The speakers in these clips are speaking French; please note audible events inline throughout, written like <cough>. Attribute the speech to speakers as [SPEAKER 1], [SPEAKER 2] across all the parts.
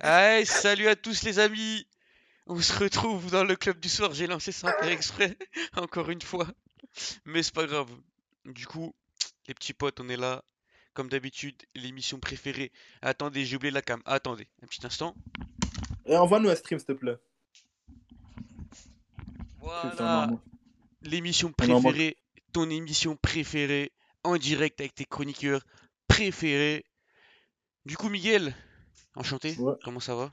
[SPEAKER 1] Hey, salut à tous les amis On se retrouve dans le club du soir, j'ai lancé ça par exprès, <laughs> encore une fois. Mais c'est pas grave. Du coup, les petits potes, on est là. Comme d'habitude, l'émission préférée. Attendez, j'ai oublié la cam. Attendez, un petit instant.
[SPEAKER 2] Et Eh, envoie-nous un stream, s'il te plaît.
[SPEAKER 1] Voilà, l'émission
[SPEAKER 2] On est en mode-
[SPEAKER 1] préférée, ton émission préférée, en direct avec tes chroniqueurs préférés. Du coup, Miguel, enchanté,
[SPEAKER 2] Ouais.
[SPEAKER 1] comment ça va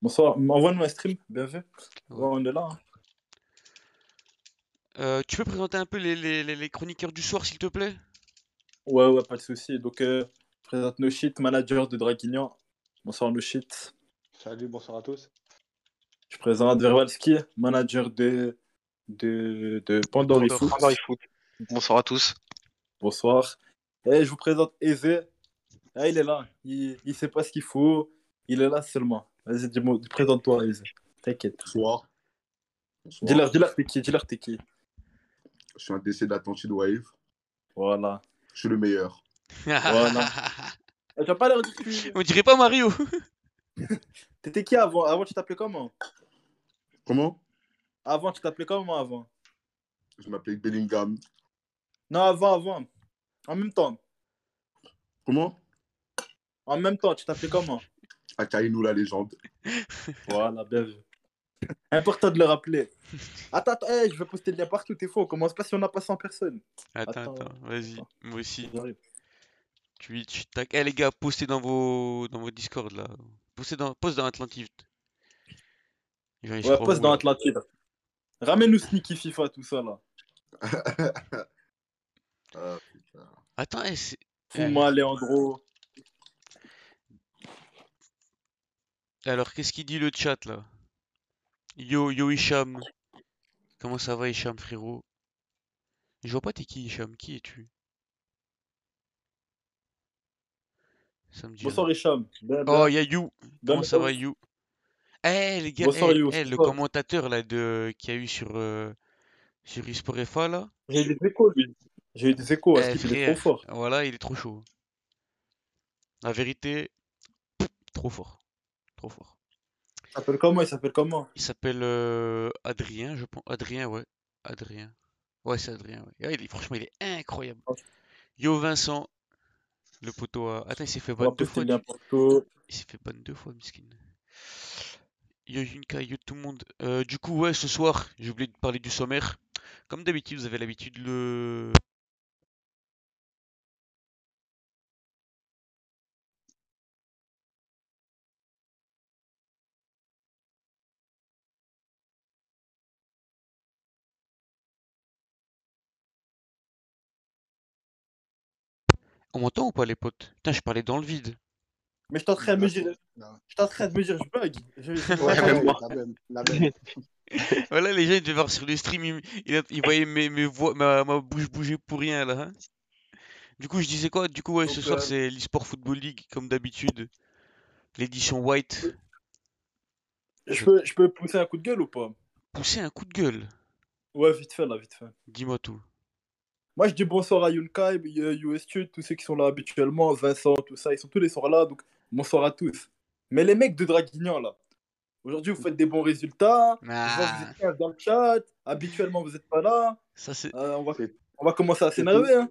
[SPEAKER 2] Bonsoir, envoie-nous un stream, bien fait.
[SPEAKER 1] Ouais.
[SPEAKER 2] Ouais, on est là. hein.
[SPEAKER 1] Euh, tu peux présenter un peu les, les- les- les chroniqueurs du soir, s'il te plaît
[SPEAKER 2] Ouais, ouais, pas de souci. Donc, euh, je présente No Shit, manager de Draguignan. Bonsoir, No Shit.
[SPEAKER 3] Salut, bonsoir à tous.
[SPEAKER 2] Je présente Verwalski, manager de, de, de Pandore et Foot.
[SPEAKER 1] Pandore et
[SPEAKER 4] Bonsoir à tous.
[SPEAKER 2] Bonsoir. Et je vous présente Eze. Ah, il est là. Il, il sait pas ce qu'il faut. Il est là seulement. Vas-y, dis-moi, présente-toi, Eze. T'inquiète.
[SPEAKER 3] Bonsoir.
[SPEAKER 2] Dis-leur, dis-leur t'es qui, dis-leur t'es qui.
[SPEAKER 3] Je suis un décès d'Atlantide Wave.
[SPEAKER 2] Voilà.
[SPEAKER 3] Je suis le meilleur.
[SPEAKER 2] Voilà.
[SPEAKER 1] <laughs>
[SPEAKER 2] Ah, tu as pas l'air du cul.
[SPEAKER 1] On dirait pas Mario
[SPEAKER 2] T'étais qui avant Avant, tu t'appelais comment
[SPEAKER 3] Comment
[SPEAKER 2] Avant, tu t'appelais comment avant
[SPEAKER 3] Je m'appelle Bellingham.
[SPEAKER 2] Non, avant, avant. En même temps.
[SPEAKER 3] Comment
[SPEAKER 2] En même temps, tu t'appelais comment
[SPEAKER 3] Akainu la légende.
[SPEAKER 2] Voilà, bien vu. Important de le rappeler. Attends, attends, hey, je vais poster le lien partout, t'es faux. Commence pas si on n'a pas 100 personnes.
[SPEAKER 1] Attends,
[SPEAKER 2] Attends.
[SPEAKER 1] attends, vas-y, moi aussi.
[SPEAKER 2] J'arrive.
[SPEAKER 1] Twitch, tac. Eh les gars, postez dans vos, dans vos Discord là. Postez dans, poste dans Atlantive. Ouais,
[SPEAKER 2] Ouais, poste dans Atlantide. Ramène-nous Sneaky FIFA, tout ça là.
[SPEAKER 3] Euh,
[SPEAKER 1] Attends, eh, c'est-
[SPEAKER 2] Fuma, Leandro.
[SPEAKER 1] alors qu'est-ce qu'il dit le chat là Yo, yo Hicham. Comment ça va Hicham frérot Je vois pas t'es qui Hicham, qui es-tu Ça me dit
[SPEAKER 2] Bonsoir, Hicham. Bien, bien.
[SPEAKER 1] Oh, y'a You.
[SPEAKER 2] Bien,
[SPEAKER 1] Comment ça
[SPEAKER 2] bien.
[SPEAKER 1] va, You? Eh, les gars,
[SPEAKER 2] Bonsoir,
[SPEAKER 1] eh,
[SPEAKER 2] You,
[SPEAKER 1] eh,
[SPEAKER 2] c'est
[SPEAKER 1] le
[SPEAKER 2] toi.
[SPEAKER 1] commentateur là de qui a eu sur euh, sur eSport FA là,
[SPEAKER 2] J'ai eu des échos, lui. J'ai eu des échos.
[SPEAKER 1] Eh,
[SPEAKER 2] Est-ce qu'il est
[SPEAKER 1] frère.
[SPEAKER 2] trop fort
[SPEAKER 1] voilà, il est trop chaud. La vérité, pff, trop fort, trop fort.
[SPEAKER 2] Il s'appelle comment Il s'appelle comment
[SPEAKER 1] Il s'appelle euh, Adrien, je pense. Adrien, ouais, Adrien. Ouais, c'est Adrien. Ouais. Ouais, il est- franchement, il est incroyable. Yo Vincent, le poteau. à- Attends, il s'est fait
[SPEAKER 2] On va
[SPEAKER 1] ban deux
[SPEAKER 2] poster
[SPEAKER 1] fois.
[SPEAKER 2] le
[SPEAKER 1] du-
[SPEAKER 2] lien partout.
[SPEAKER 1] Il s'est fait ban deux fois, miskin. Yo Yunka, yo tout le monde. Euh, du coup, ouais, ce soir, j'ai oublié de parler du sommaire. Comme d'habitude, vous avez l'habitude le. On m'entend ou pas, les potes? Putain, je parlais dans le vide.
[SPEAKER 2] Mais je t'entraîne à me dire. Je t'entraîne à me dire, je bug. Je- je-
[SPEAKER 4] Ouais, même moi.
[SPEAKER 3] la même, la même.
[SPEAKER 1] Voilà, les gens, ils devaient voir sur le stream, ils, ils- ils voyaient mes, mes voix, ma, ma bouche bouger pour rien, là. hein. Du coup, je disais quoi? Du coup, ouais, ce
[SPEAKER 2] Donc,
[SPEAKER 1] soir,
[SPEAKER 2] euh,
[SPEAKER 1] c'est l'eSport Football League, comme d'habitude. L'édition White.
[SPEAKER 2] Je peux, je peux pousser un coup de gueule ou pas
[SPEAKER 1] Poussez un coup de gueule.
[SPEAKER 2] Ouais, vite fait là, vite fait.
[SPEAKER 1] Dis-moi tout.
[SPEAKER 2] Moi, je dis bonsoir à euh, Yunkai, USTUD, tous ceux qui sont là habituellement, Vincent, tout ça, ils sont tous les soirs là, donc bonsoir à tous. Mais les mecs de Draguignan, là, aujourd'hui, vous faites des bons résultats, je vois que vous
[SPEAKER 1] Ah,
[SPEAKER 2] êtes 15 dans le chat, habituellement, vous n'êtes pas là,
[SPEAKER 1] ça c'est.
[SPEAKER 2] Euh, on, va,
[SPEAKER 3] C'est-
[SPEAKER 2] on va commencer à s'énerver. Hein.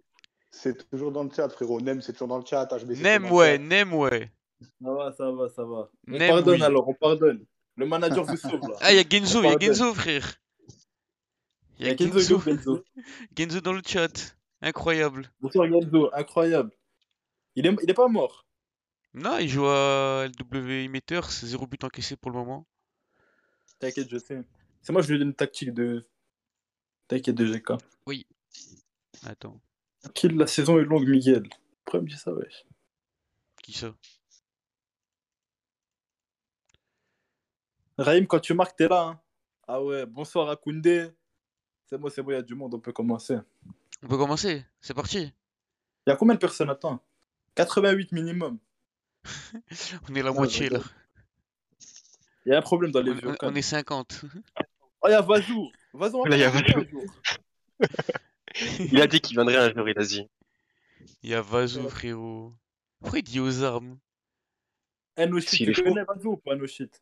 [SPEAKER 3] C'est toujours dans le chat, frérot. Nem, c'est toujours dans le chat. Ah, HB, c'est
[SPEAKER 1] Nem,
[SPEAKER 3] toujours dans le
[SPEAKER 1] ouais, Nem, ouais.
[SPEAKER 2] Ça va, ça va, ça va. On
[SPEAKER 1] Nem,
[SPEAKER 2] pardonne
[SPEAKER 1] oui.
[SPEAKER 2] alors, on pardonne. Le manager vous sauve, là.
[SPEAKER 1] Ah, il y a Genzo, il y a
[SPEAKER 2] Pardon.
[SPEAKER 1] Genzo, frère. <laughs> Il y a
[SPEAKER 2] Genzo,
[SPEAKER 1] Genzo,
[SPEAKER 2] il est où, Genzo
[SPEAKER 1] <laughs> Genzo dans le chat. Incroyable.
[SPEAKER 2] Bonsoir Genzo, incroyable. Il est, il est pas mort.
[SPEAKER 1] Non, il joue à LW Emitters, zéro but encaissé pour le moment.
[SPEAKER 2] T'inquiète, je sais. C'est moi, je lui donne une tactique de... T'inquiète, de GK.
[SPEAKER 1] Attends,
[SPEAKER 2] Kill, la saison est longue, Miguel. Pourquoi il me dit ça, wesh
[SPEAKER 1] qui ça?
[SPEAKER 2] Raïm, quand tu marques, t'es là. hein. Ah ouais, bonsoir à Koundé. C'est bon, c'est bon, il y a du monde, on peut commencer.
[SPEAKER 1] On peut commencer, c'est parti.
[SPEAKER 2] Il y a combien de personnes Attends. 88 minimum.
[SPEAKER 1] On est la
[SPEAKER 2] Ouais,
[SPEAKER 1] moitié là.
[SPEAKER 2] Il y a un problème dans les
[SPEAKER 1] On,
[SPEAKER 2] vieux.
[SPEAKER 1] on-
[SPEAKER 2] quand
[SPEAKER 1] on est 50.
[SPEAKER 2] Oh, il y a Vazou. Vazou, on
[SPEAKER 4] Là, il y a
[SPEAKER 2] va
[SPEAKER 4] Vazou.
[SPEAKER 2] un jour.
[SPEAKER 4] Il a dit qu'il viendrait un jour, il a dit.
[SPEAKER 1] Il y a Vazo,
[SPEAKER 2] Ouais.
[SPEAKER 1] frérot. Pourquoi il dit aux armes?
[SPEAKER 2] Eh, no shit,
[SPEAKER 4] S'il
[SPEAKER 2] tu
[SPEAKER 4] est chaud.
[SPEAKER 2] connais Vazo ou pas no shit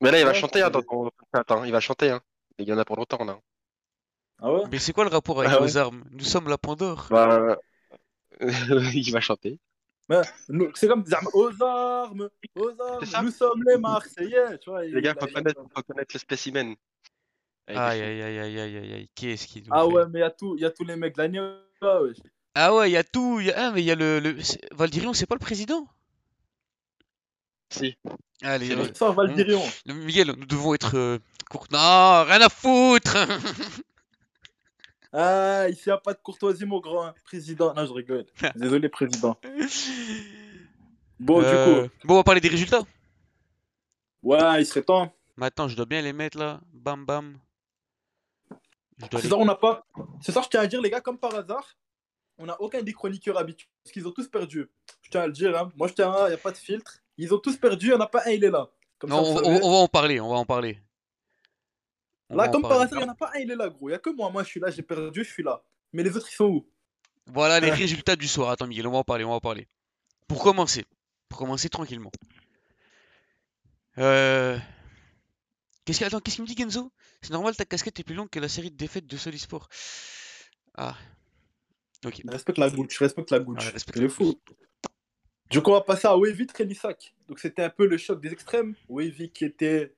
[SPEAKER 4] Mais là, il va
[SPEAKER 2] Ouais,
[SPEAKER 4] chanter, hein,
[SPEAKER 2] ouais.
[SPEAKER 4] attends, attends, il va chanter, hein. Il y en a pour longtemps, là.
[SPEAKER 2] Ah ouais
[SPEAKER 1] Mais c'est quoi le rapport avec
[SPEAKER 4] Ah ouais.
[SPEAKER 1] nos armes Nous sommes la Pandore.
[SPEAKER 4] Bah, euh, <laughs> il va chanter.
[SPEAKER 2] Nous- C'est comme Zama, aux armes, aux
[SPEAKER 4] C'est ça.
[SPEAKER 2] armes, nous sommes les Marseillais, tu vois.
[SPEAKER 4] Les
[SPEAKER 2] il-
[SPEAKER 4] gars,
[SPEAKER 2] il
[SPEAKER 4] faut
[SPEAKER 2] a-
[SPEAKER 4] connaître, faut connaître le spécimen. Avec les
[SPEAKER 1] Aïe,
[SPEAKER 4] filles.
[SPEAKER 1] aïe, aïe, aïe, aïe, aïe, aïe. Qu'est-ce qu'il nous
[SPEAKER 2] Ah
[SPEAKER 1] fait
[SPEAKER 2] ouais, mais il y, a tout- y a tous les mecs de l'année, ouais.
[SPEAKER 1] Ah ouais, il y a tout. il y a- Ah, mais il y a le. le... c'est- Valdirien, c'est pas le président
[SPEAKER 4] Si.
[SPEAKER 1] Allez,
[SPEAKER 4] C'est
[SPEAKER 1] ouais.
[SPEAKER 4] vrai.
[SPEAKER 2] Sors Valdirien.
[SPEAKER 1] Le- Miguel, nous devons être. euh, court- Non, rien à foutre <laughs>
[SPEAKER 2] Ah, ici, y a pas de courtoisie, mon grand hein. président. Non,
[SPEAKER 1] <laughs>
[SPEAKER 2] je rigole. Désolé, président. Bon,
[SPEAKER 1] Euh,
[SPEAKER 2] du coup,
[SPEAKER 1] Bon, on va parler des résultats.
[SPEAKER 2] ouais, il serait temps.
[SPEAKER 1] Maintenant, je dois bien les mettre là. Bam, bam. Je dois
[SPEAKER 2] Ce
[SPEAKER 1] les-
[SPEAKER 2] soir, on n'a pas. Ce soir, je tiens à dire, les gars, comme par hasard, on n'a aucun des chroniqueurs habituels parce qu'ils ont tous perdu. Je tiens à le dire, hein. moi, je tiens à, il n'y a pas de filtre. Ils ont tous perdu, il n'y en a pas un, il est là. Comme
[SPEAKER 1] Non,
[SPEAKER 2] ça, vous
[SPEAKER 1] on, on-
[SPEAKER 2] savez.
[SPEAKER 1] on va en parler, on va en parler. On
[SPEAKER 2] Là,
[SPEAKER 1] va en
[SPEAKER 2] comme par
[SPEAKER 1] parler.
[SPEAKER 2] hasard, il n'y en a pas un, il est là, gros. Il n'y a que moi. Moi, je suis là, j'ai perdu, je suis là. Mais les autres, ils sont où
[SPEAKER 1] Voilà les résultats du soir. Attends, Miguel, on va en parler, on va en parler. Pour commencer, pour commencer tranquillement. Euh, Qu'est-ce que... Attends, qu'est-ce qu'il me dit, Genzo? C'est normal, ta casquette est plus longue que la série de défaites de Solisport. Ah, ok.
[SPEAKER 2] Respecte la goutte, je respecte la goutte.
[SPEAKER 1] Ouais, respecte
[SPEAKER 2] Il
[SPEAKER 1] Ah, la
[SPEAKER 2] est fou. Du coup, on va passer à Wavy Trélissac. Donc, c'était un peu le choc des extrêmes. Wavy qui était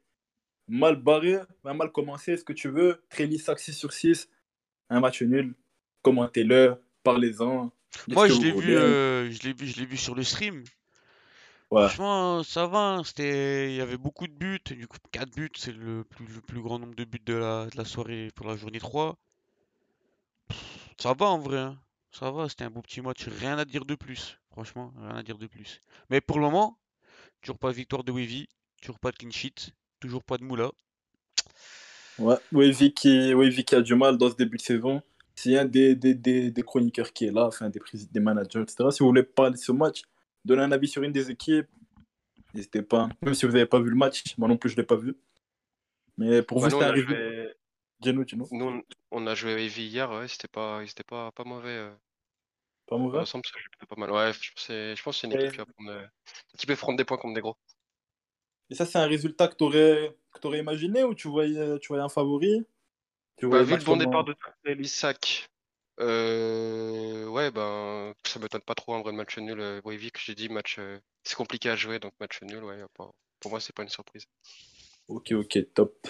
[SPEAKER 2] mal barré, ben, mal commencé, ce que tu veux. Trélissac 6 sur 6. Un match nul. Commentez-le, parlez-en. Dites
[SPEAKER 1] Moi,
[SPEAKER 2] ce
[SPEAKER 1] je
[SPEAKER 2] que
[SPEAKER 1] l'ai
[SPEAKER 2] vous
[SPEAKER 1] vu,
[SPEAKER 2] voulez.
[SPEAKER 1] euh, je l'ai vu, je l'ai vu sur le stream.
[SPEAKER 2] Ouais.
[SPEAKER 1] Franchement, ça va. hein, C'était, il y avait beaucoup de buts. Du coup, 4 buts, c'est le plus, le plus grand nombre de buts de la, de la soirée pour la journée 3. Pff, Ça va en vrai. hein, Ça va. C'était un beau petit match. Rien à dire de plus. Franchement, rien à dire de plus. Mais pour le moment, toujours pas de victoire de Wavy. Toujours pas de clean sheet. Toujours pas de Moula.
[SPEAKER 2] Ouais. Wavy, qui, Wavy qui a du mal dans ce début de saison. S'il y a un des, des, des, des chroniqueurs qui est là, enfin des, prés- des managers, etc., si vous voulez parler de ce match, donner un avis sur une des équipes, n'hésitez pas. Même si vous n'avez pas vu le match, moi non plus, je ne l'ai pas vu. Mais pour
[SPEAKER 4] Bah,
[SPEAKER 2] vous,
[SPEAKER 4] nous,
[SPEAKER 2] c'est
[SPEAKER 4] on a
[SPEAKER 2] arrivé.
[SPEAKER 4] joué-
[SPEAKER 2] Geno, Geno.
[SPEAKER 4] nous, on- on a joué Heavy hier, ouais, c'était pas, c'était pas, pas mauvais. euh.
[SPEAKER 2] Pas mauvais.
[SPEAKER 4] Ensemble, ça joue plutôt pas mal. Ouais, je pense que c'est- je pense que c'est une équipe qui va prendre, euh, qui peut prendre des points contre des gros.
[SPEAKER 2] Et ça, c'est un résultat que tu aurais, imaginé ou tu voyais, tu voyais un favori tu
[SPEAKER 4] Bah,
[SPEAKER 2] voyais
[SPEAKER 4] vu le
[SPEAKER 2] match
[SPEAKER 4] bon
[SPEAKER 2] comment
[SPEAKER 4] départ de Trélissac, euh, ouais, ben, ça m'étonne pas trop en vrai le match nul. Euh, Breivik, j'ai dit, match, euh, c'est compliqué à jouer, donc match nul, ouais, pas- pour moi, c'est pas une surprise.
[SPEAKER 2] Ok, ok, top.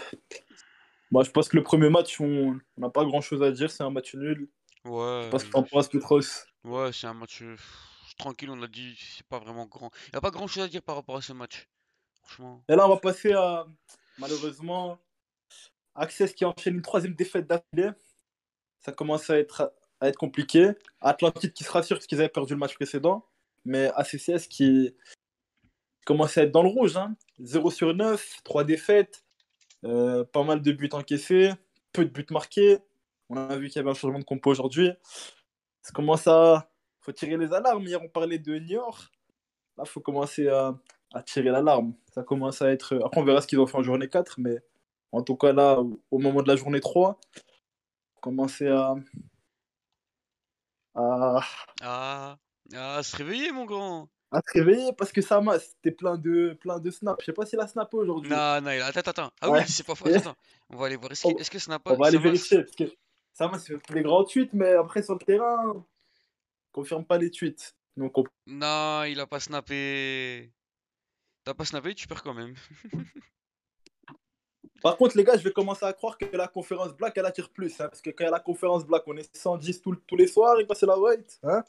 [SPEAKER 2] Moi, je pense que le premier match, on on n'a pas grand-chose à dire. C'est un match nul.
[SPEAKER 1] Ouais. euh,
[SPEAKER 2] Je pense que t'en penses, Petros.
[SPEAKER 1] Ouais, c'est un match euh, pff, tranquille, on a dit, c'est pas vraiment grand. Il n'y a pas grand chose à dire par rapport à ce match. Franchement.
[SPEAKER 2] Et là, on va passer à, malheureusement, Access qui enchaîne une troisième défaite d'affilée. Ça commence à être, à être compliqué. Atlantique qui se rassure parce qu'ils avaient perdu le match précédent. Mais ACCS qui commence à être dans le rouge. hein. 0 sur 9, 3 défaites, euh, pas mal de buts encaissés, peu de buts marqués. On a vu qu'il y avait un changement de compo aujourd'hui. Ça commence à... faut tirer les alarmes. Hier, on parlait de Niort. Là, faut commencer à à tirer l'alarme. Ça commence à être. Après, on verra ce qu'ils ont fait en journée 4, mais en tout cas, là, au moment de la journée 3, commencer à. à,
[SPEAKER 1] Ah, ah, se réveiller, mon grand.
[SPEAKER 2] à se réveiller parce que ça masse. C'était plein de, plein de snaps. Je sais pas s'il a snappé aujourd'hui.
[SPEAKER 1] Non, non, il a- attends, attends, attends. Ah
[SPEAKER 2] Ouais.
[SPEAKER 1] oui, c'est pas
[SPEAKER 2] <laughs>
[SPEAKER 1] faux. Attends, on va aller voir. Est-ce
[SPEAKER 2] On-
[SPEAKER 1] que, est-ce que ça n'a pas.
[SPEAKER 2] On va aller
[SPEAKER 1] ça va-
[SPEAKER 2] vérifier parce que ça masse fait des grands tweets, mais après, sur le terrain, on confirme pas les tweets. Donc, on-
[SPEAKER 1] Non, il a pas snappé. T'as pas snappé, tu perds quand même.
[SPEAKER 2] Par contre, les gars, je vais commencer à croire que la conférence Black, elle attire plus. hein, parce que quand il y a la conférence Black, on est 110 tout- tous les soirs et quand c'est la White. Hein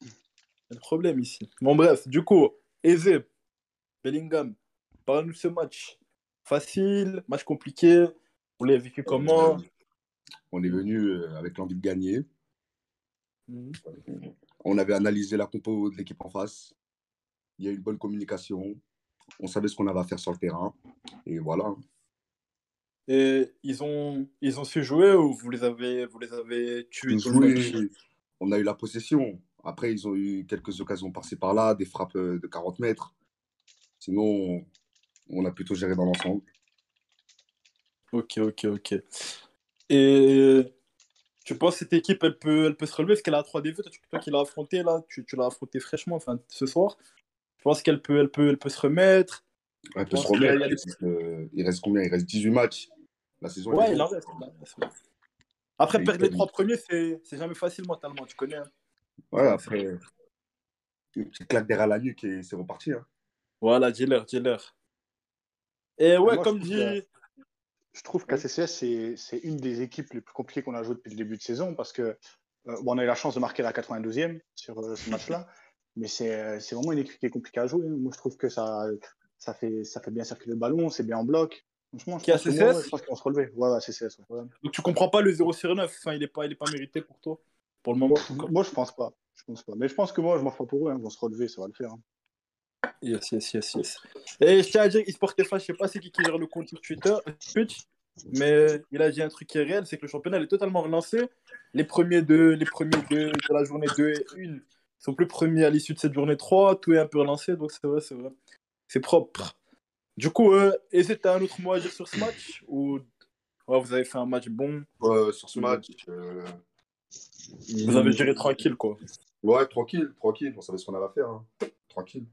[SPEAKER 2] c'est le problème ici. Bon, bref, du coup, aisé. Bellingham, parle-nous de ce match. Facile, match compliqué. On l'a vécu comment
[SPEAKER 5] On est venu euh, avec l'envie de gagner.
[SPEAKER 2] Mhm.
[SPEAKER 5] On avait analysé la compo de l'équipe en face. Il y a eu une bonne communication. On savait ce qu'on avait à faire sur le terrain. Et voilà.
[SPEAKER 2] Et ils ont, ils ont su jouer ou vous les avez, vous les avez tués tout le match
[SPEAKER 5] Jouer, on a eu la possession. Après, ils ont eu quelques occasions par-ci par-là, des frappes euh, de 40 mètres. Sinon, on- on a plutôt géré dans l'ensemble.
[SPEAKER 2] Ok, ok, ok. Et tu penses que cette équipe, elle peut, elle peut se relever parce qu'elle a 3 défaites. Toi qui l'as affrontée là, tu, tu l'as affrontée fraîchement enfin, ce soir. Tu pense qu'elle peut, elle peut, elle peut se remettre.
[SPEAKER 5] Ouais, peut se
[SPEAKER 2] pense qu'il
[SPEAKER 5] remettre,
[SPEAKER 2] y a-
[SPEAKER 5] il, reste, euh, il reste combien Il reste 18 matchs. La saison elle
[SPEAKER 2] Ouais,
[SPEAKER 5] est
[SPEAKER 2] il en reste. il en reste, ouais. Après,
[SPEAKER 5] Et
[SPEAKER 2] perdre
[SPEAKER 5] il-
[SPEAKER 2] les trois premiers, c'est c'est jamais facile mentalement, tu connais. hein.
[SPEAKER 5] Ouais, après, euh, une petite claque derrière la nuque et c'est reparti. hein.
[SPEAKER 2] Voilà, dealer, dealer. Et ouais,
[SPEAKER 3] moi,
[SPEAKER 2] comme
[SPEAKER 3] je
[SPEAKER 2] dit.
[SPEAKER 3] trouve Je trouve qu'ACCS, c'est c'est une des équipes les plus compliquées qu'on a jouées depuis le début de saison parce que euh, bon, on a eu la chance de marquer la 92e sur euh, ce match-là, mais c'est euh, c'est vraiment une équipe qui est compliquée à jouer. hein. Moi, je trouve que ça, ça, fait, ça fait bien circuler le ballon, c'est bien en bloc. Franchement, je
[SPEAKER 2] Qui a
[SPEAKER 3] pense que
[SPEAKER 2] CCS?
[SPEAKER 3] ouais, je pense qu'ils vont se relever. Ouais, ouais, CCS. ouais. Ouais.
[SPEAKER 2] Donc tu comprends pas le 0 sur 9. Enfin, il est pas, il est pas mérité pour toi. Pour le moment. en tout cas.
[SPEAKER 3] Moi, je pense pas. Je pense pas. Mais je pense que moi, je m'en fous pour eux. hein. Ils vont se relever, ça va le faire. hein.
[SPEAKER 2] Yes, yes, yes, yes. Et je tiens à dire, eSport FA, je sais pas c'est qui qui gère le compte sur Twitter, Twitch, mais il a dit un truc qui est réel, c'est que le championnat il est totalement relancé. Les premiers deux, les premiers deux de la journée 2 et 1 sont plus premiers à l'issue de cette journée 3, tout est un peu relancé, donc c'est vrai, c'est vrai. C'est propre. Du coup, euh, est-ce que t'as un autre mot à dire sur ce match ou ouais, vous avez fait un match bon,
[SPEAKER 5] Euh, sur ce
[SPEAKER 2] Mhm.
[SPEAKER 5] match, euh,
[SPEAKER 2] vous avez géré tranquille quoi.
[SPEAKER 5] ouais, tranquille, tranquille. On savait ce qu'on avait à faire. hein. Tranquille.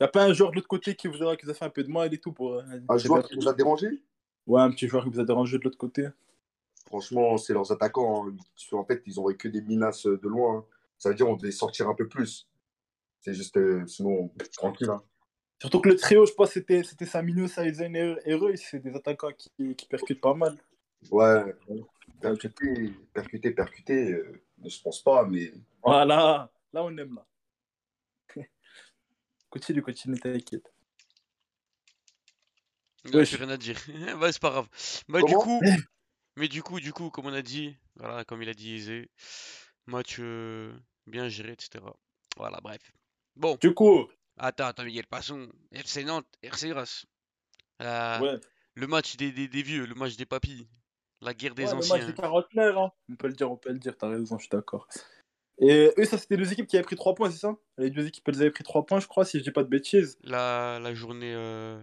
[SPEAKER 2] Y a pas un joueur de l'autre côté qui vous a, qui vous a fait un peu de mal et tout pour. euh,
[SPEAKER 5] Un joueur qui Ah, nous a dérangé
[SPEAKER 2] Ouais, un petit joueur qui vous a dérangé de l'autre côté.
[SPEAKER 5] Franchement, c'est leurs attaquants. hein. Ils sont- En fait, ils n'auraient que des menaces euh, de loin. hein. Ça veut dire qu'on devait sortir un peu plus. C'est juste, euh, sinon, tranquille. hein.
[SPEAKER 2] Surtout que le trio, je pense, c'était, c'était Samino, Saizen et, et Reus. C'est des attaquants qui, qui percutent pas mal.
[SPEAKER 5] Ouais, percuter, percuter, percuter, euh, ne se pense pas, mais
[SPEAKER 2] Voilà, là on aime là. <laughs> continue, continue, t'inquiète.
[SPEAKER 1] Là,
[SPEAKER 2] Wesh.
[SPEAKER 1] j'ai rien à dire. <laughs> bah, c'est pas grave. Bah, du
[SPEAKER 2] <laughs>
[SPEAKER 5] Comment
[SPEAKER 1] coup, mais du coup, du coup, comme on a dit, voilà, comme il a dit Aisé, match euh, bien géré, etc. Voilà, bref. Bon,
[SPEAKER 2] Du coup,
[SPEAKER 1] attends, attends, Miguel, passons. FC Nantes, RC Grasse. Euh,
[SPEAKER 2] ouais,
[SPEAKER 1] Le match des, des, des vieux, le match des papilles, la guerre des
[SPEAKER 2] Ouais, le match
[SPEAKER 1] anciens.
[SPEAKER 2] des quarantenaires, hein. on peut le dire, on peut le dire, t'as raison, je suis d'accord. Et eux, ça, c'était deux équipes qui avaient pris trois points, c'est ça Les deux équipes, elles avaient pris trois points, je crois, si je dis pas de bêtises.
[SPEAKER 1] La, la journée. euh,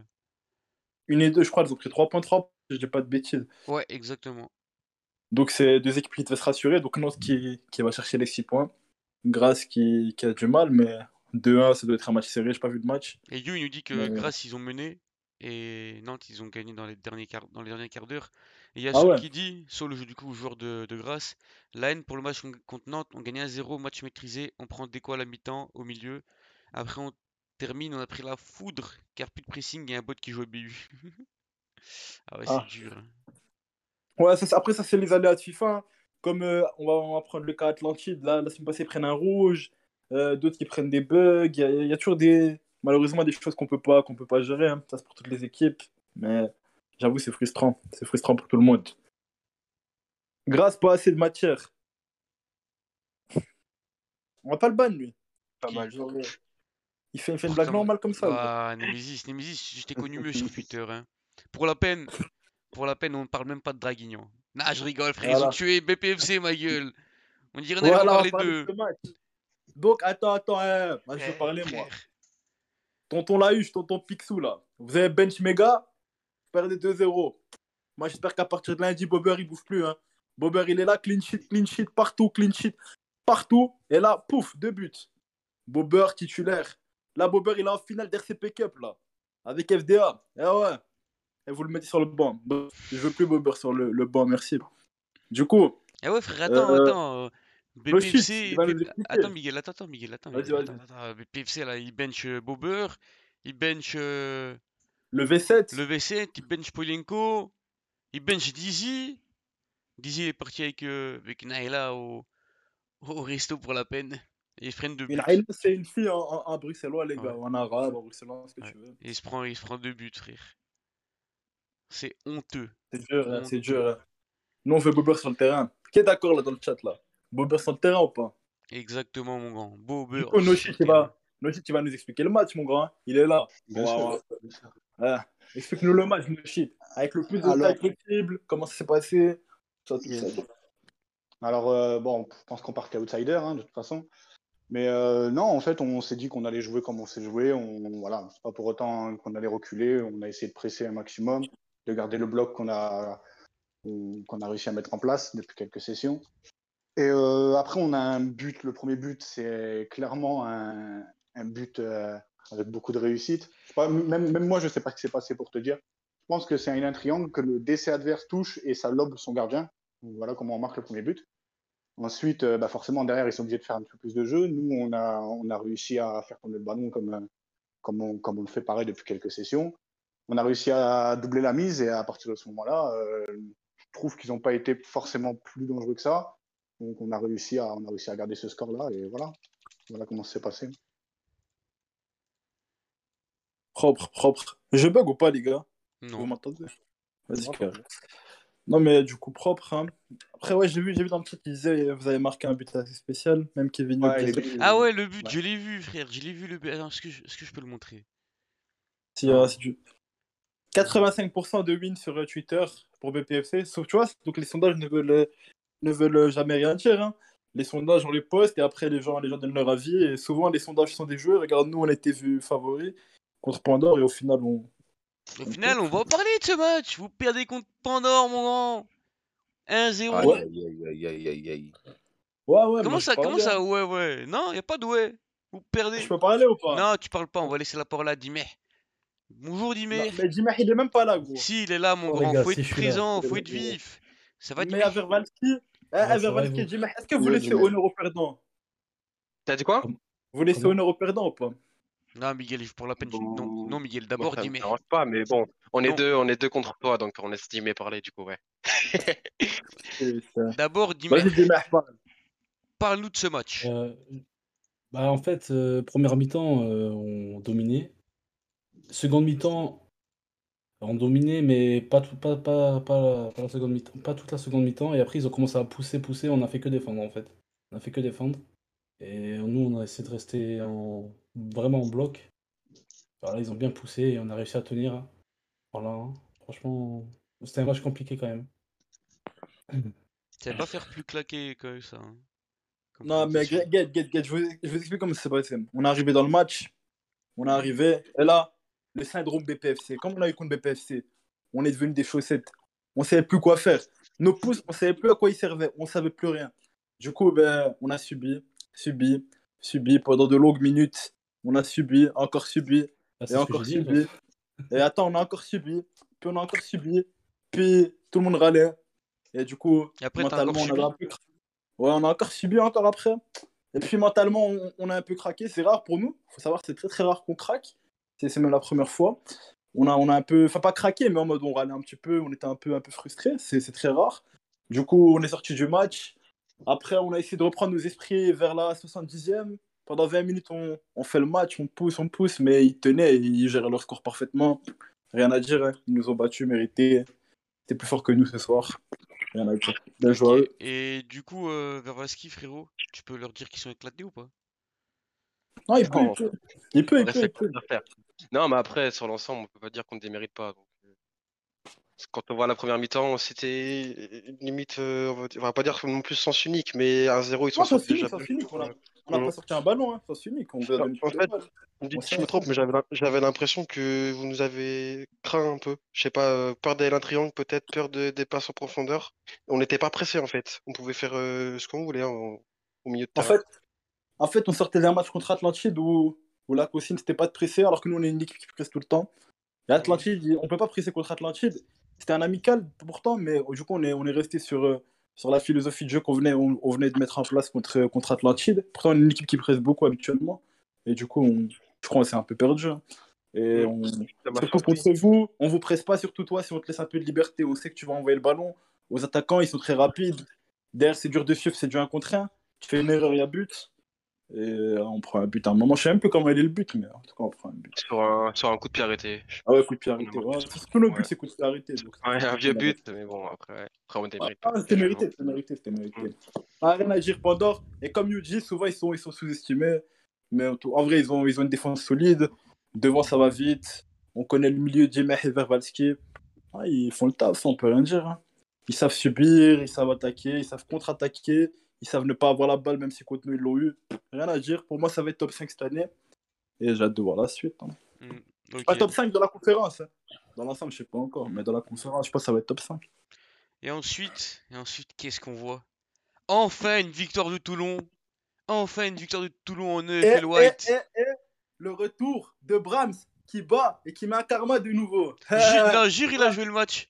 [SPEAKER 2] Une et deux, je crois, elles ont pris trois points, trois points, si je dis pas de bêtises.
[SPEAKER 1] Ouais, exactement.
[SPEAKER 2] Donc, c'est deux équipes qui devaient se rassurer. Donc, Nantes qui, qui va chercher les 6 points. Grasse qui, qui a du mal, mais 2-1, ça doit être un match serré. J'ai pas vu de match.
[SPEAKER 1] Et You, il nous dit que
[SPEAKER 2] Ouais.
[SPEAKER 1] Grasse, ils ont mené et Nantes, ils ont gagné dans les derniers quarts, dans les derniers quarts d'heure. Et il y a
[SPEAKER 2] Ah
[SPEAKER 1] Saul
[SPEAKER 2] ouais.
[SPEAKER 1] qui dit, Saul, du coup, joueur de, de Grasse, la haine pour le match con- contre Nantes, on gagnait 1-0, match maîtrisé, on prend des quoi à la mi-temps, au milieu. Après, on termine, on a pris la foudre, car plus de pressing et un bot qui joue au BU. <laughs> Ah ouais, c'est
[SPEAKER 2] Ah.
[SPEAKER 1] dur. hein.
[SPEAKER 2] Ouais, ça, c'est- après, ça, c'est les aléas de FIFA. hein. Comme euh, on, va, on va prendre le cas Atlantide, là, la semaine passée, ils prennent un rouge. euh, D'autres qui prennent des bugs. Il y a, il y a toujours des. Malheureusement, des choses qu'on peut pas, qu'on peut pas gérer. hein. Ça, c'est pour toutes les équipes. Mais j'avoue, c'est frustrant. C'est frustrant pour tout le monde. Grasse, pas assez de matière. On va pas le ban, lui.
[SPEAKER 1] Qui-
[SPEAKER 2] Genre, euh, Il fait, il fait une
[SPEAKER 1] Putain,
[SPEAKER 2] blague normale comme ça. lui.
[SPEAKER 1] Ah, Nemesis, Nemesis, je t'ai connu mieux sur Twitter. hein. Pour la peine, pour la peine, on ne parle même pas de Draguignan. Nah, je rigole, frère, ils ont
[SPEAKER 2] Voilà.
[SPEAKER 1] tué BPFC, ma gueule. On dirait qu'on allait
[SPEAKER 2] Voilà,
[SPEAKER 1] voir
[SPEAKER 2] on
[SPEAKER 1] les
[SPEAKER 2] parle
[SPEAKER 1] deux.
[SPEAKER 2] de ce match. Donc, attends, attends, hein, moi, je vais
[SPEAKER 1] Eh,
[SPEAKER 2] parler, moi.
[SPEAKER 1] frère.
[SPEAKER 2] Tonton Lahuche, tonton Picsou, là. Vous avez bench méga, vous perdez 2-0. Moi, j'espère qu'à partir de lundi, Bobber, il bouffe plus. Hein. Bobber, il est là, clean sheet, clean sheet, partout, clean sheet, partout. Et là, pouf, deux buts. Bobber, titulaire. Là, Bobber, il est en finale d'RCP Cup, là. Avec FDA. Eh ouais. Et vous le mettez sur le banc. Je veux plus Bobber sur le, le banc, merci. Du coup,
[SPEAKER 1] Eh ouais, frère, attends,
[SPEAKER 2] Euh,
[SPEAKER 1] attends. euh,
[SPEAKER 2] le shit,
[SPEAKER 1] BPFC,
[SPEAKER 2] il va nous
[SPEAKER 1] B-
[SPEAKER 2] expliquer.
[SPEAKER 1] attends, Miguel, attends, attends, Miguel, attends,
[SPEAKER 2] Vas-y,
[SPEAKER 1] Miguel,
[SPEAKER 2] vas-y.
[SPEAKER 1] attends, attends, BPFC, là, il bench euh, Bobber, il bench euh,
[SPEAKER 2] le V7,
[SPEAKER 1] le V7, il bench Polenko, il bench Dizzy. Dizzy est parti avec, euh, avec Naila au, au resto pour la peine. Et ils se prennent deux buts.
[SPEAKER 2] Une haine, c'est une fille en, en- en bruxellois, les gars,
[SPEAKER 1] Ouais.
[SPEAKER 2] en arabe, en bruxellois, ce que
[SPEAKER 1] Ouais.
[SPEAKER 2] tu veux.
[SPEAKER 1] Il se prend, il se prend deux buts, frère. C'est honteux.
[SPEAKER 2] C'est dur, hein,
[SPEAKER 1] On-
[SPEAKER 2] c'est dur. hein. Nous, on veut Bobber sur le terrain. Qui est d'accord là dans le chat là Bobber sur le terrain ou pas
[SPEAKER 1] Exactement, mon grand. Beau
[SPEAKER 2] Du
[SPEAKER 1] beurre.
[SPEAKER 2] coup,
[SPEAKER 1] sur
[SPEAKER 2] Noshi,
[SPEAKER 1] le
[SPEAKER 2] tu
[SPEAKER 1] terrain.
[SPEAKER 2] vas, Noshi, tu vas nous expliquer le match, mon grand. hein. Il est là.
[SPEAKER 3] Bien
[SPEAKER 2] On va-
[SPEAKER 3] sûr.
[SPEAKER 2] on va- voilà. Explique-nous le match, Noshi. Avec le plus de
[SPEAKER 3] Alors-
[SPEAKER 2] détails possible, comment ça s'est passé. Ça, tout
[SPEAKER 3] Yes.
[SPEAKER 2] ça.
[SPEAKER 3] Alors, euh, bon, je pense qu'on part qu'outsider, hein, de toute façon. Mais euh, non, en fait, on s'est dit qu'on allait jouer comme on s'est joué. On, voilà, c'est pas pour autant hein, qu'on allait reculer. On a essayé de presser un maximum, de garder le bloc qu'on a, qu'on qu'on a réussi à mettre en place depuis quelques sessions. Et euh, après, on a un but. Le premier but, c'est clairement un, un but euh, avec beaucoup de réussite. Je sais pas, même, même moi, je ne sais pas ce qui s'est passé pour te dire. Je pense que c'est un triangle que le DC adverse touche et ça lobe son gardien. Donc, Voilà comment on marque le premier but. Ensuite, euh, bah, forcément, derrière, ils sont obligés de faire un peu plus de jeu. Nous, on a, on a réussi à faire tomber le ballon comme, euh, comme, on, comme on le fait pareil depuis quelques sessions. On a réussi à doubler la mise et à partir de ce moment-là, euh, je trouve qu'ils n'ont pas été forcément plus dangereux que ça. Donc, on a réussi à, on a réussi à garder ce score-là et voilà. Voilà comment ça s'est passé.
[SPEAKER 2] Propre, propre. Je bug ou pas, les gars Vous
[SPEAKER 1] Non.
[SPEAKER 2] m'entendez Vas-y,
[SPEAKER 3] Non,
[SPEAKER 2] carré. Non, mais du coup, propre. hein. Après, ouais, j'ai vu, j'ai vu dans le truc qu'ils disaient euh, vous avez marqué un but assez spécial, même Kevin Hogg
[SPEAKER 3] Ouais,
[SPEAKER 2] disait-
[SPEAKER 3] les deux-
[SPEAKER 1] Ah ouais, le but,
[SPEAKER 3] Ouais.
[SPEAKER 1] je l'ai vu, frère. Je l'ai vu le but. Attends, est-ce que, je- est-ce que je peux le montrer
[SPEAKER 2] si, euh, si tu- 85% de win sur euh, Twitter pour BPFC. Sauf, tu vois, donc les sondages ne veulent, euh, ne veulent jamais rien dire. hein. Les sondages, on les poste et après, les gens, les gens donnent leur avis. Et souvent, les sondages sont des jeux. Regarde, nous, on était vus favoris contre Pandore et au final, on.
[SPEAKER 1] Au
[SPEAKER 2] Ok.
[SPEAKER 1] final, on va en parler de ce match. Vous perdez contre Pandore, mon grand. 1-0.
[SPEAKER 6] Ah
[SPEAKER 5] Aïe,
[SPEAKER 2] Ouais.
[SPEAKER 5] aïe, aïe, aïe, aïe, aïe, aïe.
[SPEAKER 2] Ouais, ouais, mais
[SPEAKER 1] Comment
[SPEAKER 2] je
[SPEAKER 1] ça,
[SPEAKER 2] peux
[SPEAKER 1] comment
[SPEAKER 2] parler,
[SPEAKER 1] ça Ouais, ouais. Non, y a pas de ouais. Vous
[SPEAKER 2] hein.
[SPEAKER 1] perdez.
[SPEAKER 2] Je peux parler ou pas
[SPEAKER 1] Non, tu parles pas. On va laisser la parole à Dimer. Bonjour
[SPEAKER 2] Non,
[SPEAKER 1] Dimer.
[SPEAKER 2] mais Jimmer, il est même pas là, gros.
[SPEAKER 1] Si, il est là, mon
[SPEAKER 6] Oh, les
[SPEAKER 1] grand.
[SPEAKER 6] gars,
[SPEAKER 1] faut
[SPEAKER 6] si,
[SPEAKER 1] être
[SPEAKER 6] je suis là.
[SPEAKER 1] présent, faut
[SPEAKER 2] Ouais,
[SPEAKER 1] être
[SPEAKER 2] ouais.
[SPEAKER 1] vif. Ça va,
[SPEAKER 2] Mais
[SPEAKER 1] Dimer
[SPEAKER 2] à Vervalski, à
[SPEAKER 6] Ouais, ça va,
[SPEAKER 2] Vervalski,
[SPEAKER 6] vous
[SPEAKER 2] Jimmer, est-ce que vous
[SPEAKER 3] Ouais,
[SPEAKER 2] laissez
[SPEAKER 3] Jimmer.
[SPEAKER 2] honneur aux perdants
[SPEAKER 4] T'as dit quoi
[SPEAKER 6] Comment-
[SPEAKER 2] Vous laissez
[SPEAKER 6] comment
[SPEAKER 2] honneur aux perdants ou pas
[SPEAKER 1] Non, Miguel, pour la peine. tu- Non,
[SPEAKER 4] Bon,
[SPEAKER 1] non Miguel,
[SPEAKER 4] moi,
[SPEAKER 1] d'abord
[SPEAKER 4] ça me
[SPEAKER 1] Dimer.
[SPEAKER 4] dérange pas, mais bon, on est
[SPEAKER 1] Non.
[SPEAKER 4] deux, on est deux contre toi, donc on laisse Dimé parler du coup, ouais.
[SPEAKER 2] Putain.
[SPEAKER 1] D'abord Dimer.
[SPEAKER 2] Vas-y, Jimmer, parle.
[SPEAKER 1] Parle-nous de ce match.
[SPEAKER 6] Euh, bah, en fait, euh, première mi-temps, euh, on dominait. Seconde mi-temps, on dominait, mais pas, tout, pas, pas, pas, pas la seconde mi-temps, pas toute la seconde mi-temps. Et après, ils ont commencé à pousser, pousser. On n'a fait que défendre, en fait. On n'a fait que défendre. Et nous, on a essayé de rester en... vraiment en bloc. Voilà, ils ont bien poussé et on a réussi à tenir. hein. Voilà, hein. Franchement, c'était un match compliqué quand même.
[SPEAKER 1] Ça va pas faire plus claquer que ça. hein, comme
[SPEAKER 2] Non, mais
[SPEAKER 1] prestation.
[SPEAKER 2] get, get, get, get, je vous, je vous explique comment ça s'est passé. On est arrivé dans le match, on est arrivé, et là, le syndrome BPFC. Comme on a eu contre BPFC, on est devenu des chaussettes. On savait plus quoi faire. Nos pouces, on savait plus à quoi ils servaient, on savait plus rien. Du coup, ben, on a subi, subi, subi pendant de longues minutes. On a subi, encore subi,
[SPEAKER 6] Ah,
[SPEAKER 2] et
[SPEAKER 6] c'est ce que j'ai
[SPEAKER 2] encore
[SPEAKER 6] dit.
[SPEAKER 2] subi. Et attends, on a encore subi, puis on a encore subi, puis tout le monde râlait. Et du coup,
[SPEAKER 1] Et après, t'as
[SPEAKER 2] mentalement,
[SPEAKER 1] encore
[SPEAKER 2] on
[SPEAKER 1] subi.
[SPEAKER 2] avait un peu cra- Ouais, on a encore subi encore après. Et puis mentalement, on, on a un peu craqué. C'est rare pour nous. faut savoir que c'est très très rare qu'on craque. C'est c'est même la première fois. On a, on a un peu, enfin pas craqué, mais en mode on râlait un petit peu, on était un peu, un peu frustré. C'est c'est très rare. Du coup, on est sorti du match. Après, on a essayé de reprendre nos esprits vers la 70e. Pendant 20 minutes, on, on fait le match, on pousse, on pousse, mais ils tenaient, ils géraient leur score parfaitement. Rien à dire, hein. ils nous ont battus, mérités. C'était plus fort que nous ce soir. Rien à dire. Bien joué à eux.
[SPEAKER 1] Ok. Et du coup, euh, Vervaski, frérot, tu peux leur dire qu'ils sont éclatés ou pas
[SPEAKER 2] Non, il peut, il
[SPEAKER 4] Non,
[SPEAKER 2] peut. Il peut,
[SPEAKER 4] on
[SPEAKER 2] il
[SPEAKER 4] laisse
[SPEAKER 2] peut,
[SPEAKER 4] les
[SPEAKER 2] il peut.
[SPEAKER 4] copains faire. Non, mais après, sur l'ensemble, on peut pas dire qu'on ne démérite pas. donc, euh, Quand on voit la première mi-temps, c'était euh, limite, euh, on va dire- on va pas dire non plus sens unique, mais 1-0, ils s'en
[SPEAKER 2] Non, ça
[SPEAKER 4] sortent
[SPEAKER 2] s'unique,
[SPEAKER 4] déjà
[SPEAKER 2] ça
[SPEAKER 4] plus.
[SPEAKER 2] s'unique. On n'a
[SPEAKER 4] Mm.
[SPEAKER 2] pas sorti un ballon, hein. ça s'unique. On vous a
[SPEAKER 4] Non,
[SPEAKER 2] donné
[SPEAKER 4] en
[SPEAKER 2] une
[SPEAKER 4] fait,
[SPEAKER 2] balle.
[SPEAKER 4] Me
[SPEAKER 2] On
[SPEAKER 4] dites si
[SPEAKER 2] sait,
[SPEAKER 4] je me
[SPEAKER 2] on
[SPEAKER 4] trompe,
[SPEAKER 2] sait.
[SPEAKER 4] mais j'avais l'im- j'avais l'impression que vous nous avez craint un peu. Je sais pas, euh, peur d'aller un triangle peut-être, peur de, des passes en profondeur. On n'était pas pressé en fait. On pouvait faire euh, ce qu'on voulait hein, au au milieu de
[SPEAKER 2] En
[SPEAKER 4] terrain.
[SPEAKER 2] fait, en fait, on sortait d'un match contre Atlantide où, où la consigne, c'était pas de presser, alors que nous, on est une équipe qui presse tout le temps. Et Atlantide, il- on peut pas presser contre Atlantide. C'était un amical pourtant, mais euh, du coup, on est, on est resté sur, euh, sur la philosophie de jeu qu'on venait, on, on venait de mettre en place contre, euh, contre Atlantide. Pourtant, on est une équipe qui presse beaucoup habituellement. Et du coup, on, je crois qu'on s'est un peu perdu. hein. Et on,
[SPEAKER 4] Ça m'a
[SPEAKER 2] Surtout
[SPEAKER 4] surpris.
[SPEAKER 2] contre vous, on vous presse pas, surtout toi, si on te laisse un peu de liberté, on sait que tu vas envoyer le ballon. Aux attaquants, ils sont très rapides. Derrière, c'est dur de suivre, c'est du 1 contre 1. Tu fais une erreur, il y a but. Et euh, on prend un but à un moment. Je sais même plus comment il est le but, mais en tout cas, on prend un but.
[SPEAKER 4] Sur un, sur un coup de pied arrêté. Je-
[SPEAKER 2] Ah ouais, coup de pied
[SPEAKER 4] on a
[SPEAKER 2] arrêté.
[SPEAKER 4] marqué
[SPEAKER 2] Ouais,
[SPEAKER 4] sur-
[SPEAKER 2] Tous nos
[SPEAKER 4] ouais.
[SPEAKER 2] buts, c'est coup de pied arrêté. donc-
[SPEAKER 4] Ouais, un vieux but, mais bon, après, ouais. Après, on ne démérite
[SPEAKER 2] Ah,
[SPEAKER 4] pas.
[SPEAKER 2] c'était
[SPEAKER 4] largement.
[SPEAKER 2] mérité, c'était mérité, c'était mérité. Ah, rien à dire, Pandore. Et comme Yuji, souvent, ils sont, ils sont sous-estimés. Mais en, tout- en vrai, ils ont, ils ont une défense solide. Devant, ça va vite. On connaît le milieu Jimmer et Vervalski. Ah, ils font le taf, ça, on peut rien dire. hein. Ils savent subir, ils savent attaquer, ils savent contre-attaquer. Ils savent ne pas avoir la balle, même si contre nous, ils l'ont eu. Rien à dire. Pour moi, ça va être top 5 cette année. Et j'ai hâte de voir la suite. hein.
[SPEAKER 1] Hmm, ok.
[SPEAKER 2] Pas top 5 dans la conférence. hein. Dans l'ensemble, je sais pas encore. Mais dans la conférence, je pense que ça va être top 5.
[SPEAKER 1] Et ensuite, et ensuite, qu'est-ce qu'on voit Enfin une victoire de Toulon. Enfin une victoire de Toulon en
[SPEAKER 2] Eh,
[SPEAKER 1] EFL
[SPEAKER 2] eh,
[SPEAKER 1] White.
[SPEAKER 2] eh, eh. le retour de Brahms qui bat et qui met un karma de
[SPEAKER 1] <laughs>
[SPEAKER 2] nouveau. Euh, eh,
[SPEAKER 1] Ju- non, jure, il a joué le match.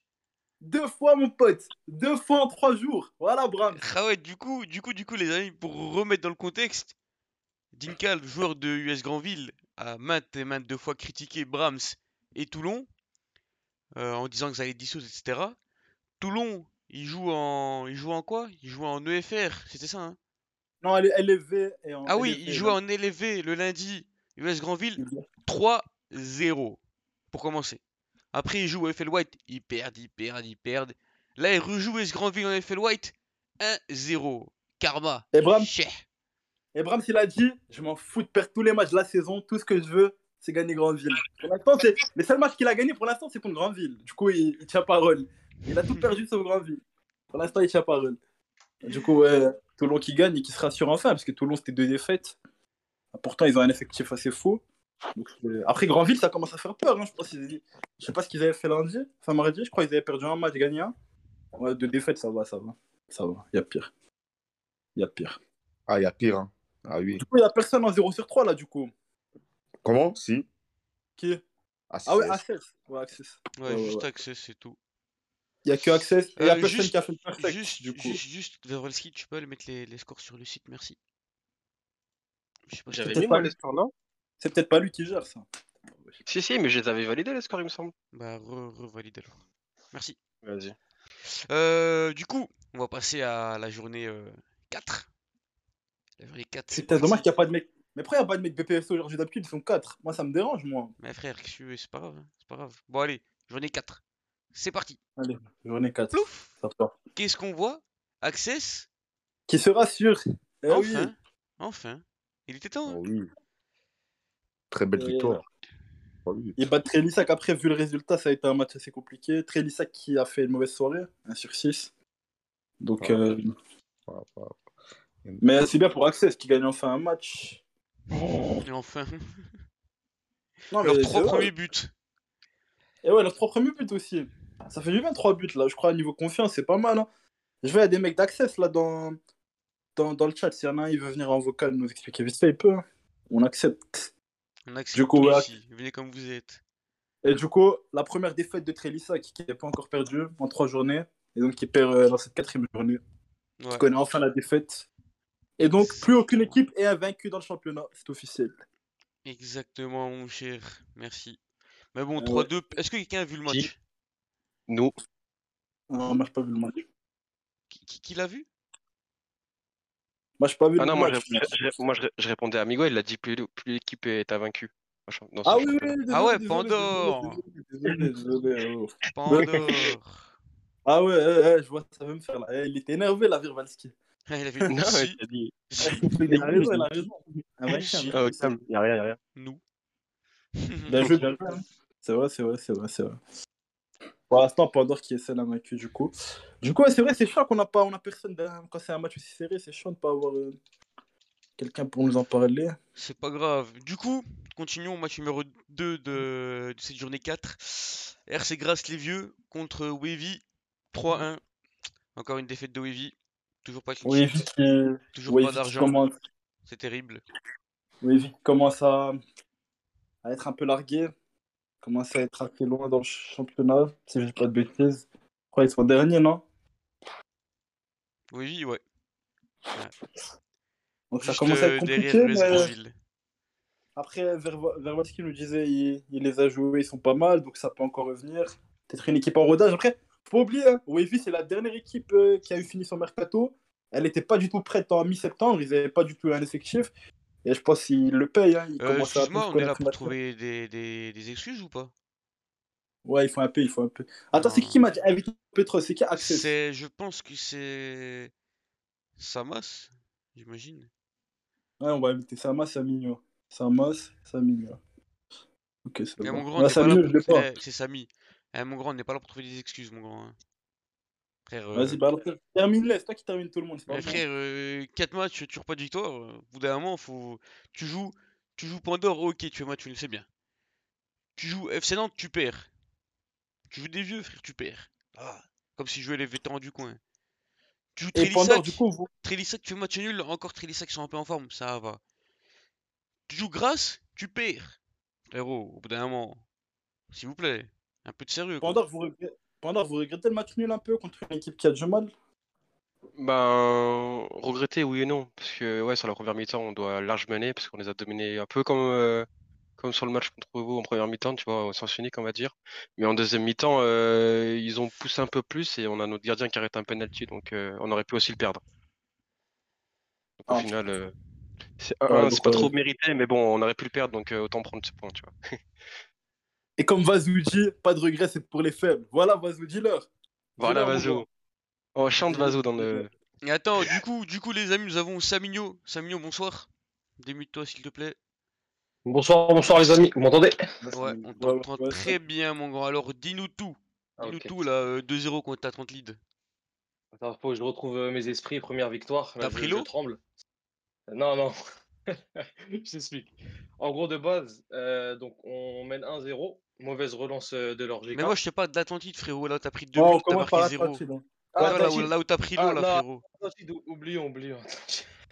[SPEAKER 2] Deux fois, mon pote. Deux fois en trois jours. Voilà, Brahms.
[SPEAKER 1] Ah ouais, du coup, du coup, du coup, les amis, pour remettre dans le contexte, Dinka, le joueur de US Granville, a maintes et maintes deux fois critiqué Brahms et Toulon euh, en disant que ça allait dissoudre, etc. Toulon, il joue en, il joue en quoi Il joue en EFR, c'était ça. Hein
[SPEAKER 2] Non, elle est élevée. Et en
[SPEAKER 1] ah oui,
[SPEAKER 2] LFV,
[SPEAKER 1] il jouait
[SPEAKER 2] là.
[SPEAKER 1] en élevé le lundi, US Granville, 3-0 pour commencer. Après, il joue au FL White, ils perdent, ils perdent, ils perdent. Là, il rejoue US Granville en FL White, 1-0. Karma.
[SPEAKER 2] Et Bram
[SPEAKER 1] Cheh.
[SPEAKER 2] Et Brahms, il a dit Je m'en fous de perdre tous les matchs de la saison. Tout ce que je veux, c'est gagner Grandville. Pour l'instant, c'est le seul match qu'il a gagné pour l'instant, c'est contre Grandville. Du coup, il, il tient parole. Il a tout perdu sauf Grandville. Pour l'instant, il tient parole. Du coup, ouais, Toulon qui gagne et qui se rassure enfin, parce que Toulon, c'était deux défaites. Pourtant, ils ont un effectif assez faux. Donc, euh, Après, Grandville, ça commence à faire peur. hein. Je, pense qu'ils- je sais pas ce qu'ils avaient fait lundi, enfin mardi, je crois qu'ils avaient perdu un match, gagné un. Ouais, deux défaites, ça va, ça va. Ça va, il y a pire. Il y a pire.
[SPEAKER 5] Ah, il y a pire. Hein. Ah oui.
[SPEAKER 2] Du coup, il n'y a personne en 0 sur 3 là, du coup.
[SPEAKER 5] Comment Si.
[SPEAKER 2] Qui est-
[SPEAKER 5] si,
[SPEAKER 2] Ah ouais,
[SPEAKER 5] c'est-
[SPEAKER 2] Access. Ouais, Access.
[SPEAKER 1] Ouais,
[SPEAKER 2] Ouais, ouais,
[SPEAKER 1] juste
[SPEAKER 2] ouais.
[SPEAKER 1] accès, c'est tout.
[SPEAKER 2] Il n'y a que Access. Il n'y a
[SPEAKER 1] Euh,
[SPEAKER 2] personne
[SPEAKER 1] juste-
[SPEAKER 2] qui a fait le perfect,
[SPEAKER 1] Juste,
[SPEAKER 2] du coup.
[SPEAKER 1] juste, juste, Verwalski, tu peux aller mettre les, les scores sur le site, merci. Je sais pas si
[SPEAKER 4] J'avais
[SPEAKER 1] t'as-
[SPEAKER 2] peut-être
[SPEAKER 4] mis
[SPEAKER 2] pas
[SPEAKER 4] moi
[SPEAKER 2] lui.
[SPEAKER 4] les scores là
[SPEAKER 2] C'est peut-être pas lui qui gère ça.
[SPEAKER 4] Si, si, mais je les avais validés les scores, il me semble.
[SPEAKER 1] Bah, re- revalide alors. Merci.
[SPEAKER 4] Vas-y.
[SPEAKER 1] Euh, du coup, on va passer à la journée euh, 4. La journée 4.
[SPEAKER 2] C'est peut-être dommage qu'il n'y a pas de mec. Mais après, il n'y a pas de mec BPSO aujourd'hui d'habitude, ils sont 4. Moi, ça me dérange, moi.
[SPEAKER 1] Mais frère, qu'est-ce que tu veux, c'est pas grave, hein, c'est pas grave. Bon, allez, journée 4. C'est parti.
[SPEAKER 2] Allez, journée 4.
[SPEAKER 1] Plouf
[SPEAKER 2] Ça sort.
[SPEAKER 1] Qu'est-ce qu'on voit Access
[SPEAKER 2] Qui se rassure Eh oui.
[SPEAKER 1] Enfin Enfin Il était temps.
[SPEAKER 5] Ah
[SPEAKER 1] hein.
[SPEAKER 5] oui. Très belle
[SPEAKER 2] Euh,
[SPEAKER 5] victoire. Ah oui.
[SPEAKER 2] Ils battent Trélissac. Après, vu le résultat, ça a été un match assez compliqué. Trélissac qui a fait une mauvaise soirée, 1 sur 6. Donc,
[SPEAKER 5] Ah.
[SPEAKER 2] euh,
[SPEAKER 5] Ah, ah.
[SPEAKER 2] Mais c'est bien pour Access qui gagne enfin un match.
[SPEAKER 1] Et enfin,
[SPEAKER 2] Non,
[SPEAKER 1] leurs
[SPEAKER 2] Oh. mais
[SPEAKER 1] trois
[SPEAKER 2] c'est vrai.
[SPEAKER 1] premiers buts.
[SPEAKER 2] Et ouais, leurs trois premiers buts aussi. Ça fait du bien trois buts là, je crois, niveau confiance, c'est pas mal. hein. Je vais à des mecs d'Access là dans... Dans, dans le chat. S'il y en a un, il veut venir en vocal nous expliquer vite fait, il peut. hein. On accepte.
[SPEAKER 1] On accepte
[SPEAKER 2] Du coup,
[SPEAKER 1] tout
[SPEAKER 2] ouais.
[SPEAKER 1] ici. Venez comme vous êtes.
[SPEAKER 2] Et du coup, la première défaite de Trélissac qui n'est pas encore perdue en trois journées. Et donc, qui perd euh, dans cette quatrième journée.
[SPEAKER 1] Ouais.
[SPEAKER 2] On connaît enfin la défaite. Et donc, plus aucune équipe est invaincue dans le championnat. C'est officiel.
[SPEAKER 1] Exactement, mon cher. Merci. Mais bon,
[SPEAKER 2] Euh,
[SPEAKER 1] 3-2. Est-ce que quelqu'un a vu le
[SPEAKER 4] Si.
[SPEAKER 1] match
[SPEAKER 4] Nous,
[SPEAKER 2] Non, moi, j'ai pas vu le match.
[SPEAKER 1] Qui, qui- qui l'a
[SPEAKER 2] <laughs>
[SPEAKER 1] vu
[SPEAKER 2] Moi, j'ai pas vu
[SPEAKER 4] Ah
[SPEAKER 2] le
[SPEAKER 4] non, moi,
[SPEAKER 2] match.
[SPEAKER 4] je, je- je- moi, je, je répondais à Miguel, il a dit plus, plus l'équipe est invaincue. dans ce- dans ce
[SPEAKER 2] Ah oui, oui,
[SPEAKER 4] championnat.
[SPEAKER 2] désolé,
[SPEAKER 1] Ah ouais,
[SPEAKER 2] désolé,
[SPEAKER 1] Pandore.
[SPEAKER 2] désolé, désolé, désolé, oh.
[SPEAKER 1] Pandore. <laughs>
[SPEAKER 2] Ah ouais, eh, eh, je vois ce que ça veut me faire là. Eh, il était énervé, la <laughs> Virvalski.
[SPEAKER 1] Ah, Il a fait
[SPEAKER 4] <laughs> Non,
[SPEAKER 1] si,
[SPEAKER 4] il a dit.
[SPEAKER 1] si,
[SPEAKER 2] Il a raison, il a raison. Ah ouais, tiens,
[SPEAKER 1] Si.
[SPEAKER 4] Ah,
[SPEAKER 2] merci.
[SPEAKER 4] calme, y a rien, y a rien.
[SPEAKER 1] nous.
[SPEAKER 2] <laughs> Bien joué, bien joué. hein. C'est vrai, c'est vrai, c'est vrai, c'est vrai. Pour l'instant, Pandore qui essaie la maquille du coup. Du coup, ouais, c'est vrai, c'est chiant qu'on n'a pas, on a personne derrière. quand c'est un match aussi serré, c'est chiant de pas avoir euh, quelqu'un pour nous en parler.
[SPEAKER 1] C'est pas grave. Du coup, continuons au match numéro 2 de, de cette journée 4. RC Grasse les vieux contre Wavy 3-1. Encore une défaite de Wavy. Toujours pas de clean
[SPEAKER 2] Oui,
[SPEAKER 1] sheet,
[SPEAKER 2] qui,
[SPEAKER 1] toujours
[SPEAKER 2] oui,
[SPEAKER 1] pas
[SPEAKER 2] qui
[SPEAKER 1] d'argent.
[SPEAKER 2] commence,
[SPEAKER 1] C'est terrible.
[SPEAKER 2] oui, qui commence à, à être un peu largué, commence à être assez loin dans le championnat, si je dis pas de bêtises. Je crois qu'ils sont derniers, non
[SPEAKER 1] Wavy, ouais.
[SPEAKER 2] Donc ça
[SPEAKER 1] Juste,
[SPEAKER 2] commence à être
[SPEAKER 1] euh,
[SPEAKER 2] compliqué,
[SPEAKER 1] derrière US
[SPEAKER 2] mais
[SPEAKER 1] Grandville.
[SPEAKER 2] après, Vervo- Verwalski nous disait, il, il les a joués, ils sont pas mal, donc ça peut encore revenir. Peut-être une équipe en rodage. Après, faut pas oublier, hein, Wavy, c'est la dernière équipe euh, qui a eu fini son mercato. Elle n'était pas du tout prête en mi-septembre, ils n'avaient pas du tout un effectif. Et je pense qu'ils le payent. hein, Ils
[SPEAKER 1] Euh,
[SPEAKER 2] commencent à
[SPEAKER 1] Excuse-moi,
[SPEAKER 2] plus
[SPEAKER 1] on est là
[SPEAKER 2] connaître
[SPEAKER 1] pour
[SPEAKER 2] la-
[SPEAKER 1] trouver des, des- des excuses ou pas
[SPEAKER 2] Ouais, il faut un peu, il faut un peu. Attends, c'est qui
[SPEAKER 1] Non.
[SPEAKER 2] qui m'a invité Petro C'est qui Access
[SPEAKER 1] C'est, Je pense que c'est Samas, j'imagine.
[SPEAKER 2] Ouais, on va inviter Samas, Samigno. Samas, Samigno. Ok, c'est
[SPEAKER 1] Eh,
[SPEAKER 2] bon.
[SPEAKER 1] mon grand, on
[SPEAKER 2] Ouais,
[SPEAKER 1] n'est pas là
[SPEAKER 2] Samigno, je l'ai
[SPEAKER 1] pour...
[SPEAKER 2] pas.
[SPEAKER 1] Eh, c'est Samy. Eh, mon grand, on n'est pas là pour trouver des excuses, mon grand. hein. Frère,
[SPEAKER 2] Vas-y,
[SPEAKER 1] euh,
[SPEAKER 2] bah alors, termine-le, c'est toi qui termine tout le monde. c'est pas
[SPEAKER 1] eh,
[SPEAKER 2] moi.
[SPEAKER 1] frère, 4 matchs, toujours pas de victoire. euh, Au bout d'un moment, faut... tu joues tu joues Pandore, ok, tu fais match, tu le sais bien. Tu joues FC Nantes, tu perds. Tu joues des vieux, frère, tu perds. Ah, comme si je jouais les vétérans du coin. Tu joues
[SPEAKER 2] Et Pandore,
[SPEAKER 1] Trélissac,
[SPEAKER 2] du coup, vous.
[SPEAKER 1] Trélissac, tu fais match nul, encore Trélissac qui sont un peu en forme, ça va. Tu joues Grasse, tu perds. Frérot, au bout d'un moment, s'il vous plaît, un peu de sérieux. quoi.
[SPEAKER 2] Pandore, vous, regret- Pandore, vous regrettez le match nul un peu contre une équipe qui a du mal
[SPEAKER 4] Ben, regretter, oui et non. Parce que, ouais, sur la première mi-temps, on doit large mener, parce qu'on les a dominés un peu comme, euh, comme sur le match contre vous en première mi-temps, tu vois, au sens unique, on va dire. Mais en deuxième mi-temps, euh, ils ont poussé un peu plus et on a notre gardien qui arrête un penalty, donc euh, on aurait pu aussi le perdre. Donc,
[SPEAKER 2] Ah.
[SPEAKER 4] au final, euh, c'est
[SPEAKER 2] Ouais,
[SPEAKER 4] 1-1,
[SPEAKER 2] donc,
[SPEAKER 4] c'est pas
[SPEAKER 2] euh,
[SPEAKER 4] trop mérité, mais bon, on aurait pu le perdre, donc euh, autant prendre ce point, tu vois.
[SPEAKER 2] Et comme Vazou dit, pas de regret, c'est pour les faibles. Voilà, Vazou, dis-leur.
[SPEAKER 4] Voilà,
[SPEAKER 2] Dis-leur, mon
[SPEAKER 4] Vazou.
[SPEAKER 2] grand.
[SPEAKER 4] Oh, chante
[SPEAKER 2] Dis-leur.
[SPEAKER 4] Vazou dans le.
[SPEAKER 1] Et attends, du coup, du coup, les amis, nous avons Samigno. Samigno, bonsoir. Démute-toi, s'il te plaît.
[SPEAKER 7] Bonsoir, bonsoir les amis, vous m'entendez
[SPEAKER 1] Ouais, on
[SPEAKER 2] Ouais, ouais,
[SPEAKER 1] t'entend
[SPEAKER 2] ouais,
[SPEAKER 1] très bien, mon grand. Alors, dis-nous tout.
[SPEAKER 7] Ah,
[SPEAKER 1] Dis-nous
[SPEAKER 7] ok.
[SPEAKER 1] tout, là, euh, 2-0 contre ta 30 lead.
[SPEAKER 7] Attends, faut que je retrouve euh, mes esprits, première victoire. Là,
[SPEAKER 1] T'as
[SPEAKER 7] je,
[SPEAKER 1] pris
[SPEAKER 7] je
[SPEAKER 1] l'eau
[SPEAKER 7] tremble. Euh, Non, non, <laughs> je t'explique. En gros, de base, euh, donc on mène 1-0, mauvaise relance euh, de leur
[SPEAKER 1] Mais moi, je sais pas, de l'Atlantide, frérot. Là, où t'as pris 2
[SPEAKER 7] Oh,
[SPEAKER 2] Ouais, on
[SPEAKER 1] buts, t'as
[SPEAKER 2] commence par hein.
[SPEAKER 1] marqué
[SPEAKER 2] la
[SPEAKER 1] 0.
[SPEAKER 2] partie, donc.
[SPEAKER 1] Ouais,
[SPEAKER 7] Ah,
[SPEAKER 1] là, où,
[SPEAKER 7] Atlantide,
[SPEAKER 1] là où t'as pris
[SPEAKER 7] Ah,
[SPEAKER 1] l'eau, là,
[SPEAKER 7] non.
[SPEAKER 1] frérot.
[SPEAKER 7] Atlantide, ou- oublions, oublions.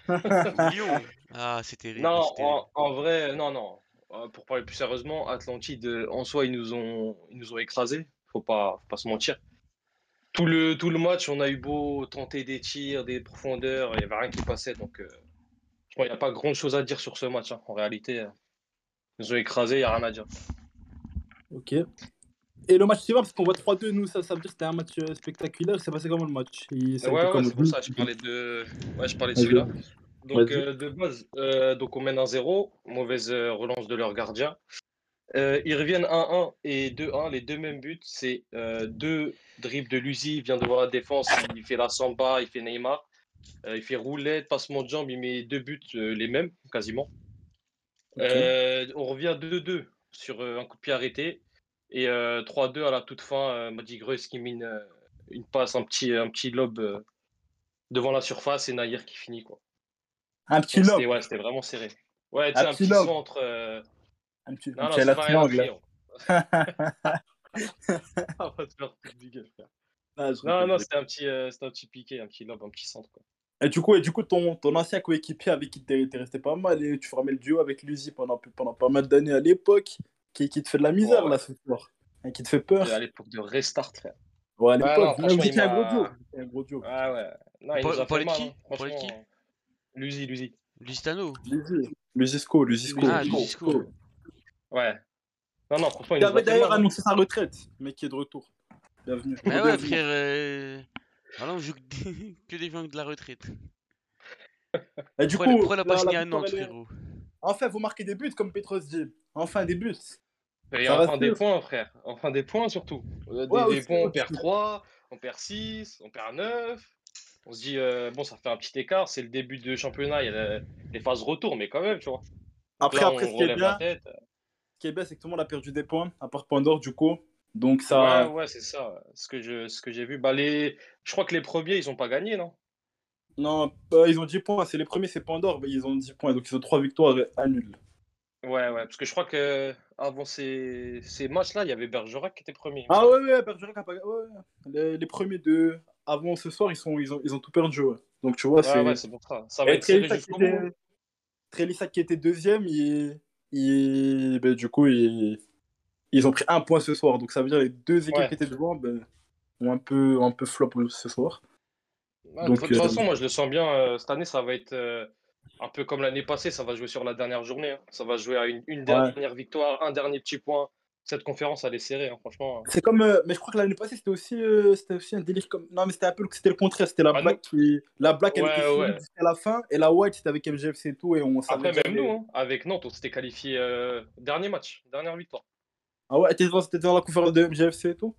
[SPEAKER 7] Atlantide.
[SPEAKER 1] Oublions. Ah, c'est terrible.
[SPEAKER 7] Non,
[SPEAKER 1] c'est terrible.
[SPEAKER 7] en, en vrai, non, non. Euh, Pour parler plus sérieusement, Atlantide, euh, en soi, ils nous ont, ils nous ont écrasés. Faut pas, faut pas se mentir. Tout le, tout le match, on a eu beau tenter des tirs, des profondeurs, il n'y avait rien qui passait. Donc, euh, il n'y a pas grand-chose à dire sur ce match. hein. En réalité, euh, ils nous ont écrasés, il n'y a rien à dire.
[SPEAKER 2] Ok. Et le match suivant, parce qu'on voit 3-2, nous, ça, ça veut dire que c'était un match euh, spectaculaire. Il s'est passé comment le match Il- ça a
[SPEAKER 7] Ouais,
[SPEAKER 2] été
[SPEAKER 7] ouais,
[SPEAKER 2] comme-
[SPEAKER 7] c'est pour ça, je parlais de, ouais, je parlais de
[SPEAKER 2] Vas-y.
[SPEAKER 7] celui-là. Donc,
[SPEAKER 2] Vas-y.
[SPEAKER 7] euh, de base, euh, donc on mène 1-0, mauvaise euh, relance de leur gardien. Euh, ils reviennent 1-1 et 2-1, les deux mêmes buts. C'est euh, deux dribbles de Luzi, il vient devant la défense, il fait la samba, il fait Neymar, euh, il fait roulette, passement de jambe, il met deux buts euh, les mêmes, quasiment.
[SPEAKER 2] Ok.
[SPEAKER 7] Euh, on revient 2-2 sur euh, un coup de pied arrêté. Et euh, 3-2 à la toute fin, euh, Madi Greus qui mine euh, une passe, un petit, un petit lobe euh, devant la surface et Nahir qui finit. Quoi.
[SPEAKER 2] Un petit
[SPEAKER 7] Donc
[SPEAKER 2] lob.
[SPEAKER 7] c'était ouais, c'était vraiment serré. Ouais, tu
[SPEAKER 2] Un
[SPEAKER 7] sais, un
[SPEAKER 2] petit
[SPEAKER 7] petit
[SPEAKER 2] lobe.
[SPEAKER 7] centre. euh,
[SPEAKER 2] Un petit, un
[SPEAKER 7] Non, non,
[SPEAKER 2] petit à
[SPEAKER 7] c'est
[SPEAKER 2] la
[SPEAKER 7] pas rien à
[SPEAKER 2] triangle. là.
[SPEAKER 7] crier. <laughs> On va te faire toute du gueule, frère.
[SPEAKER 2] Ah, je
[SPEAKER 7] Non,
[SPEAKER 2] rigole,
[SPEAKER 7] non,
[SPEAKER 2] je
[SPEAKER 7] c'était un petit, euh, c'était un petit piqué, un petit lob, un petit centre. Quoi.
[SPEAKER 2] Et du coup, et du coup ton, ton ancien coéquipier avec qui t'es t'es resté pas mal, et tu formais le duo avec Luzi pendant, pendant pas mal d'années à l'époque, qui, qui te fait de la misère
[SPEAKER 7] Ouais.
[SPEAKER 2] là ce soir, et qui te fait peur.
[SPEAKER 7] De- à l'époque de Restart, frère.
[SPEAKER 2] Ouais, à
[SPEAKER 7] Ouais,
[SPEAKER 2] l'époque,
[SPEAKER 7] non,
[SPEAKER 2] vous
[SPEAKER 7] franchement, il
[SPEAKER 2] étiez un gros duo.
[SPEAKER 7] m'a.
[SPEAKER 2] vous étiez un gros duo.
[SPEAKER 7] Ah ouais. Non, il
[SPEAKER 1] On
[SPEAKER 7] nous a
[SPEAKER 1] parlait
[SPEAKER 7] fait
[SPEAKER 1] de
[SPEAKER 7] mal,
[SPEAKER 1] qui
[SPEAKER 7] hein.
[SPEAKER 1] On parlait de qui
[SPEAKER 7] franchement. euh, Luzi, Luzi.
[SPEAKER 1] Lustano.
[SPEAKER 2] Luzi. Luzisco, Luzisco.
[SPEAKER 1] Ah,
[SPEAKER 7] Luzisco.
[SPEAKER 1] Luzisco.
[SPEAKER 7] Ouais. Non, non, franchement, il
[SPEAKER 2] Il
[SPEAKER 7] nous a
[SPEAKER 2] avait
[SPEAKER 7] fait
[SPEAKER 2] d'ailleurs
[SPEAKER 7] mal. hein.
[SPEAKER 2] annoncé sa retraite, mais qui est de retour. Bienvenue.
[SPEAKER 1] Mais ouais,
[SPEAKER 2] Bienvenue.
[SPEAKER 1] frère. euh, Voilà, on joue que des, <laughs> que des gens de la retraite.
[SPEAKER 2] Et du
[SPEAKER 1] Pourquoi, elle-
[SPEAKER 2] coup,
[SPEAKER 1] pourquoi elle a pas
[SPEAKER 2] la, la
[SPEAKER 1] signé à
[SPEAKER 2] victoire,
[SPEAKER 1] Nantes,
[SPEAKER 2] elle est...
[SPEAKER 1] frérot
[SPEAKER 2] Enfin, vous marquez des buts, comme Petros dit. Enfin, des buts.
[SPEAKER 7] Et
[SPEAKER 2] Ça
[SPEAKER 7] enfin
[SPEAKER 2] rassure.
[SPEAKER 7] des points, frère. Enfin des points surtout. Euh, Des,
[SPEAKER 2] Ouais,
[SPEAKER 7] des
[SPEAKER 2] aussi,
[SPEAKER 7] points, on
[SPEAKER 2] aussi.
[SPEAKER 7] perd 3, on perd 6, on perd 9. On se dit, euh, bon, ça fait un petit écart, c'est le début de championnat, il y a la- les phases retour, mais quand même, tu vois. Donc
[SPEAKER 2] Après,
[SPEAKER 7] là,
[SPEAKER 2] après,
[SPEAKER 7] on
[SPEAKER 2] ce qui est
[SPEAKER 7] relève la
[SPEAKER 2] bien,
[SPEAKER 7] tête.
[SPEAKER 2] ce qui est bien, c'est que tout le monde a perdu des points, à part Pandore, du coup. Donc,
[SPEAKER 7] Ouais,
[SPEAKER 2] ça.
[SPEAKER 7] ouais, c'est ça. ouais. Ce que je, ce que j'ai vu, bah les, je crois que les premiers, ils ont pas gagné, non?
[SPEAKER 2] Non, euh, ils ont 10 points. C'est les premiers, c'est Pandore, mais ils ont 10 points. Donc, ils ont 3 victoires et 1 nul.
[SPEAKER 7] Ouais, ouais, parce que je crois que avant ces, ces matchs-là, il y avait Bergerac qui était premier.
[SPEAKER 2] Ah, ouais, ouais, Bergerac a pas. Ouais, ouais. Les, les premiers de avant ce soir, ils, sont, ils, ont, ils ont tout perdu. Ouais. Donc, tu vois,
[SPEAKER 7] ouais,
[SPEAKER 2] c'est.
[SPEAKER 7] ouais, c'est pour ça. Ça va
[SPEAKER 2] Et
[SPEAKER 7] être serré
[SPEAKER 2] Trelissa qui,
[SPEAKER 7] jusqu'au bout.
[SPEAKER 2] était... Trelissa qui était deuxième, il... il- ben, du coup, il- ils ont pris un point ce soir. Donc ça veut dire les deux équipes
[SPEAKER 7] Ouais.
[SPEAKER 2] qui étaient devant ben, ont un peu, un peu flop ce soir.
[SPEAKER 7] Ouais, de
[SPEAKER 2] Donc,
[SPEAKER 7] toute
[SPEAKER 2] euh,
[SPEAKER 7] façon, moi, je le sens bien. euh, cette année, ça va être euh, un peu comme l'année passée. Ça va jouer sur la dernière journée. hein. Ça va jouer à une, une
[SPEAKER 2] Ouais.
[SPEAKER 7] dernière victoire, un dernier petit point. Cette conférence, elle est serrée, hein, franchement.
[SPEAKER 2] C'est comme, euh, mais je crois que l'année passée c'était aussi, euh, c'était aussi un délire comme. Non, mais c'était un peu, c'était le contraire. C'était la
[SPEAKER 7] Ah, nous-
[SPEAKER 2] black qui, la black elle
[SPEAKER 7] Ouais,
[SPEAKER 2] était solide
[SPEAKER 7] ouais.
[SPEAKER 2] jusqu'à la fin et la white c'était avec MGFC et tout et on savait
[SPEAKER 7] Après,
[SPEAKER 2] déjà
[SPEAKER 7] même
[SPEAKER 2] les-
[SPEAKER 7] nous, hein, avec Nantes, on s'était qualifié euh, dernier match, dernière victoire.
[SPEAKER 2] Ah ouais, t'étais devant, t'étais devant la conférence de MGFC et tout.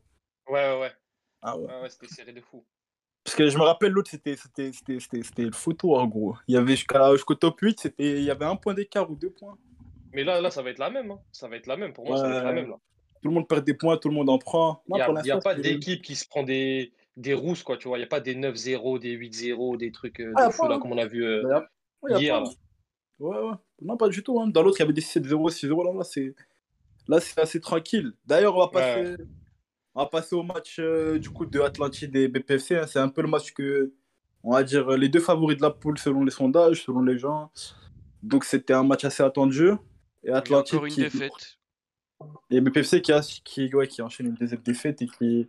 [SPEAKER 7] Ouais, ouais, ouais.
[SPEAKER 2] Ah ouais.
[SPEAKER 7] Ouais, ouais, c'était serré de fou.
[SPEAKER 2] Parce que je me rappelle l'autre c'était, c'était, c'était, c'était, c'était le photo en gros. Il y avait jusqu'à, jusqu'au top 8, c'était, il y avait un point d'écart ou deux points.
[SPEAKER 7] Mais là, là, ça va être la même. hein. Ça va être la même. Pour moi, ça va être la
[SPEAKER 2] Ouais.
[SPEAKER 7] même. Là.
[SPEAKER 2] tout le monde perd des points, tout le monde en prend.
[SPEAKER 7] Il
[SPEAKER 2] Non,
[SPEAKER 7] n'y
[SPEAKER 2] pour
[SPEAKER 7] a, y a
[SPEAKER 2] l'instant,
[SPEAKER 7] pas
[SPEAKER 2] c'est-
[SPEAKER 7] d'équipe qui se prend des, des rousses, quoi, tu vois. Il n'y a pas des 9-0, des 8-0, des trucs euh,
[SPEAKER 2] Ah, y
[SPEAKER 7] de
[SPEAKER 2] a
[SPEAKER 7] fou,
[SPEAKER 2] pas,
[SPEAKER 7] là,
[SPEAKER 2] hein.
[SPEAKER 7] comme on a vu euh,
[SPEAKER 2] Bah, y a- ouais, y a
[SPEAKER 7] hier,
[SPEAKER 2] pas.
[SPEAKER 7] là.
[SPEAKER 2] Ouais, ouais. Non, pas du tout. hein. Dans l'autre, il y avait des 7-0, 6-0. Là, là, c'est... là, c'est assez tranquille. D'ailleurs, on va
[SPEAKER 7] Ouais.
[SPEAKER 2] passer, on va passer au match euh, du coup de Atlantide et BPFC. hein. C'est un peu le match que, on va dire, euh, les deux favoris de la poule selon les sondages, selon les gens. Donc, c'était un match assez attendu. Et
[SPEAKER 1] Il y a
[SPEAKER 2] Atlantique
[SPEAKER 1] encore une
[SPEAKER 2] qui-
[SPEAKER 1] défaite.
[SPEAKER 2] Et BPFC qui, a, qui, ouais, qui enchaîne une deuxième défaite et qui.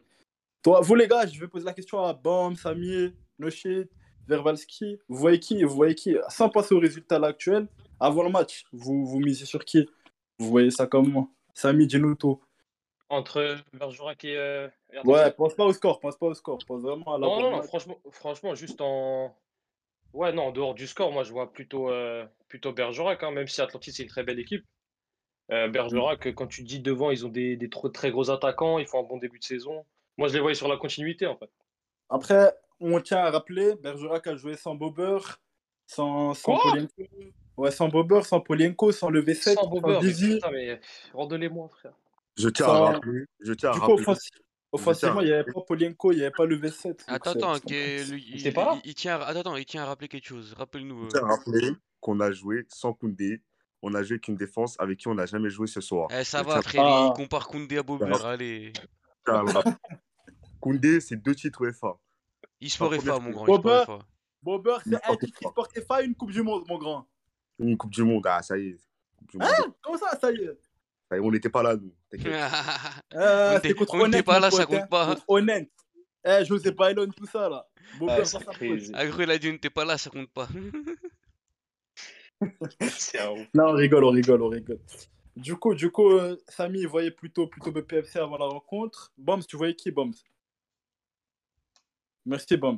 [SPEAKER 2] Toi, vous les gars, je vais poser la question à Bam, Samy, Noshit, Verbalski. Vous voyez qui Vous voyez qui Sans passer au résultat là actuel, avant le match, vous, vous misez sur qui Vous voyez ça comme moi Samy, dis-nous tout.
[SPEAKER 7] Entre Bergerac et. euh, et
[SPEAKER 2] Ouais,
[SPEAKER 7] Atlantique.
[SPEAKER 2] pense pas au score, pense pas au score, pense vraiment à la
[SPEAKER 7] Non, non,
[SPEAKER 2] bonne
[SPEAKER 7] non,
[SPEAKER 2] match.
[SPEAKER 7] franchement, franchement, juste en. Ouais, non, en dehors du score, moi, je vois plutôt, euh, plutôt Bergerac, hein, même si Atlantique, c'est une très belle équipe. Euh,
[SPEAKER 2] Mm.
[SPEAKER 7] Bergerac, euh, quand tu dis devant, ils ont des, des trop- très gros attaquants, ils font un bon début de saison. Moi, je les voyais sur la continuité, en fait.
[SPEAKER 2] Après, on tient à rappeler, Bergerac a joué sans Bobber, sans, sans
[SPEAKER 7] Quoi
[SPEAKER 2] Polienko. Ouais, sans Bobber, sans Polienko, sans le V7,
[SPEAKER 7] Sans
[SPEAKER 2] sans,
[SPEAKER 7] Bobber, mais
[SPEAKER 2] Dizzy.
[SPEAKER 7] putain, mais euh, rendez-les-moi, frère.
[SPEAKER 2] Ah,
[SPEAKER 5] Je tiens à
[SPEAKER 2] Sans-
[SPEAKER 5] rappeler. Je tiens à
[SPEAKER 2] Du coup,
[SPEAKER 5] rappeler.
[SPEAKER 2] offensi- offensivement, il n'y avait pas Polienko, il n'y avait pas le V7. donc
[SPEAKER 1] Attends,
[SPEAKER 2] c'est-
[SPEAKER 1] attends,
[SPEAKER 2] c'est-
[SPEAKER 1] que- lui,
[SPEAKER 7] Il
[SPEAKER 1] il,
[SPEAKER 7] était pas là
[SPEAKER 1] il- il tient à... attends, attends, il tient à rappeler quelque chose. Rappelle-nous.
[SPEAKER 5] Je
[SPEAKER 1] euh.
[SPEAKER 5] tiens à rappeler qu'on a joué sans Koundé. On a joué qu'une défense avec qui on n'a jamais joué ce soir.
[SPEAKER 1] Eh, ça
[SPEAKER 5] Je
[SPEAKER 1] va,
[SPEAKER 5] tiens-
[SPEAKER 1] frère,
[SPEAKER 2] Ah.
[SPEAKER 1] il compare Koundé à Bobber, allez.
[SPEAKER 5] je tiens à le rappeler. <laughs> Koundé, c'est deux titres UEFA.
[SPEAKER 1] E-sport
[SPEAKER 5] La
[SPEAKER 1] FA,
[SPEAKER 5] première
[SPEAKER 1] mon grand,
[SPEAKER 2] Bobber.
[SPEAKER 1] e FA.
[SPEAKER 2] Bobber,
[SPEAKER 5] Il
[SPEAKER 2] c'est un
[SPEAKER 5] portait
[SPEAKER 2] titre qui
[SPEAKER 5] pas.
[SPEAKER 2] se portait pas à une Coupe du Monde, mon grand.
[SPEAKER 5] Une Coupe du Monde. Ah, ça y est. Coupe du Monde.
[SPEAKER 2] Comment ça, ça y est
[SPEAKER 5] Ça y est, on n'était pas là, nous. T'inquiète.
[SPEAKER 1] <laughs>
[SPEAKER 2] euh,
[SPEAKER 1] On
[SPEAKER 2] c'était
[SPEAKER 1] était-
[SPEAKER 2] contre
[SPEAKER 1] on était
[SPEAKER 2] Honnête,
[SPEAKER 1] pas
[SPEAKER 2] mon
[SPEAKER 1] là, ça
[SPEAKER 2] pote, hein,
[SPEAKER 1] compte pas.
[SPEAKER 2] Contre Honnête. Eh, José Bailon, tout ça, là. Bobber,
[SPEAKER 7] Ah,
[SPEAKER 2] ça,
[SPEAKER 7] c'est
[SPEAKER 2] ça
[SPEAKER 7] crazy.
[SPEAKER 1] Ah, gros, il a dit on n'était pas là, ça compte pas. <laughs>
[SPEAKER 2] Ah,
[SPEAKER 7] C'est <laughs> un ouf.
[SPEAKER 2] Non, on rigole, on rigole, on rigole. Du coup, du coup euh, Samy, il voyait plutôt, plutôt BPFC avant la rencontre. Bombs, tu voyais qui, Bombs Merci, Bombs.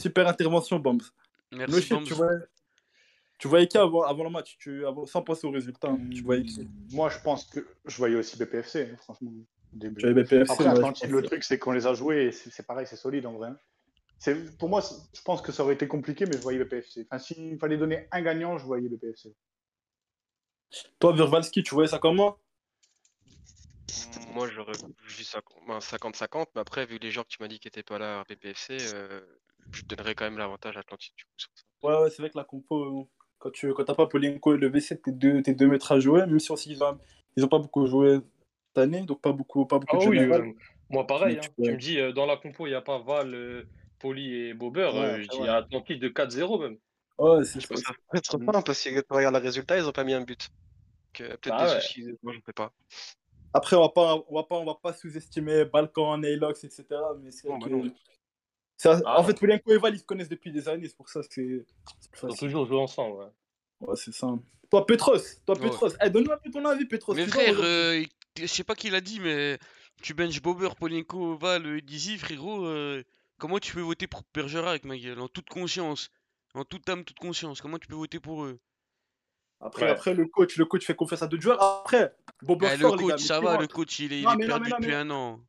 [SPEAKER 2] Super intervention, Bombs. No
[SPEAKER 1] Merci,
[SPEAKER 2] shit, tu
[SPEAKER 1] Bams.
[SPEAKER 2] voyais, tu voyais qui avant, avant le match tu, avant, Sans passer au résultat, hein, tu voyais qui
[SPEAKER 3] Moi, je pense que je voyais aussi BPFC, hein, franchement. au début.
[SPEAKER 2] Tu voyais BPFC
[SPEAKER 3] Après,
[SPEAKER 2] ouais, je
[SPEAKER 3] Atlantique,
[SPEAKER 2] pense.
[SPEAKER 3] le truc, c'est qu'on les a joués et c'est c'est pareil, c'est solide en vrai. C'est- Pour moi, c'est- je pense que ça aurait été compliqué, mais je voyais BPFC. Enfin, s'il fallait donner un gagnant, je voyais BPFC.
[SPEAKER 2] Toi, Verbalski, tu voyais ça comment
[SPEAKER 4] Moi, j'aurais vu ça- ben, 50-50, mais après, vu les gens que tu m'as dit qui n'étaient pas là à PPFC, euh, je donnerais quand même l'avantage à Atlantique. Du coup, sur ça.
[SPEAKER 2] Ouais, ouais, c'est vrai que la compo, euh, quand tu quand t'as pas Polenko et le V7, tes deux, tes deux mètres à jouer, même si on s'y va- ils ont pas beaucoup joué cette année, donc pas beaucoup, pas beaucoup
[SPEAKER 7] Ah
[SPEAKER 2] de
[SPEAKER 7] oui,
[SPEAKER 2] général.
[SPEAKER 7] euh, moi pareil.
[SPEAKER 2] Mais tu
[SPEAKER 7] hein.
[SPEAKER 2] peux-
[SPEAKER 7] Tu me dis, euh, dans la compo, il n'y a pas Val, euh, Poli et Bobber.
[SPEAKER 3] Ouais,
[SPEAKER 7] euh, je
[SPEAKER 3] c'est
[SPEAKER 7] dis
[SPEAKER 3] vrai.
[SPEAKER 7] Atlantique de 4-0 même.
[SPEAKER 2] Ouais, c'est
[SPEAKER 4] Je
[SPEAKER 2] ça.
[SPEAKER 4] pense que ça peut être pas, parce que quand tu regardes le résultat, ils n'ont pas mis un but. Donc, euh, peut-être
[SPEAKER 7] Ah
[SPEAKER 4] des
[SPEAKER 7] ouais.
[SPEAKER 4] soucis, moi, je ne sais pas.
[SPEAKER 2] Après, on va pas, on va pas, on va pas sous-estimer Balkan, Neylox, etc. Mais c'est vrai
[SPEAKER 4] Non, bah
[SPEAKER 2] que-
[SPEAKER 4] non.
[SPEAKER 2] ça-
[SPEAKER 7] Ah
[SPEAKER 2] en
[SPEAKER 7] non.
[SPEAKER 2] fait, Polenko et Val, ils se connaissent depuis des années, c'est pour ça que c'est c'est plus
[SPEAKER 7] Ils ont
[SPEAKER 2] facile.
[SPEAKER 7] toujours joué ensemble. ouais.
[SPEAKER 2] Ouais, c'est ça. Toi, Petros, toi,
[SPEAKER 1] Ouais.
[SPEAKER 2] Petros, Eh, donne-nous un peu ton avis, Petros.
[SPEAKER 1] Mais
[SPEAKER 2] tu
[SPEAKER 1] frère,
[SPEAKER 2] vois,
[SPEAKER 1] euh, il- je sais pas qui l'a dit, mais tu benches Bobber, Polinko, Val, euh, Dizzy, frérot. euh, comment tu peux voter pour Bergerac, ma gueule, en toute conscience, en toute âme, toute conscience. Comment tu peux voter pour eux?
[SPEAKER 2] Après,
[SPEAKER 7] Ouais.
[SPEAKER 2] après, le coach, le coach fait confiance à d'autres joueurs. Après, Bobber
[SPEAKER 1] Eh, le
[SPEAKER 2] sort, les gars.
[SPEAKER 1] coach,
[SPEAKER 2] mais
[SPEAKER 1] ça
[SPEAKER 2] tu
[SPEAKER 1] va,
[SPEAKER 2] vois.
[SPEAKER 1] le coach, il est, il
[SPEAKER 2] Non,
[SPEAKER 1] est
[SPEAKER 2] mais non, mais
[SPEAKER 1] perdu
[SPEAKER 2] non,
[SPEAKER 1] depuis
[SPEAKER 2] mais-
[SPEAKER 1] un an.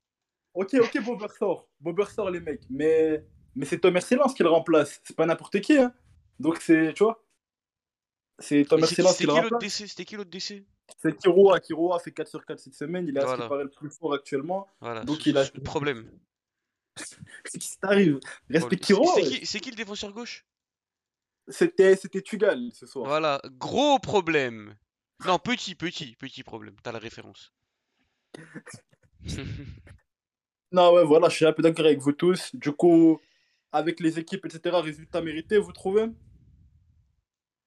[SPEAKER 2] Ok, ok, Bobber sort. Bobber sort, les mecs. Mais, mais c'est Thomas Silence qui le remplace. C'est pas n'importe qui. Hein. Donc, c'est, tu vois, c'est
[SPEAKER 1] Mais
[SPEAKER 2] Thomas
[SPEAKER 1] c'était
[SPEAKER 2] Silence
[SPEAKER 1] c'était
[SPEAKER 2] qui le
[SPEAKER 1] qui l'autre
[SPEAKER 2] remplace.
[SPEAKER 1] décès? C'était qui l'autre décès?
[SPEAKER 2] C'est Kiroa. Kiroa fait 4 sur 4 cette semaine. Il est à ce
[SPEAKER 1] Voilà.
[SPEAKER 2] qui paraît le plus fort actuellement.
[SPEAKER 1] Voilà,
[SPEAKER 2] Donc,
[SPEAKER 1] ce-
[SPEAKER 2] il a-
[SPEAKER 1] ce- problème.
[SPEAKER 2] C'est qui t'arrive Respect
[SPEAKER 1] Problème. C'est
[SPEAKER 2] Kiroa.
[SPEAKER 1] c'est
[SPEAKER 2] ouais.
[SPEAKER 1] qui, c'est qui le défenseur gauche?
[SPEAKER 2] C'était, c'était Tugal ce soir.
[SPEAKER 1] Voilà, gros problème. Non, petit, petit, petit problème. T'as la référence.
[SPEAKER 2] Non, ouais, voilà, je suis un peu d'accord avec vous tous. Du coup, avec les équipes, etc., résultat mérité, vous trouvez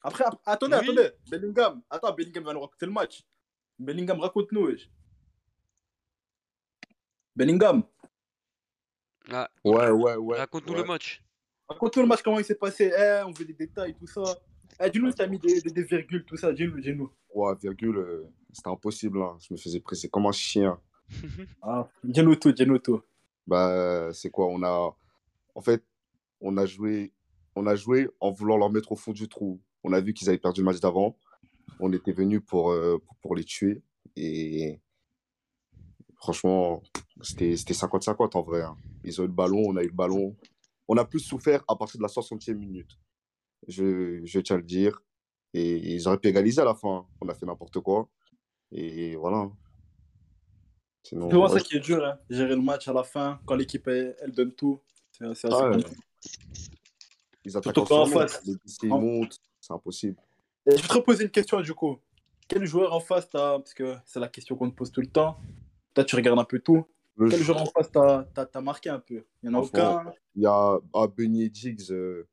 [SPEAKER 2] Après, ap- attendez,
[SPEAKER 1] Oui.
[SPEAKER 2] attendez. Bellingham, attends, Bellingham va nous raconter le match. Bellingham, raconte-nous, wesh. Bellingham,
[SPEAKER 1] Ah,
[SPEAKER 5] Ouais, ouais, ouais.
[SPEAKER 1] raconte-nous le
[SPEAKER 5] ouais.
[SPEAKER 1] match.
[SPEAKER 2] raconte-nous le match, comment il s'est passé. Eh, on veut des détails, tout ça. Eh, dis-nous si t'as mis des, des- des virgules, tout ça, dis-nous, dis-nous.
[SPEAKER 5] 3, virgule, euh, c'était impossible. hein. Je me faisais presser comme un chien.
[SPEAKER 2] Ah, dis-nous tout, dis-nous tout.
[SPEAKER 5] Bah, c'est quoi? On a, en fait, on a joué, on a joué en voulant leur mettre au fond du trou. On a vu qu'ils avaient perdu le match d'avant. On était venu pour, euh, pour, pour les tuer. Et franchement, c'était c'était 50-50 en vrai. hein. Ils ont eu le ballon, on a eu le ballon. On a plus souffert à partir de la 60e minute. Je, je tiens à le dire. Et ils auraient pu égaliser à la fin. hein. On a fait n'importe quoi. Et voilà. hein. Sinon,
[SPEAKER 2] C'est vraiment
[SPEAKER 5] Oh, ouais,
[SPEAKER 2] ça qui est dur, hein, gérer le match à la fin, quand l'équipe, elle, elle donne tout. C'est c'est assez
[SPEAKER 5] Ah ouais.
[SPEAKER 2] compliqué.
[SPEAKER 5] ils attaquent
[SPEAKER 2] Surtout
[SPEAKER 5] en
[SPEAKER 2] quand en
[SPEAKER 5] surnombre.
[SPEAKER 2] face.
[SPEAKER 5] Les lycées, ils
[SPEAKER 2] En-
[SPEAKER 5] montent. C'est impossible.
[SPEAKER 2] Et je vais te poser une question du coup. Quel joueur en face t'as Parce que c'est la question qu'on te pose tout le temps. Toi, tu regardes un peu tout.
[SPEAKER 5] Le
[SPEAKER 2] Quel
[SPEAKER 5] jeu-
[SPEAKER 2] joueur en face t'as t'as- t'as marqué un peu Il n'y en a
[SPEAKER 5] Franchement,
[SPEAKER 2] aucun.
[SPEAKER 5] Il y a ah, Benny et Diggs. euh,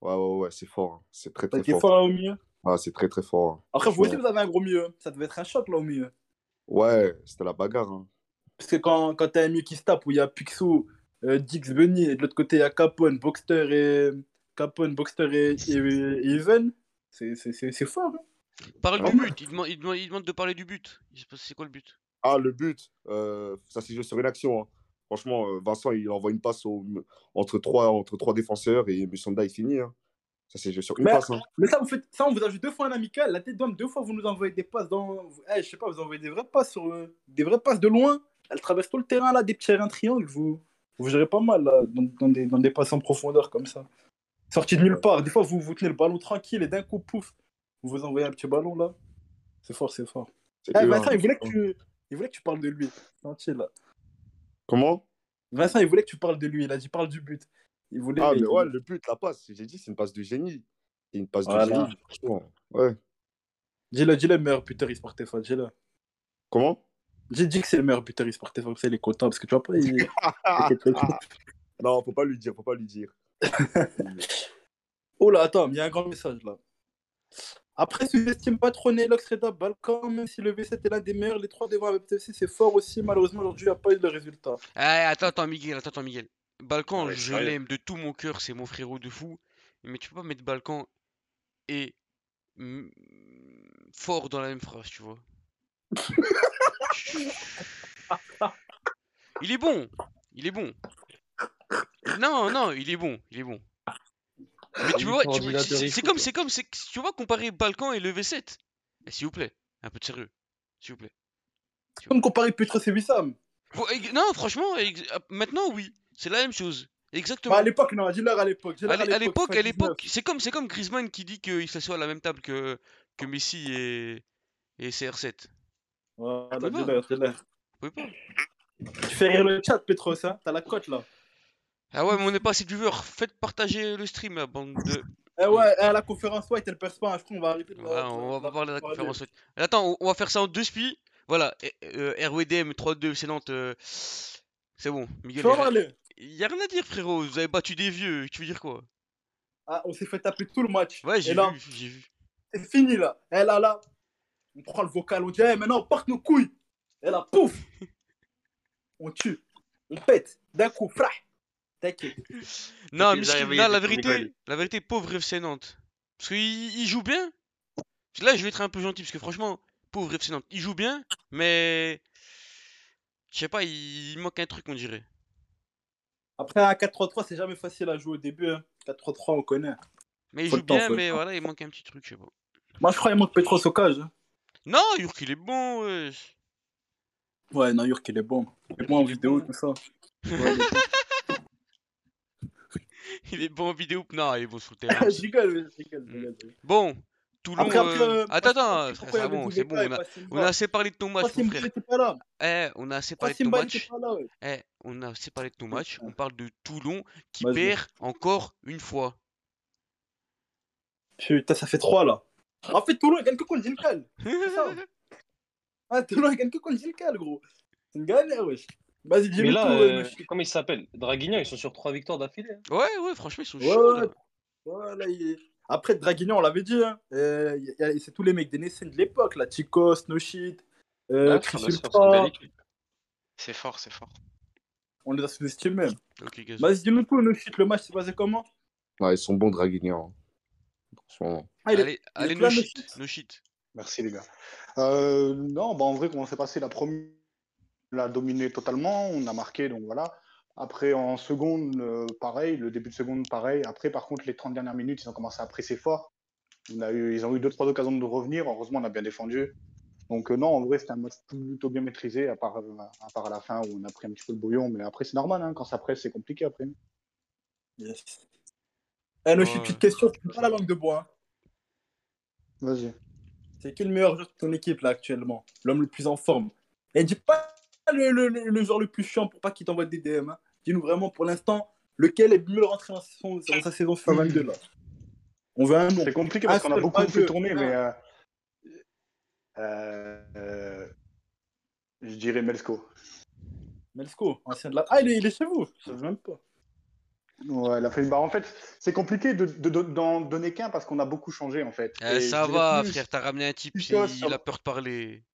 [SPEAKER 5] Ouais, ouais, ouais, c'est fort. hein. C'est très,
[SPEAKER 2] T'as
[SPEAKER 5] très
[SPEAKER 2] été
[SPEAKER 5] fort.
[SPEAKER 2] fort là au milieu
[SPEAKER 5] Ah, c'est très très fort. hein.
[SPEAKER 2] Après, vous aussi,
[SPEAKER 5] Franchement.
[SPEAKER 2] vous avez un gros milieu. hein. Ça devait être un choc là au milieu.
[SPEAKER 5] Ouais, c'était la bagarre. hein.
[SPEAKER 2] Parce que quand, quand t'as un milieu qui se tape où il y a Pixou, euh, Dix Bunny, et de l'autre côté il y a Capone, Boxster et Capone, Boxster et, et, et Even, c'est- c'est c'est- c'est fort. hein.
[SPEAKER 1] Parle
[SPEAKER 5] Ouais.
[SPEAKER 1] du but, il demande, il, demande, il demande de parler du but. Il se passe- C'est quoi le but
[SPEAKER 5] Ah, le but, euh, ça s'est joué sur une action. hein. Franchement, euh, Vincent, il envoie une passe au- entre, trois, entre trois défenseurs et Musonda, il finit. hein. Ça s'est joué sur une
[SPEAKER 2] Mais-
[SPEAKER 5] passe. hein.
[SPEAKER 2] Mais ça, vous faites, ça, on vous a joué deux fois un amical. La tête d'homme, deux fois, vous nous envoyez des passes dans. Eh, je sais pas, vous envoyez des vraies passes sur, euh, des vraies passes de loin. Elles traversent tout le terrain là, des petits terrains triangles. Vous, vous gérez pas mal là, dans, dans des, dans des passes en profondeur comme ça. Sorti de nulle part. Des fois, vous, vous tenez le ballon tranquille et d'un coup, pouf, vous vous envoyez un petit ballon là. C'est fort, c'est fort.
[SPEAKER 5] C'est
[SPEAKER 2] Eh,
[SPEAKER 5] eux,
[SPEAKER 2] Vincent,
[SPEAKER 5] hein.
[SPEAKER 2] il voulait que tu, il voulait que tu parles de lui. Gentil, là.
[SPEAKER 5] Comment
[SPEAKER 2] Vincent, il voulait que tu parles de lui. Il a dit parle du but. Il voulait.
[SPEAKER 5] Ah, mais ouais, le but, la passe, j'ai dit, c'est une passe de génie. C'est une passe de
[SPEAKER 2] Voilà.
[SPEAKER 5] génie, franchement. Ouais.
[SPEAKER 2] Dis-le, dis-le, meilleur buteur e fort, dis-le.
[SPEAKER 5] Comment
[SPEAKER 2] J'ai dit que c'est le meilleur buteur e-sport comme ça, il est content parce que tu vois pas, il. Ah,
[SPEAKER 1] <laughs>
[SPEAKER 5] Non, faut pas lui dire, faut pas lui dire.
[SPEAKER 2] oh là, attends, il y a un grand message là. Après, sous-estime pas trop Nelox Reda Balkan, même si le V7 est l'un des meilleurs, les trois devant avec FC, c'est fort aussi. Malheureusement, aujourd'hui, il n'y a pas eu de résultat.
[SPEAKER 1] Eh, attends, attends, Miguel, attends, attends, Miguel. Balkan,
[SPEAKER 7] Ah ouais,
[SPEAKER 1] je
[SPEAKER 7] sérieux.
[SPEAKER 1] l'aime de tout mon cœur, c'est mon frérot de fou. Mais tu peux pas mettre Balkan et mm, fort dans la même phrase, tu vois. il est bon, il est bon. Non, non, il est bon, il est bon. Mais tu
[SPEAKER 7] Il est
[SPEAKER 1] vois, tu-
[SPEAKER 7] coordinateur, hein.
[SPEAKER 1] c'est-
[SPEAKER 7] il
[SPEAKER 1] c'est
[SPEAKER 7] fout,
[SPEAKER 1] comme,
[SPEAKER 7] quoi.
[SPEAKER 1] c'est comme, c'est tu vois comparer Balkan et le V7. Eh, S'il vous plaît, un peu de sérieux, s'il vous plaît.
[SPEAKER 2] Comme comparer Petros et Wissam.
[SPEAKER 1] Faut- ex- Non, franchement, ex- ah, maintenant, oui, c'est la même chose. Exactement.
[SPEAKER 2] Bah, à l'époque, non, dis-leur à l'époque. dis-leur
[SPEAKER 1] À l'é- à l'époque, à
[SPEAKER 2] 99.
[SPEAKER 1] l'époque, c'est comme, c'est comme Griezmann qui dit qu'il s'assoit à la même table que, que Messi et, et CR7.
[SPEAKER 2] Voilà,
[SPEAKER 1] peut pas.
[SPEAKER 2] dis-leur, dis-leur.
[SPEAKER 1] Vous pouvez pas.
[SPEAKER 2] Tu fais rire le chat, Petros, hein. T'as la cote là.
[SPEAKER 1] Ah ouais, mais on n'est pas assez de viewers. Faites partager le stream, la bande
[SPEAKER 2] <laughs>
[SPEAKER 1] de.
[SPEAKER 2] Eh ouais, eh, la conférence White, elle perce pas, hein. je crois qu'on va arrêter de la-
[SPEAKER 1] Voilà, on va
[SPEAKER 2] de la-
[SPEAKER 1] pas parler de la conférence. White. Attends, on- on va faire ça en deux spies. Voilà, et- euh, RWDM 3-2, c'est Nantes. euh, C'est bon,
[SPEAKER 2] Tu
[SPEAKER 1] Miguel.
[SPEAKER 2] vas
[SPEAKER 1] il y
[SPEAKER 2] voir,
[SPEAKER 1] a-
[SPEAKER 2] les-
[SPEAKER 1] Il y a rien à dire, frérot. Vous avez battu des vieux. Tu veux dire quoi
[SPEAKER 2] Ah, on s'est fait taper tout le match.
[SPEAKER 1] Ouais,
[SPEAKER 2] Et
[SPEAKER 1] j'ai
[SPEAKER 2] là,
[SPEAKER 1] vu, j'ai vu.
[SPEAKER 2] c'est fini là. Et là, là, on prend le vocal, on dit, Eh, maintenant on porte nos couilles. Et là, pouf, on tue, on pète, d'un coup, frah. T'inquiète.
[SPEAKER 1] Non,
[SPEAKER 7] qu'ils
[SPEAKER 1] Miskin,
[SPEAKER 7] arrivent, il y
[SPEAKER 1] là,
[SPEAKER 7] a
[SPEAKER 1] la
[SPEAKER 7] des petits
[SPEAKER 1] vérité,
[SPEAKER 7] rigoles.
[SPEAKER 1] la vérité, pauvre FC Nantes. Parce qu'il il joue bien. Parce que Là, je vais être un peu gentil, parce que franchement, pauvre FC Nantes, il joue bien, mais. Je sais pas, il... il manque un truc, on dirait.
[SPEAKER 2] Après, un 4-3-3, c'est jamais facile à jouer au début. hein. 4-3-3, on connaît.
[SPEAKER 1] Mais il
[SPEAKER 2] Faut
[SPEAKER 1] joue
[SPEAKER 2] le temps,
[SPEAKER 1] bien,
[SPEAKER 2] faut le
[SPEAKER 1] mais
[SPEAKER 2] temps.
[SPEAKER 1] voilà, il manque un petit truc, je sais pas.
[SPEAKER 2] Moi, je crois qu'il manque Petros au cage. hein.
[SPEAKER 1] Non, Yurk, il est bon, wesh.
[SPEAKER 2] Ouais, non, Yurk, il est bon. Il est bon en
[SPEAKER 1] Il est
[SPEAKER 2] vidéo,
[SPEAKER 1] bon.
[SPEAKER 2] tout ça. Ouais, il est bon.
[SPEAKER 1] Il est bon en vidéo. Non, il est bon sur le
[SPEAKER 2] <coughs>
[SPEAKER 1] terrain.
[SPEAKER 2] <laughs> je rigole, mais je rigole, je rigole.
[SPEAKER 1] Bon, Toulon.
[SPEAKER 2] Après, après,
[SPEAKER 1] euh,
[SPEAKER 2] euh,
[SPEAKER 1] Attends,
[SPEAKER 2] parce
[SPEAKER 1] attends,
[SPEAKER 2] que-
[SPEAKER 1] frère,
[SPEAKER 2] pourquoi il y
[SPEAKER 1] c'est
[SPEAKER 2] avait
[SPEAKER 1] bon,
[SPEAKER 2] Dibeka
[SPEAKER 1] c'est bon. On
[SPEAKER 2] et
[SPEAKER 1] a...
[SPEAKER 2] pas
[SPEAKER 1] on a
[SPEAKER 2] Simba
[SPEAKER 1] assez parlé de ton
[SPEAKER 2] Pas
[SPEAKER 1] match, mon
[SPEAKER 2] Simba, il
[SPEAKER 1] frère.
[SPEAKER 2] était pas là.
[SPEAKER 1] Eh, on a assez
[SPEAKER 2] Pas
[SPEAKER 1] parlé de ton
[SPEAKER 2] Simba, il
[SPEAKER 1] match.
[SPEAKER 2] était pas là, ouais.
[SPEAKER 1] Eh, on a aussi parlé de ton match, on parle de Toulon qui
[SPEAKER 2] Vas-y.
[SPEAKER 1] perd encore une fois.
[SPEAKER 2] Putain, ça fait 3 là. En fait, Toulon, il gagne que contre Gilcal. ça. hein. Ah, Toulon, il gagne que contre Gilcal, gros. C'est une galère, wesh. Vas-y, dis-le
[SPEAKER 7] Mais là,
[SPEAKER 2] tout,
[SPEAKER 7] euh,
[SPEAKER 2] ouais, wesh.
[SPEAKER 7] comment il s'appelle Draguignan, ils sont sur trois victoires d'affilée. hein.
[SPEAKER 1] <laughs> Ouais, ouais, franchement, ils sont
[SPEAKER 2] Ouais,
[SPEAKER 1] chauds.
[SPEAKER 2] ouais.
[SPEAKER 1] là.
[SPEAKER 2] Voilà, il est- Après, Draguignan, on l'avait dit, hein. Euh, y a- y a- c'est tous les mecs des Nessen de l'époque, là. Tico, No Shit, euh,
[SPEAKER 4] Ah,
[SPEAKER 2] Chris
[SPEAKER 4] ça va se faire,
[SPEAKER 2] Ultra.
[SPEAKER 4] c'est une belle équipe. C'est fort, c'est fort.
[SPEAKER 2] On les a sous-estimés.
[SPEAKER 1] Ok, gaz.
[SPEAKER 2] Vas-y, dis-nous tout, No Shit, le match s'est passé comment
[SPEAKER 5] Ouais, ils sont bons, Draguignan. hein, Franchement.
[SPEAKER 2] Ah, il est-
[SPEAKER 1] Allez, allez,
[SPEAKER 2] plein
[SPEAKER 1] no
[SPEAKER 2] de
[SPEAKER 1] shit,
[SPEAKER 2] shit.
[SPEAKER 1] no shit.
[SPEAKER 3] Merci les gars. Euh, non, bah en vrai, comment s'est passé la première On l'a dominé totalement, on a marqué, donc voilà. Après, en seconde, euh, pareil, le début de seconde, pareil. Après, par contre, les 30 dernières minutes, ils ont commencé à presser fort. On a eu, ils ont eu deux, trois occasions de revenir. Heureusement, on a bien défendu. Donc, euh, non, en vrai, c'était un match plutôt bien maîtrisé, à part, euh, à part à la fin où on a pris un petit peu le bouillon. Mais après, c'est normal, hein, quand ça presse, c'est compliqué après.
[SPEAKER 2] Yes. Eh, No Shit,
[SPEAKER 1] Ouais.
[SPEAKER 2] petite question, tu n'as pas la langue de bois. hein.
[SPEAKER 3] Vas-y.
[SPEAKER 2] C'est qui le meilleur joueur de ton équipe là actuellement L'homme le plus en forme. Et dis pas le, le, le, le joueur le plus chiant pour pas qu'il t'envoie des DM. hein. Dis-nous vraiment pour l'instant lequel est mieux rentré dans, son- dans sa saison sur 22 là. On veut un nom.
[SPEAKER 3] C'est compliqué parce
[SPEAKER 2] Ah,
[SPEAKER 3] qu'on a
[SPEAKER 2] c'est
[SPEAKER 3] beaucoup
[SPEAKER 2] pas
[SPEAKER 3] fait
[SPEAKER 2] que-
[SPEAKER 3] tourner,
[SPEAKER 2] Ah.
[SPEAKER 3] mais. euh, euh, euh, je dirais Melsko.
[SPEAKER 2] Melsko, ancien de la. Ah, il est, il est chez vous. Je savais même pas.
[SPEAKER 3] Ouais, la feuille. Bah, en fait, c'est compliqué de, de- de- d'en donner qu'un parce qu'on a beaucoup changé, en fait.
[SPEAKER 1] Eh,
[SPEAKER 3] Et
[SPEAKER 1] ça
[SPEAKER 3] je dirais
[SPEAKER 1] va,
[SPEAKER 3] plus
[SPEAKER 1] frère, t'as ramené un type,
[SPEAKER 3] Tico
[SPEAKER 1] il,
[SPEAKER 3] sur-
[SPEAKER 1] a peur de parler.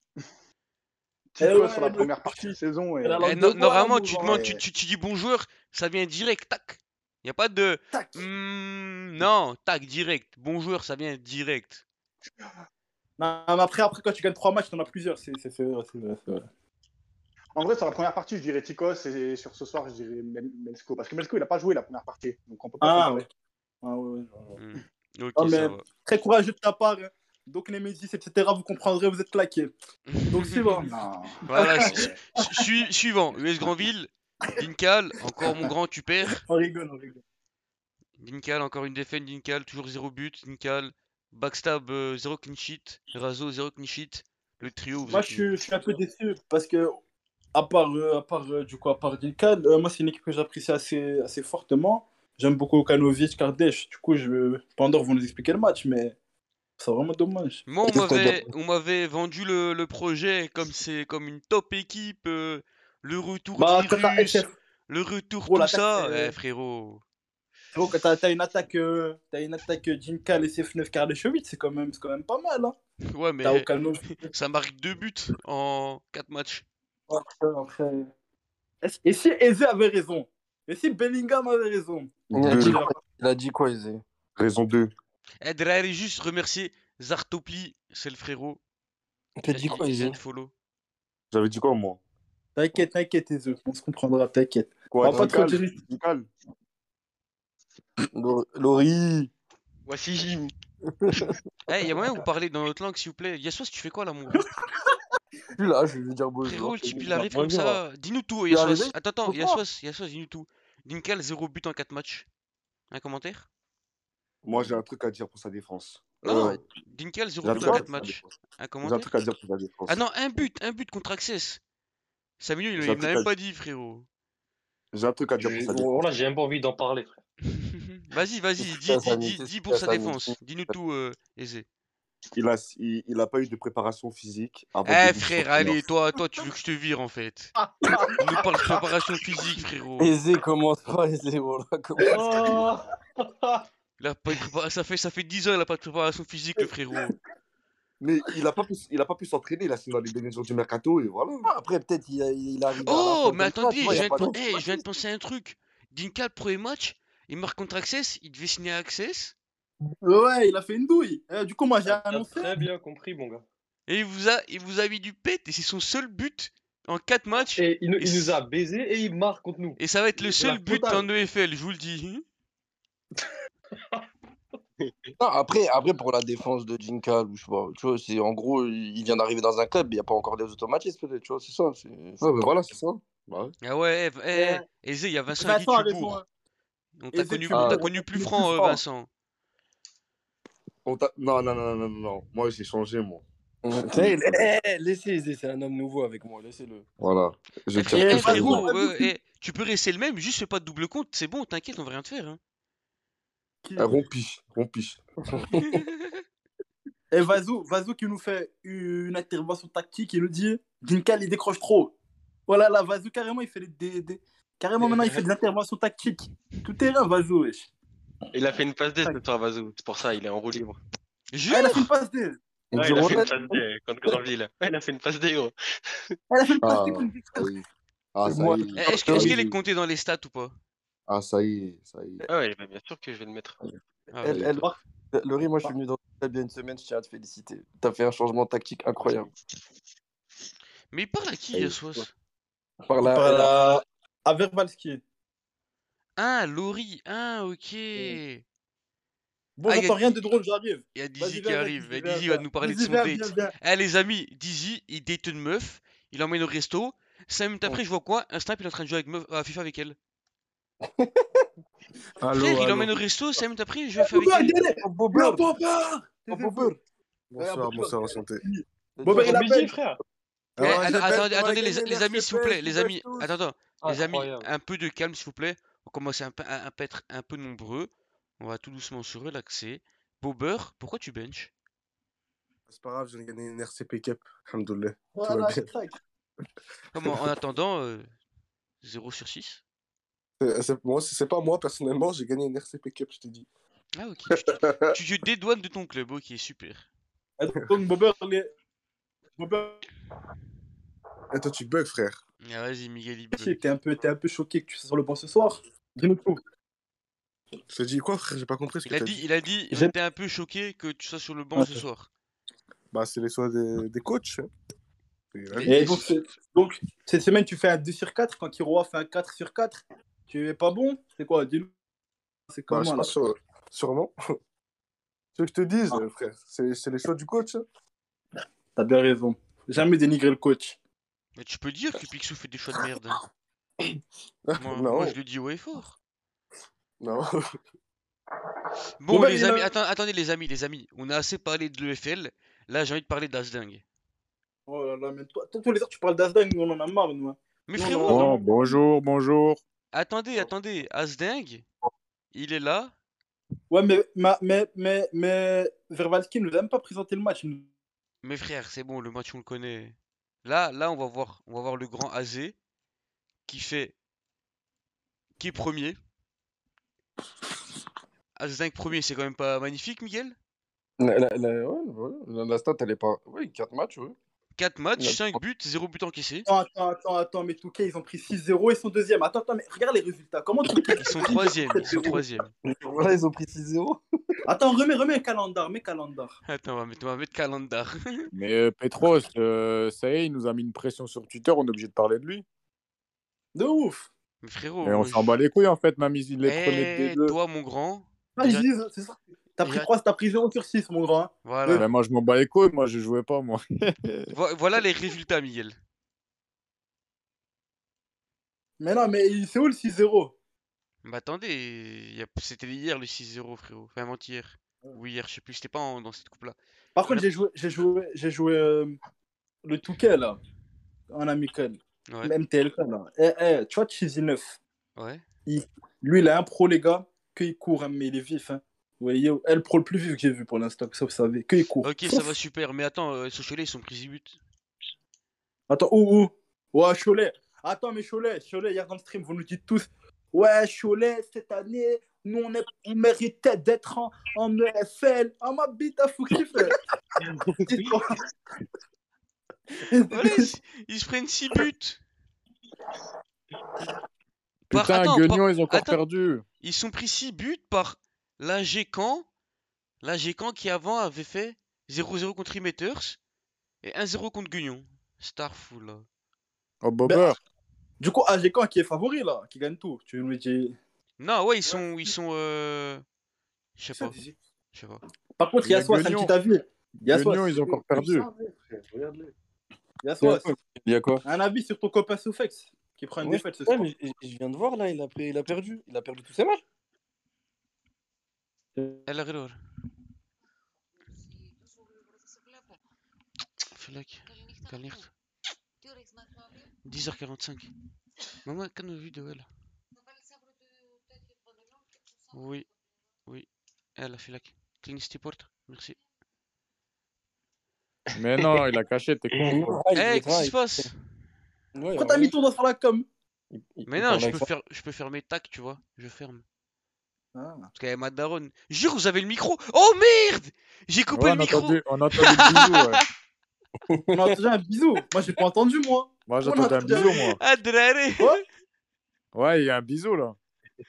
[SPEAKER 3] Tico
[SPEAKER 2] Eh ouais,
[SPEAKER 3] sur la
[SPEAKER 2] le
[SPEAKER 3] première partie de saison. Et...
[SPEAKER 2] Elle a
[SPEAKER 1] Eh,
[SPEAKER 2] Alors,
[SPEAKER 1] no-
[SPEAKER 2] deux mois,
[SPEAKER 1] normalement,
[SPEAKER 2] mon
[SPEAKER 1] tu,
[SPEAKER 2] grand,
[SPEAKER 1] demandes,
[SPEAKER 3] ouais.
[SPEAKER 1] tu, tu- tu dis bonjour, ça vient direct, tac. Y a pas de.
[SPEAKER 2] Tac.
[SPEAKER 1] Hmm, non, tac, direct. Bonjour, ça vient direct.
[SPEAKER 2] Non, mais après, après, quand tu gagnes 3 matchs, t'en as plusieurs. C'est c'est- c'est vrai, c'est vrai, c'est vrai.
[SPEAKER 3] En vrai, sur la première partie, je dirais Tico. Et sur ce soir, je dirais Mel- Melsko. Parce que Melsko, il a pas joué la première partie. Donc, on peut pas.
[SPEAKER 2] Ah
[SPEAKER 3] comparer.
[SPEAKER 2] ouais. Ah ouais, ouais, ouais.
[SPEAKER 1] Hmm, Ok,
[SPEAKER 2] Ah, mais-
[SPEAKER 1] ça va.
[SPEAKER 2] Très courageux de ta part. hein. Donc les Médis, etc., vous comprendrez, vous êtes claqués.
[SPEAKER 1] <laughs>
[SPEAKER 2] Donc c'est bon.
[SPEAKER 3] Non.
[SPEAKER 1] Voilà,
[SPEAKER 2] <laughs>
[SPEAKER 3] Ah
[SPEAKER 1] su-
[SPEAKER 3] ouais.
[SPEAKER 1] su- su- suivant, US Granville, Dincal, encore mon grand, tu perds.
[SPEAKER 2] On rigole, on rigole.
[SPEAKER 1] Dincal, encore une défaite, Dincal, toujours 0 but, Dincal, backstab 0 clean sheet, Razo 0 clean sheet, le trio. vous
[SPEAKER 2] Moi,
[SPEAKER 1] êtes
[SPEAKER 2] je
[SPEAKER 1] nuls.
[SPEAKER 2] suis, je suis un peu déçu parce que, à part, euh, à part euh, du coup, à part Dinkan, euh, moi, c'est une équipe que j'apprécie assez, assez fortement. J'aime beaucoup Kanovic, Kardesh. Du coup, je, Pandore vont nous expliquer le match, mais c'est vraiment dommage.
[SPEAKER 1] Moi, on
[SPEAKER 5] Qu'est-ce qu'on
[SPEAKER 1] m'avait, on m'avait vendu le, le projet comme c'est comme une top équipe, euh, le retour
[SPEAKER 2] Bah,
[SPEAKER 1] des
[SPEAKER 2] quand t'as
[SPEAKER 1] Russes,
[SPEAKER 2] SF,
[SPEAKER 1] le retour
[SPEAKER 2] Gros,
[SPEAKER 1] tout
[SPEAKER 2] l'attaque,
[SPEAKER 1] ça,
[SPEAKER 2] euh,
[SPEAKER 1] eh, frérot.
[SPEAKER 2] frérot, quand t'as- t'as une attaque, euh, t'as une attaque euh, Dinkan et CF9 Kardashevic, c'est quand même, c'est quand même pas mal. Hein.
[SPEAKER 1] Ouais,
[SPEAKER 2] T'as
[SPEAKER 1] mais
[SPEAKER 2] Okanovic.
[SPEAKER 1] ça marque deux buts en quatre matchs.
[SPEAKER 2] Après, après. Est-ce- Et si Eze avait raison Et si Bellingham avait raison
[SPEAKER 8] Il a,
[SPEAKER 5] Deux.
[SPEAKER 8] dit quoi, il a dit quoi, Eze
[SPEAKER 5] Raison 2.
[SPEAKER 1] Eh, Draher, juste remercier Zartopli, c'est le frérot.
[SPEAKER 8] T'as
[SPEAKER 1] Eh,
[SPEAKER 8] dit
[SPEAKER 1] il-
[SPEAKER 8] quoi,
[SPEAKER 1] il vient
[SPEAKER 8] Eze
[SPEAKER 1] de follow.
[SPEAKER 5] J'avais dit quoi, moi
[SPEAKER 2] T'inquiète, t'inquiète, Eze, on se comprendra, t'inquiète.
[SPEAKER 5] Quoi
[SPEAKER 2] On va pas trop
[SPEAKER 5] Dincal
[SPEAKER 2] dire.
[SPEAKER 5] Dincal
[SPEAKER 8] Lo- Laurie
[SPEAKER 4] Voici.
[SPEAKER 1] Eh, y a moyen de vous parler dans notre langue, s'il vous plaît. Yassos, tu fais quoi là, mon
[SPEAKER 8] Je suis <laughs> là, je vais lui dire bonjour.
[SPEAKER 1] Frérot, le type,
[SPEAKER 8] Il
[SPEAKER 1] il
[SPEAKER 8] va
[SPEAKER 1] arrive comme
[SPEAKER 8] revenir, là.
[SPEAKER 1] ça. Dis-nous tout,
[SPEAKER 8] Il est arrivé,
[SPEAKER 1] Yassos. Attends, attends,
[SPEAKER 8] pourquoi
[SPEAKER 1] Yassos, Yassos, dis-nous tout. Dinkel, 0 but en 4 matchs. Un commentaire?
[SPEAKER 5] Moi, j'ai un truc à dire pour sa défense.
[SPEAKER 1] Non,
[SPEAKER 5] Euh,
[SPEAKER 1] non, Dinkel, 0
[SPEAKER 5] j'ai un
[SPEAKER 1] but
[SPEAKER 5] truc
[SPEAKER 1] en
[SPEAKER 5] à
[SPEAKER 1] 4
[SPEAKER 5] dire pour sa
[SPEAKER 1] matchs.
[SPEAKER 5] défense.
[SPEAKER 1] Un
[SPEAKER 5] J'ai un
[SPEAKER 1] commentaire?
[SPEAKER 5] truc à dire pour sa défense.
[SPEAKER 1] Ah non, un but, un but contre Access. Samuel, il
[SPEAKER 5] J'ai
[SPEAKER 1] il
[SPEAKER 5] un
[SPEAKER 1] me
[SPEAKER 5] truc
[SPEAKER 1] l'a
[SPEAKER 5] à
[SPEAKER 1] même
[SPEAKER 5] dire.
[SPEAKER 1] pas dit, frérot.
[SPEAKER 5] J'ai un truc à dire pour
[SPEAKER 7] Je-
[SPEAKER 5] sa
[SPEAKER 7] oh
[SPEAKER 5] défense.
[SPEAKER 7] là, j'ai même pas envie d'en parler, frère.
[SPEAKER 1] Vas-y, vas-y,
[SPEAKER 8] Qu'est-ce
[SPEAKER 1] dis,
[SPEAKER 8] qu'il y a,
[SPEAKER 1] dis,
[SPEAKER 8] Samy
[SPEAKER 1] dis,
[SPEAKER 8] Qu'est-ce
[SPEAKER 1] dis
[SPEAKER 8] qu'il
[SPEAKER 1] pour
[SPEAKER 8] y a,
[SPEAKER 1] sa
[SPEAKER 8] Samy
[SPEAKER 1] défense. Dis-nous tout, euh, Aizé.
[SPEAKER 5] Il a, il, il a pas eu de préparation physique avant
[SPEAKER 1] Eh
[SPEAKER 5] de vivre
[SPEAKER 1] frère,
[SPEAKER 5] son
[SPEAKER 1] allez,
[SPEAKER 5] playoff.
[SPEAKER 1] toi, toi, tu veux que je te vire en fait. On nous parle de préparation physique, frérot.
[SPEAKER 8] Eze, commence pas, Eze, voilà, commence.
[SPEAKER 7] Oh
[SPEAKER 1] Il a pas eu de prépa- Ça fait, ça fait 10 ans, il a pas de préparation physique, le frérot.
[SPEAKER 5] Mais il a pas pu, il a pas pu s'entraîner. Il a signé dans les derniers jours du mercato et voilà.
[SPEAKER 8] Ah, Après, peut-être, il, il arrive
[SPEAKER 1] Oh,
[SPEAKER 8] à la fin
[SPEAKER 1] mais
[SPEAKER 8] du match,
[SPEAKER 1] attendez,
[SPEAKER 8] moi, il y a
[SPEAKER 1] je viens, de...
[SPEAKER 8] pas
[SPEAKER 1] pen-
[SPEAKER 8] de-
[SPEAKER 1] eh, je viens de penser à un truc. Dinka, le premier match, il marque contre Access, il devait signer à Access,
[SPEAKER 2] Ouais, il a fait une douille. Eh, du coup, moi, j'ai
[SPEAKER 7] T'as
[SPEAKER 2] annoncé.
[SPEAKER 7] très bien compris, mon gars.
[SPEAKER 1] et il vous a, il vous a mis du pète, et c'est son seul but en 4 matchs,
[SPEAKER 7] Et il, nous- il
[SPEAKER 1] Et
[SPEAKER 7] nous a baisé et il marque contre nous.
[SPEAKER 1] et ça va être le
[SPEAKER 7] La
[SPEAKER 1] seul but
[SPEAKER 7] totale.
[SPEAKER 1] en EFL, je vous le dis.
[SPEAKER 8] Non, après, après, pour la défense de Jinkal, ou je sais pas, tu vois, c'est en gros, il vient d'arriver dans un club, il n'y a pas encore des automatismes, peut-être, tu vois, c'est ça. c'est-
[SPEAKER 5] Ouais, mais voilà, c'est ça. Bah ouais.
[SPEAKER 1] Ah ouais, eh, eh,
[SPEAKER 2] Ouais.
[SPEAKER 1] Aizé, il y a Vincent Guy,
[SPEAKER 2] Vincent a
[SPEAKER 1] tu
[SPEAKER 2] raison.
[SPEAKER 1] bourres.
[SPEAKER 2] hein.
[SPEAKER 1] On t'a
[SPEAKER 2] Aizé,
[SPEAKER 1] connu,
[SPEAKER 2] tu
[SPEAKER 1] on t'a
[SPEAKER 8] bourres.
[SPEAKER 1] connu plus
[SPEAKER 2] Plus
[SPEAKER 1] franc, euh,
[SPEAKER 2] franc.
[SPEAKER 1] Vincent.
[SPEAKER 5] On t'a- non, non, non, non, non, non. Moi, j'ai changé, moi.
[SPEAKER 8] Tu sais, eh, eh, laissez, Eze, c'est un homme nouveau avec moi, laissez-le.
[SPEAKER 5] Voilà. Je
[SPEAKER 1] Eh,
[SPEAKER 5] tiens
[SPEAKER 1] frère-
[SPEAKER 5] tout
[SPEAKER 1] eh,
[SPEAKER 5] ça.
[SPEAKER 1] frérot,
[SPEAKER 2] Vincent,
[SPEAKER 1] euh, eh, tu peux rester le même, juste fais pas de double compte, c'est bon, t'inquiète, on va rien te
[SPEAKER 2] <laughs>
[SPEAKER 1] faire. hein.
[SPEAKER 5] Rompiche, rompiche.
[SPEAKER 2] Et Eh, Vazou, Vazou qui nous fait une intervention tactique, il nous dit Dinkal, il décroche trop. Voilà, là, Vazou, carrément, il fait des. des- des- Carrément, maintenant, il fait des interventions tactiques. Tout terrain, Vazou, wesh.
[SPEAKER 4] Il a fait une passe D ce soir, Vazou. C'est pour ça, il est en roue libre.
[SPEAKER 1] Jure
[SPEAKER 2] Ah, elle a fait une passe D.
[SPEAKER 8] Il
[SPEAKER 4] Ouais,
[SPEAKER 8] dit,
[SPEAKER 4] il a fait
[SPEAKER 8] voilà,
[SPEAKER 4] une passe D euh, contre Granville. Ouais, il a fait une passe D, gros.
[SPEAKER 2] Elle a fait une passe
[SPEAKER 5] Ah,
[SPEAKER 2] D contre
[SPEAKER 5] ça
[SPEAKER 2] Victor.
[SPEAKER 5] y est. Ah, ça
[SPEAKER 8] Moi,
[SPEAKER 1] Eh,
[SPEAKER 5] y est.
[SPEAKER 1] Est-ce que- est-ce qu'elle est comptée dans les stats ou pas
[SPEAKER 5] Ah, ça y est, ça y est.
[SPEAKER 4] Ah ouais, bah, bien sûr que je vais le mettre.
[SPEAKER 1] Ah,
[SPEAKER 8] elle,
[SPEAKER 1] putain.
[SPEAKER 8] elle... Laurie,
[SPEAKER 2] Bah.
[SPEAKER 8] moi, je suis venu dans le club il y a une semaine, je tiens à te féliciter. T'as fait un changement tactique incroyable.
[SPEAKER 1] Mais il parle à qui,
[SPEAKER 5] Eh,
[SPEAKER 1] Yassos
[SPEAKER 8] Par
[SPEAKER 2] Il
[SPEAKER 8] là,
[SPEAKER 2] parle
[SPEAKER 8] elle a-
[SPEAKER 2] à, à Verbalski.
[SPEAKER 1] Ah, Laurie, ah, ok.
[SPEAKER 2] Bon,
[SPEAKER 1] Ah, il y a-
[SPEAKER 2] j'entends rien de drôle, j'arrive.
[SPEAKER 1] Il y a
[SPEAKER 2] Mm. Vas-y,
[SPEAKER 1] Dizzy qui
[SPEAKER 2] viens, viens,
[SPEAKER 1] arrive.
[SPEAKER 2] Dizzy,
[SPEAKER 1] Et
[SPEAKER 2] viens,
[SPEAKER 1] Dizzy va
[SPEAKER 2] viens.
[SPEAKER 1] nous parler de
[SPEAKER 2] Dizzy,
[SPEAKER 1] son
[SPEAKER 2] viens,
[SPEAKER 1] date.
[SPEAKER 2] viens, viens.
[SPEAKER 1] Eh les amis, Dizzy, il date une meuf, il l'emmène au resto. 5 minutes
[SPEAKER 2] Mm.
[SPEAKER 1] après, je vois quoi Un snap, il est en train de jouer avec meuf, à FIFA
[SPEAKER 2] <laughs>
[SPEAKER 1] avec elle.
[SPEAKER 8] Allô,
[SPEAKER 1] Frère, il
[SPEAKER 8] allô.
[SPEAKER 1] l'emmène au resto, 5 minutes après, je joue à FIFA avec
[SPEAKER 2] Bobber,
[SPEAKER 1] elle.
[SPEAKER 2] viens, viens.
[SPEAKER 8] Oh, Bobber,
[SPEAKER 2] Le
[SPEAKER 8] oh,
[SPEAKER 2] Bobber
[SPEAKER 8] Bobber.
[SPEAKER 2] Bonsoir, bonsoir,
[SPEAKER 5] enchanté.
[SPEAKER 2] Bobber, il
[SPEAKER 7] Faut baiser,
[SPEAKER 2] appelle.
[SPEAKER 7] frère.
[SPEAKER 1] Eh, att- attendez, attendez, les, les amis, s'il vous plaît, les amis, attends, attends, les amis,
[SPEAKER 7] Incroyable.
[SPEAKER 1] un peu de calme, s'il vous plaît. On commence à, un peu- à- à être un peu nombreux. On va tout doucement se relaxer. Bobber, pourquoi tu benches
[SPEAKER 9] C'est pas grave, j'ai gagné une RCP Cup, alhamdoulilah.
[SPEAKER 2] Voilà,
[SPEAKER 9] va bien.
[SPEAKER 2] crac.
[SPEAKER 1] Comme en, en attendant, euh, 0 sur 6.
[SPEAKER 9] Euh, <laughs> c'est- moi, c'est c'est pas moi, personnellement, j'ai gagné une RCP Cup, je te dis.
[SPEAKER 1] Ah ok, tu te, tu te dédouanes de ton club, ok, super.
[SPEAKER 2] Donc, Bobber, les... Bobber,
[SPEAKER 9] Et Eh, toi, tu bugs, frère.
[SPEAKER 1] Ah, vas-y, Miguel il
[SPEAKER 2] je
[SPEAKER 1] bug.
[SPEAKER 2] sais que t'es un, peu- t'es un peu choqué que tu sois sur le banc ce soir. Dis-nous tout.
[SPEAKER 9] Je te dis quoi, frère J'ai pas compris ce
[SPEAKER 1] Il
[SPEAKER 9] que
[SPEAKER 1] a
[SPEAKER 9] t'as
[SPEAKER 1] dit, il a dit, on
[SPEAKER 2] J'ai-
[SPEAKER 1] était un peu choqué que tu sois sur le banc ce soir.
[SPEAKER 9] Bah, c'est les choix des, des coachs. hein. Et Bah, la vie.
[SPEAKER 2] Et donc, c'est- donc, cette semaine, tu fais un 2 sur 4. Quand Kiroa fait un 4 sur 4, tu es pas bon C'est quoi Dis-nous. C'est
[SPEAKER 9] Bah,
[SPEAKER 2] comment
[SPEAKER 9] je
[SPEAKER 2] là
[SPEAKER 9] pense, euh, sûrement. <laughs> Tu veux que je te dise,
[SPEAKER 1] Ah.
[SPEAKER 9] euh, frère C'est c'est les choix du coach. hein. <laughs>
[SPEAKER 2] T'as bien raison. Jamais dénigrer le coach.
[SPEAKER 1] Mais tu peux dire que Picsou fait des choix de merde. hein.
[SPEAKER 5] <laughs>
[SPEAKER 1] Moi,
[SPEAKER 9] Non.
[SPEAKER 1] moi, je le dis haut et fort.
[SPEAKER 9] Non.
[SPEAKER 1] Bon,
[SPEAKER 2] bah,
[SPEAKER 1] les
[SPEAKER 2] il a-
[SPEAKER 1] amis, atten- attendez les amis, les amis, on a assez parlé de l'EFL. Là, j'ai envie de parler d'Asding.
[SPEAKER 2] Oh là là, mais toi, toi, tous les heures, tu parles d'Asdang, nous on en a marre, nous. hein.
[SPEAKER 1] Mais
[SPEAKER 2] Non,
[SPEAKER 1] frérot,
[SPEAKER 2] non,
[SPEAKER 5] Oh, bonjour, bonjour.
[SPEAKER 1] attendez, attendez, Asding, il est là.
[SPEAKER 2] Ouais, mais, mais, mais, mais, mais Vervalski nous a même pas présenté le match. il nous-
[SPEAKER 1] Mais frère, c'est bon, le match on le connaît. Là, là, on va voir, on va voir le grand Azé qui fait, qui est premier. Asding premier, c'est quand même pas magnifique, Miguel.
[SPEAKER 8] La, la, la- ouais, ouais, la- la stat, elle est pas. Oui, 4 matchs, oui.
[SPEAKER 1] 4 matchs,
[SPEAKER 8] La-
[SPEAKER 1] 5 buts, 0 but encaissé.
[SPEAKER 2] Attends, attends, attends, attends, mais Touquet, ils ont pris 6-0, ils sont deuxième. Attends, attends, mais regarde les résultats. Comment Touquet
[SPEAKER 8] <laughs>
[SPEAKER 1] Ils sont troisième, ils sont troisième.
[SPEAKER 8] Voilà, ils ont pris 6-0.
[SPEAKER 2] Attends, remets, remets un calendar, mets calendar.
[SPEAKER 1] Attends, on va mettre, on va mettre Calendar. <laughs>
[SPEAKER 5] Mais euh, Petros, euh, ça y est, il nous a mis une pression sur Twitter, on est obligé de parler de lui.
[SPEAKER 2] De ouf.
[SPEAKER 1] Mais frérot,
[SPEAKER 5] Et on
[SPEAKER 1] moi,
[SPEAKER 5] s'en
[SPEAKER 1] je-
[SPEAKER 5] bat les couilles en fait, même s'il les prenait
[SPEAKER 1] Eh,
[SPEAKER 5] des deux.
[SPEAKER 1] toi, mon grand.
[SPEAKER 2] Ah,
[SPEAKER 1] déjà-
[SPEAKER 2] je dis, c'est ça. T'as pris
[SPEAKER 1] déjà-
[SPEAKER 2] 3, t'as pris 0 sur 6, mon grand. hein.
[SPEAKER 1] Voilà.
[SPEAKER 5] Ben, moi je m'en bats les couilles, moi je jouais pas moi. <laughs>
[SPEAKER 1] Vo- voilà les résultats, Miguel.
[SPEAKER 2] Mais non, mais il- c'est où le 6-0
[SPEAKER 1] Mais Bah, attendez, y a- c'était hier le 6-0, frérot. Enfin, avant-hier. Ou hier, je sais plus, c'était pas en- dans cette coupe-là.
[SPEAKER 2] Par contre, j'ai joué, j'ai joué, j'ai joué euh, le Touquet, là, en amical.
[SPEAKER 1] Ouais,
[SPEAKER 2] MTLK, là. Eh, eh, tu vois, Cheesy 9.
[SPEAKER 1] ouais.
[SPEAKER 2] Il- Lui, il a un pro, les gars, que il court, hein, mais il est vif. Hein. Vous voyez, elle le pro le plus vif que j'ai vu pour l'instant, que ça vous savez, que il court.
[SPEAKER 1] Ok, ça va super. Mais attends, euh, Sochaux-là, ils sont pris 10 buts.
[SPEAKER 2] Attends, où, où Ouais, Cholet. Attends, mais Cholet, Cholet, hier dans le stream, vous nous dites tous Ouais, Cholet, cette année, nous, on, est, on méritait d'être en, en EFL. Ah, ma bite, ah, faut
[SPEAKER 5] <laughs>
[SPEAKER 2] kiffer. Dis-toi.
[SPEAKER 1] Voilà, ils, s- ils se prennent 6 buts. Par-
[SPEAKER 5] Putain,
[SPEAKER 1] attends,
[SPEAKER 5] Guignon,
[SPEAKER 1] par-
[SPEAKER 5] ils ont encore
[SPEAKER 1] attends.
[SPEAKER 5] perdu.
[SPEAKER 1] Ils sont pris 6 buts par l'AG Caen. L'AG Caen qui avant avait fait 0-0 contre Emitters et 1-0 contre Guignon. Starful là.
[SPEAKER 5] Oh Bobber.
[SPEAKER 2] Du coup, AG Caen qui est favori, là, qui gagne tout. Tu nous dis.
[SPEAKER 1] Non, ouais, ils sont. Ils sont euh... Je sais pas. Je sais pas.
[SPEAKER 2] Par contre,
[SPEAKER 5] Il y a
[SPEAKER 2] Yassois, c'est un
[SPEAKER 5] Guignon.
[SPEAKER 2] petit avis. Yassois,
[SPEAKER 5] Guignon, ils ont encore perdu.
[SPEAKER 2] Yassois,
[SPEAKER 8] Il y a quoi
[SPEAKER 2] un avis sur ton copain Soufex qui prend une
[SPEAKER 8] Ouais,
[SPEAKER 2] défaite ce
[SPEAKER 8] ouais,
[SPEAKER 2] soir.
[SPEAKER 8] mais je- je viens de voir là, il a, il a perdu. Il a perdu tous ses matchs.
[SPEAKER 1] El Arredor. Felak. Kalnicht. 10h45. Maman, quand on vidéo elle Oui, oui. Elle a Felak. Clean porte. Merci.
[SPEAKER 5] Mais non, il a caché, t'es con. quoi.
[SPEAKER 8] Ah,
[SPEAKER 1] Eh,
[SPEAKER 8] il est
[SPEAKER 1] qu'est-ce
[SPEAKER 8] là,
[SPEAKER 1] qui se
[SPEAKER 8] il-
[SPEAKER 1] passe
[SPEAKER 8] Ouais,
[SPEAKER 2] Pourquoi t'as
[SPEAKER 8] ouais.
[SPEAKER 2] mis ton doigt sur la com
[SPEAKER 8] Il- il-
[SPEAKER 1] Mais
[SPEAKER 8] il
[SPEAKER 1] non,
[SPEAKER 8] parle
[SPEAKER 1] je
[SPEAKER 8] avec
[SPEAKER 1] peux,
[SPEAKER 8] ça.
[SPEAKER 1] faire, je peux fermer tac, tu vois. Je ferme.
[SPEAKER 2] Ah.
[SPEAKER 1] Parce qu'elle est ma daronne. Jure, vous avez le micro. Oh merde J'ai coupé
[SPEAKER 5] Ouais,
[SPEAKER 1] le
[SPEAKER 5] on, a
[SPEAKER 1] micro.
[SPEAKER 5] entendu, on a entendu le bisou. ouais.
[SPEAKER 2] On a entendu un bisou. Moi, j'ai pas entendu, moi.
[SPEAKER 5] Moi
[SPEAKER 2] On a
[SPEAKER 5] j'entendais un
[SPEAKER 2] entendu un-
[SPEAKER 5] bisou
[SPEAKER 1] <laughs>
[SPEAKER 5] moi.
[SPEAKER 1] Ah, draré.
[SPEAKER 5] Ouais, il y a un bisou là.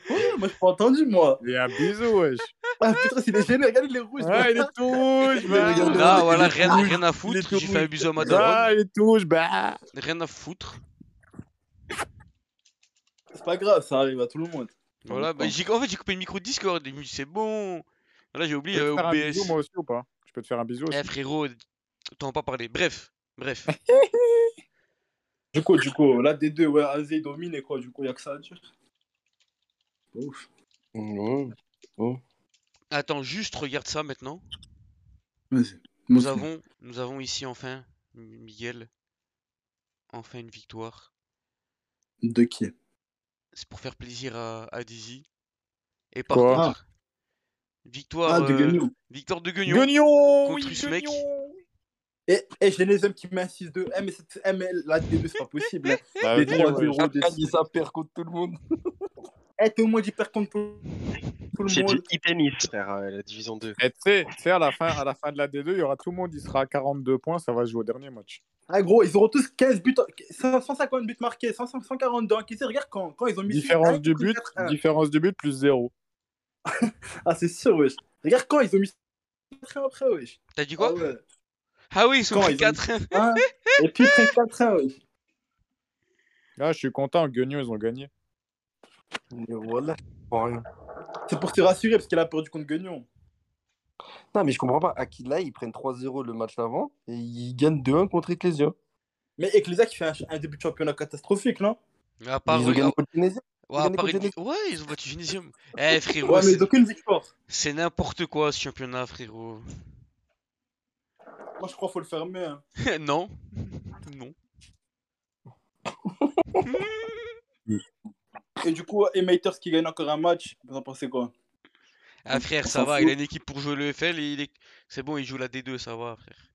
[SPEAKER 2] Ouais, moi, j'ai pas entendu, moi.
[SPEAKER 5] Il y a un bisou, wesh.
[SPEAKER 2] Ah, putain, il est gêné. Regardez, il est rouge.
[SPEAKER 5] Ouais, il est
[SPEAKER 2] <laughs>
[SPEAKER 5] tout rouge, bah.
[SPEAKER 8] regarde
[SPEAKER 1] Là,
[SPEAKER 8] il est
[SPEAKER 1] voilà,
[SPEAKER 8] tout
[SPEAKER 1] rien,
[SPEAKER 8] rouge,
[SPEAKER 1] rien à
[SPEAKER 8] il est
[SPEAKER 1] foutre.
[SPEAKER 8] tout
[SPEAKER 1] J'ai fait un
[SPEAKER 8] rouge.
[SPEAKER 1] bisou à ma daronne.
[SPEAKER 5] Ah, il est tout rouge, bah.
[SPEAKER 1] Rien à foutre.
[SPEAKER 2] C'est pas grave, ça arrive à tout le monde.
[SPEAKER 1] Voilà, bah, j'ai... en fait j'ai coupé le micro de Discord, j'ai dit, c'est bon. Là j'ai
[SPEAKER 5] Je
[SPEAKER 1] oublié
[SPEAKER 5] peux
[SPEAKER 1] euh,
[SPEAKER 5] te faire un bisou
[SPEAKER 1] OBS.
[SPEAKER 5] moi aussi ou pas Je peux te faire un bisou
[SPEAKER 1] Eh
[SPEAKER 5] aussi.
[SPEAKER 1] frérot, t'en as pas parlé. Bref,
[SPEAKER 5] <laughs>
[SPEAKER 1] bref.
[SPEAKER 2] Du coup, du coup, là, des deux, ouais, Azé domine et quoi. Du coup, y a que ça à dire. Ouf.
[SPEAKER 8] Ouais.
[SPEAKER 1] Attends, juste regarde ça maintenant.
[SPEAKER 2] Vas-y.
[SPEAKER 1] Nous
[SPEAKER 2] Montre-moi.
[SPEAKER 1] avons, nous avons ici enfin M- Miguel, enfin une victoire.
[SPEAKER 2] De qui
[SPEAKER 1] C'est pour faire plaisir à, à Dizzy. Et par
[SPEAKER 5] Quoi
[SPEAKER 1] contre, victoire,
[SPEAKER 2] Ah, de
[SPEAKER 1] euh,
[SPEAKER 2] Guignon.
[SPEAKER 1] victoire de Guignon
[SPEAKER 5] Guignon
[SPEAKER 1] contre
[SPEAKER 5] oui,
[SPEAKER 1] Usmec.
[SPEAKER 5] Guignon
[SPEAKER 2] Et, et Eh, j'ai les hommes qui m'insistent de Eh, mais, cette- eh, mais la D2, c'est pas possible. hein.
[SPEAKER 5] Bah,
[SPEAKER 2] Des
[SPEAKER 5] oui,
[SPEAKER 2] 3-0,
[SPEAKER 8] Chaque
[SPEAKER 2] des
[SPEAKER 8] année, ça perd contre tout le monde.
[SPEAKER 2] Eh, tout le monde, il perd contre tout tout le
[SPEAKER 4] J'ai
[SPEAKER 2] monde.
[SPEAKER 4] dit e-tennis, frère, euh, la division 2.
[SPEAKER 9] Et tu sais- tu sais, à la fin, à la fin de la D2, il y aura tout le monde, il sera à 42 points, ça va se jouer au dernier match.
[SPEAKER 2] Ah, gros, ils auront tous 15 buts, 150 buts marqués, 150, 142 encaissés. Regarde quand, quand ils ont mis.
[SPEAKER 9] Différence du but,
[SPEAKER 2] 4-1.
[SPEAKER 9] différence du but plus 0.
[SPEAKER 2] <laughs> Ah, c'est sûr, wesh. Regarde quand ils ont mis. 4-1 après, wesh.
[SPEAKER 1] T'as dit
[SPEAKER 2] ah,
[SPEAKER 1] quoi
[SPEAKER 2] ouais.
[SPEAKER 1] Ah oui, ils sont
[SPEAKER 2] Quand
[SPEAKER 1] pris
[SPEAKER 2] ils ont-
[SPEAKER 1] 4
[SPEAKER 2] Hein Et puis ils prennent 4-1, wesh.
[SPEAKER 9] Là, je suis content, Guignol, ils ont gagné.
[SPEAKER 8] Mais voilà, je comprends rien.
[SPEAKER 2] C'est pour se rassurer parce qu'il a perdu contre Guignon.
[SPEAKER 8] Non, mais je comprends pas. Aquila, ils prennent 3-0 le match d'avant et ils gagnent 2-1 contre Ecclesia.
[SPEAKER 2] Mais Ecclesia qui fait un, un début de championnat catastrophique, non
[SPEAKER 1] Mais à
[SPEAKER 8] Mais
[SPEAKER 1] part.
[SPEAKER 8] ils ont gagné
[SPEAKER 1] ah,
[SPEAKER 8] contre Tunisiens.
[SPEAKER 1] ouais,
[SPEAKER 8] ont
[SPEAKER 1] à
[SPEAKER 8] gagné
[SPEAKER 1] part-
[SPEAKER 8] contre Genesio.
[SPEAKER 1] Ouais, ils ont battu
[SPEAKER 2] <laughs>
[SPEAKER 1] Tunisium. Eh frérot,
[SPEAKER 2] Ouais, mais
[SPEAKER 1] c'est-
[SPEAKER 2] ils ont aucune victoire.
[SPEAKER 1] c'est n'importe quoi ce championnat, frérot. <laughs>
[SPEAKER 2] Moi, je crois qu'il faut le fermer. hein.
[SPEAKER 1] non. Non.
[SPEAKER 2] Et du coup, Ematers qui gagne encore un match, vous en pensez quoi
[SPEAKER 1] Ah frère,
[SPEAKER 8] On
[SPEAKER 1] ça
[SPEAKER 8] s'en
[SPEAKER 1] va,
[SPEAKER 8] fout.
[SPEAKER 1] il a une équipe pour jouer le FL et il est. C'est bon, il joue la D2, ça va, frère.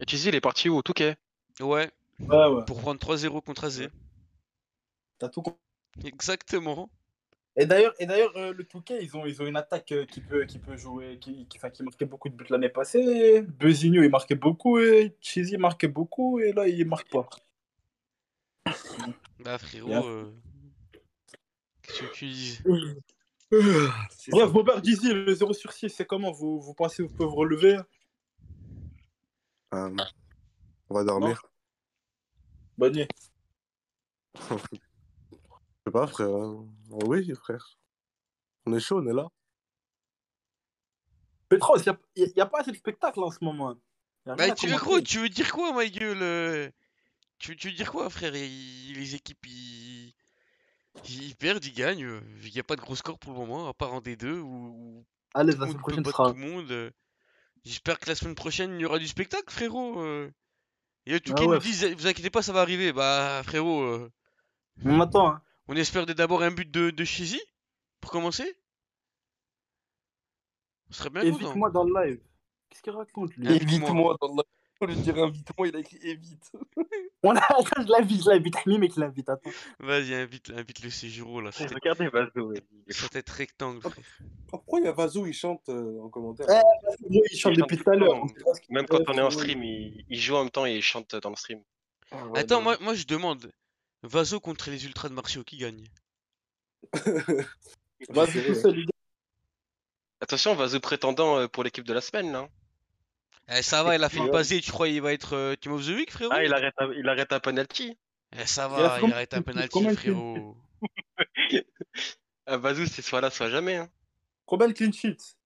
[SPEAKER 4] Et tu dis, il est parti où Au Touquet
[SPEAKER 1] Ouais,
[SPEAKER 2] Ouais, ouais,
[SPEAKER 1] pour prendre 3-0 contre AZ.
[SPEAKER 2] t'as tout compris.
[SPEAKER 1] Exactement.
[SPEAKER 2] Et d'ailleurs, et d'ailleurs euh, le Touquet, ils ont, ils ont une attaque euh, qui peut, qui peut jouer, qui, qui, enfin, qui marquait beaucoup de buts l'année passée. Bezinho, il marquait beaucoup, et Chizy marquait beaucoup, et là, il marque pas.
[SPEAKER 1] Bah frérot,
[SPEAKER 2] Yeah.
[SPEAKER 1] euh, qu'est-ce que tu dis
[SPEAKER 2] Ah, Bref, Bobert Dizzy, le 0 sur 6, c'est comment vous, vous pensez que vous pouvez vous relever
[SPEAKER 9] Hum.
[SPEAKER 5] Euh, on va dormir.
[SPEAKER 2] Bonne nuit.
[SPEAKER 5] je sais pas, frère. Euh, Oui, frère. On est chaud, on est là.
[SPEAKER 2] Petros, il n'y a, pas assez de spectacle en ce moment. Y a rien
[SPEAKER 1] Bah
[SPEAKER 2] à
[SPEAKER 1] tu, gros,
[SPEAKER 2] commenter.
[SPEAKER 1] tu veux dire quoi, ma gueule euh, tu, tu veux dire quoi, frère Il- Les équipes, ils... ils perdent, ils gagnent. Il n'y a pas de gros score pour le moment, à part en D2 où, où
[SPEAKER 2] Allez,
[SPEAKER 1] tout le monde
[SPEAKER 2] la semaine
[SPEAKER 1] peut
[SPEAKER 2] prochaine
[SPEAKER 1] battre
[SPEAKER 2] sera.
[SPEAKER 1] tout le monde. euh. J'espère que la semaine prochaine, il y aura du spectacle, frérot. euh. Et le Touquet
[SPEAKER 2] Bah ouais.
[SPEAKER 1] nous dit, vous inquiétez pas, ça va arriver. Bah frérot, euh,
[SPEAKER 2] On attend, hein.
[SPEAKER 1] on espère dès d'abord un but de, de Chizy, pour commencer. On serait bien content.
[SPEAKER 4] hein.
[SPEAKER 2] Évite-moi dans le live. Qu'est-ce qu'il raconte, lui hein
[SPEAKER 1] Invite-moi.
[SPEAKER 8] Évite-moi dans la. On lui dirait invite-moi, il a écrit évite.
[SPEAKER 2] <laughs> On a... Attends, je l'invite, je l'invite, Hamim et qui l'invite, attends.
[SPEAKER 1] Vas-y, invite, invite le Séjuro là, sa tête,
[SPEAKER 7] Regardez Vaso.
[SPEAKER 1] sa tête rectangle, frère.
[SPEAKER 9] Pourquoi il y a Vazou, il chante en commentaire
[SPEAKER 2] Eh, Moi, il chante
[SPEAKER 4] Il chante
[SPEAKER 2] depuis tout à l'heure. on
[SPEAKER 4] tout le temps.
[SPEAKER 2] sait pas ce qu'il
[SPEAKER 4] Même
[SPEAKER 2] fait,
[SPEAKER 4] quand on est
[SPEAKER 2] frérot.
[SPEAKER 4] en stream, il, il joue en même temps et il chante dans le stream. Ah,
[SPEAKER 1] Attends, moi, moi je demande, Vaso contre les Ultras de Martiaux, qui gagne?
[SPEAKER 2] Vas-y, tout seul, il gagne.
[SPEAKER 4] Attention, Vazo prétendant euh, pour l'équipe de la semaine, là.
[SPEAKER 1] Eh, ça va, il a fait une
[SPEAKER 4] Ouais.
[SPEAKER 1] pasée, tu crois il va être euh, Team of the Week, frérot?
[SPEAKER 4] Ah, il arrête, un- il arrête un penalty.
[SPEAKER 1] Eh, ça
[SPEAKER 2] Il a
[SPEAKER 1] va, il
[SPEAKER 2] comment-
[SPEAKER 1] arrête un penalty,
[SPEAKER 2] comment il fait-
[SPEAKER 1] frérot.
[SPEAKER 4] Ah, Vazo, c'est soit là, soit jamais. Hein.
[SPEAKER 2] Combien de clean sheets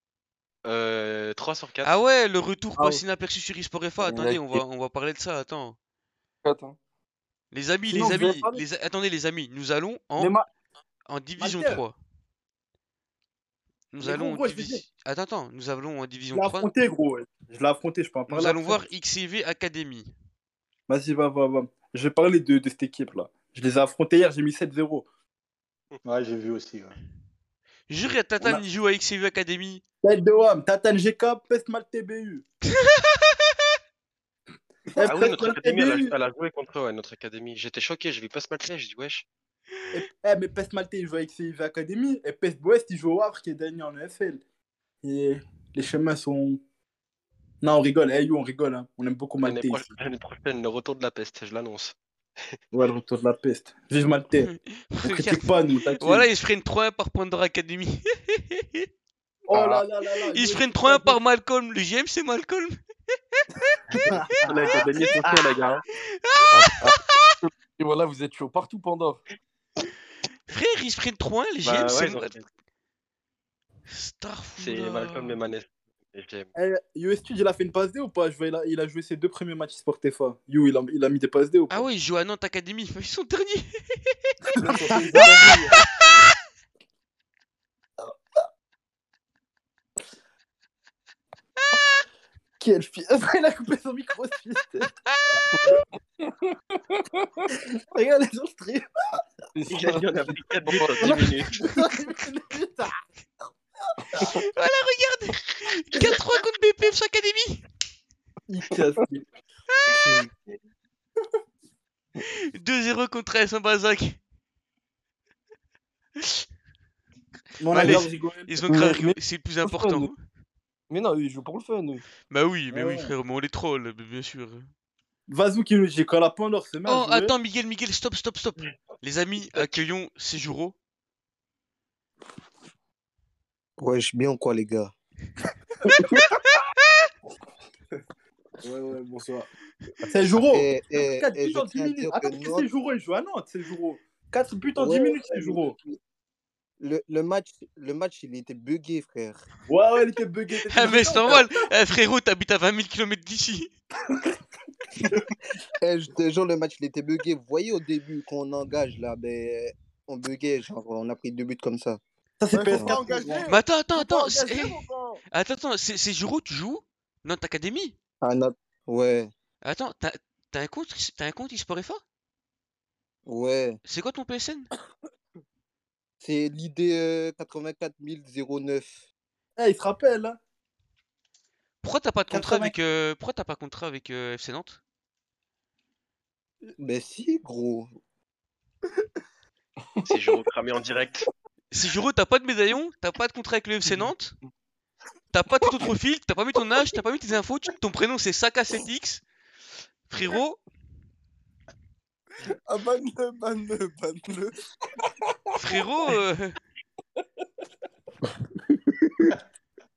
[SPEAKER 4] Euh, 3 sur 4.
[SPEAKER 1] Ah ouais, le retour
[SPEAKER 2] Ah
[SPEAKER 1] passe
[SPEAKER 2] ouais.
[SPEAKER 1] inaperçu sur eSport FA,
[SPEAKER 8] Il a
[SPEAKER 1] attendez, on
[SPEAKER 8] été-
[SPEAKER 1] va, on va parler de ça, attends.
[SPEAKER 8] Attends.
[SPEAKER 1] Les amis, les
[SPEAKER 2] Sinon, vous avez
[SPEAKER 1] amis,
[SPEAKER 2] parlé-
[SPEAKER 1] les... a- attendez les amis, nous allons en,
[SPEAKER 4] Oh,
[SPEAKER 2] Mais ma-
[SPEAKER 1] en Division
[SPEAKER 2] Malter.
[SPEAKER 1] 3. Nous
[SPEAKER 2] Mais gros,
[SPEAKER 1] allons en
[SPEAKER 2] gros, je vais
[SPEAKER 1] division...
[SPEAKER 2] dire.
[SPEAKER 1] Attends, attends, nous allons en Division
[SPEAKER 2] Je l'ai
[SPEAKER 1] 3.
[SPEAKER 2] affronté, gros. ouais. Je l'ai affronté, je peux en parler.
[SPEAKER 1] Nous allons
[SPEAKER 2] après.
[SPEAKER 1] voir XCV Academy.
[SPEAKER 2] Vas-y, va, va, va. Je vais parler de, de cette équipe-là. Je les ai affrontés hier, j'ai mis 7-0.
[SPEAKER 3] Ouais, j'ai vu aussi. ouais.
[SPEAKER 1] Jure, à
[SPEAKER 2] On
[SPEAKER 1] Tatan,
[SPEAKER 2] a-
[SPEAKER 1] il joue à XCV
[SPEAKER 4] <laughs>
[SPEAKER 1] Academy.
[SPEAKER 2] Tête de WAM, Tatan GK, peste mal TBU. Eh,
[SPEAKER 4] Ah oui,
[SPEAKER 2] peste
[SPEAKER 4] notre
[SPEAKER 2] mal
[SPEAKER 4] académie, elle a,
[SPEAKER 2] TBU.
[SPEAKER 4] elle a joué contre eux, ouais, notre académie. J'étais choqué, je lui passe ma clé, je dis wesh.
[SPEAKER 2] Et- Eh, mais Pest Maltais, il joue avec CIV Academy. Et Pest Boest, il joue au Havre qui est dernier en EFL. Et les chemins sont. Non, on rigole. Eh, you, on rigole. hein. On aime beaucoup
[SPEAKER 4] L'année
[SPEAKER 2] Maltais
[SPEAKER 4] pro-
[SPEAKER 2] ici.
[SPEAKER 4] l'année prochaine, le retour de la peste, je l'annonce.
[SPEAKER 2] Ouais, le retour de la peste. Vive Maltais.
[SPEAKER 1] <laughs>
[SPEAKER 2] On critique pas, nous, t'inquiète.
[SPEAKER 1] Mmh. Voilà, ils se prennent 3-1 par Pandora
[SPEAKER 4] <laughs>
[SPEAKER 1] Academy.
[SPEAKER 2] Oh
[SPEAKER 4] Ah.
[SPEAKER 2] là là là là.
[SPEAKER 1] Ils se
[SPEAKER 2] you,
[SPEAKER 1] prennent 3-1
[SPEAKER 2] you,
[SPEAKER 4] Bah,
[SPEAKER 1] par Malcolm. Le GM, c'est Malcolm.
[SPEAKER 4] On a gagné son tour, les gars.
[SPEAKER 8] Et voilà, vous êtes chaud partout, Pandore.
[SPEAKER 1] Frère, ils se prennent 3-1. Le GM,
[SPEAKER 4] Bah, ouais,
[SPEAKER 1] c'est
[SPEAKER 4] ils ont-
[SPEAKER 1] Malcolm.
[SPEAKER 4] c'est Malcolm et Manet. Et j'aime.
[SPEAKER 2] Eh, US Stud, il a fait une passe D ou pas Je vois, il, a, il a joué ses deux premiers matchs Sport FA. You, il a, il a mis des passes D ou pas
[SPEAKER 1] Ah ouais, ils jouent à Nantes Academy. Ils sont
[SPEAKER 4] <laughs>
[SPEAKER 1] derniers. <laughs>
[SPEAKER 2] <laughs> Quel fils Il a coupé son micro, ce fils. Regarde les autres stream.
[SPEAKER 4] Il gagne, on a pris 4 buts
[SPEAKER 2] On a-
[SPEAKER 4] en 10 minutes.
[SPEAKER 2] hein.
[SPEAKER 1] Voilà, regarde. 4-3 contre BPF Academy.
[SPEAKER 2] Il casse les-
[SPEAKER 1] 2-0 contre AS Bazac.
[SPEAKER 2] Mon
[SPEAKER 1] Allez,
[SPEAKER 2] ami Arjigoël,
[SPEAKER 1] Ils ont
[SPEAKER 8] Mais
[SPEAKER 1] grave,
[SPEAKER 8] Rigolet,
[SPEAKER 1] c'est le plus important.
[SPEAKER 8] Mais non, eux, ils jouent pour le fun. eux.
[SPEAKER 1] Bah oui, mais oui,
[SPEAKER 2] Ouais.
[SPEAKER 1] frère, mais on les troll, mais bien sûr.
[SPEAKER 2] Vazou qui nous dit quand la Pandore se met à
[SPEAKER 1] Oh,
[SPEAKER 2] jouer-
[SPEAKER 1] attends, Miguel, Miguel, stop, stop, stop. Les amis, accueillons Sejuro.
[SPEAKER 10] Ouais, je suis bien ou quoi, les gars
[SPEAKER 9] Ouais, ouais, bonsoir.
[SPEAKER 2] C'est Juro.
[SPEAKER 10] Eh, eh,
[SPEAKER 2] 4
[SPEAKER 10] eh,
[SPEAKER 2] buts
[SPEAKER 10] je
[SPEAKER 2] en 10
[SPEAKER 10] tiens à
[SPEAKER 2] minutes.
[SPEAKER 10] dire
[SPEAKER 2] Attends,
[SPEAKER 10] que
[SPEAKER 2] parce que
[SPEAKER 10] Nantes-
[SPEAKER 2] c'est Juro, il joue à Nantes, c'est Juro. 4 buts en 10
[SPEAKER 10] Ouais,
[SPEAKER 2] minutes, c'est
[SPEAKER 10] ouais,
[SPEAKER 2] Juro.
[SPEAKER 10] le, le match, le match, il était bugué, frère.
[SPEAKER 2] Ouais, ouais, il était bugué. t'étais
[SPEAKER 1] Ah, mais je
[SPEAKER 2] dedans.
[SPEAKER 1] t'envole. Eh, frérot, t'habites à 20 000 km d'ici.
[SPEAKER 10] Eh, je te jure, le match, il était bugué. Vous voyez, au début, quand on engage, là, ben, on buguait, genre, on a pris deux buts comme ça.
[SPEAKER 2] Ça, c'est
[SPEAKER 9] Ouais, faut pas
[SPEAKER 2] PS4.
[SPEAKER 9] engager.
[SPEAKER 1] Mais attends, attends,
[SPEAKER 9] Faut pas
[SPEAKER 1] attends. c'est-
[SPEAKER 9] engager,
[SPEAKER 1] eh,
[SPEAKER 9] mon gars.
[SPEAKER 1] Attends, attends, c'est c'est Juro, tu joues Nantes Academy
[SPEAKER 10] Ah, non. Ouais,
[SPEAKER 1] Attends, t'as t'as un compte, t'as un compte eSport FA
[SPEAKER 10] ouais.
[SPEAKER 1] C'est quoi ton PSN
[SPEAKER 10] C'est l'idée euh, 84009.
[SPEAKER 2] Eh, il se rappelle. hein.
[SPEAKER 1] Pourquoi t'as pas de contrat
[SPEAKER 2] 80.
[SPEAKER 1] avec euh, Pourquoi t'as pas de contrat avec euh, FC Nantes
[SPEAKER 10] Ben si, gros.
[SPEAKER 4] C'est Jérôme cramé en direct.
[SPEAKER 1] Si Juro, t'as pas de médaillon, t'as pas de contrat avec le FC Nantes, t'as pas de ton profil, t'as pas mis ton âge, t'as pas mis tes infos, tu- ton prénom c'est Saka 7X. Frérot,
[SPEAKER 9] Ah, banne-le, banne-le, banne-le.
[SPEAKER 1] frérot, euh,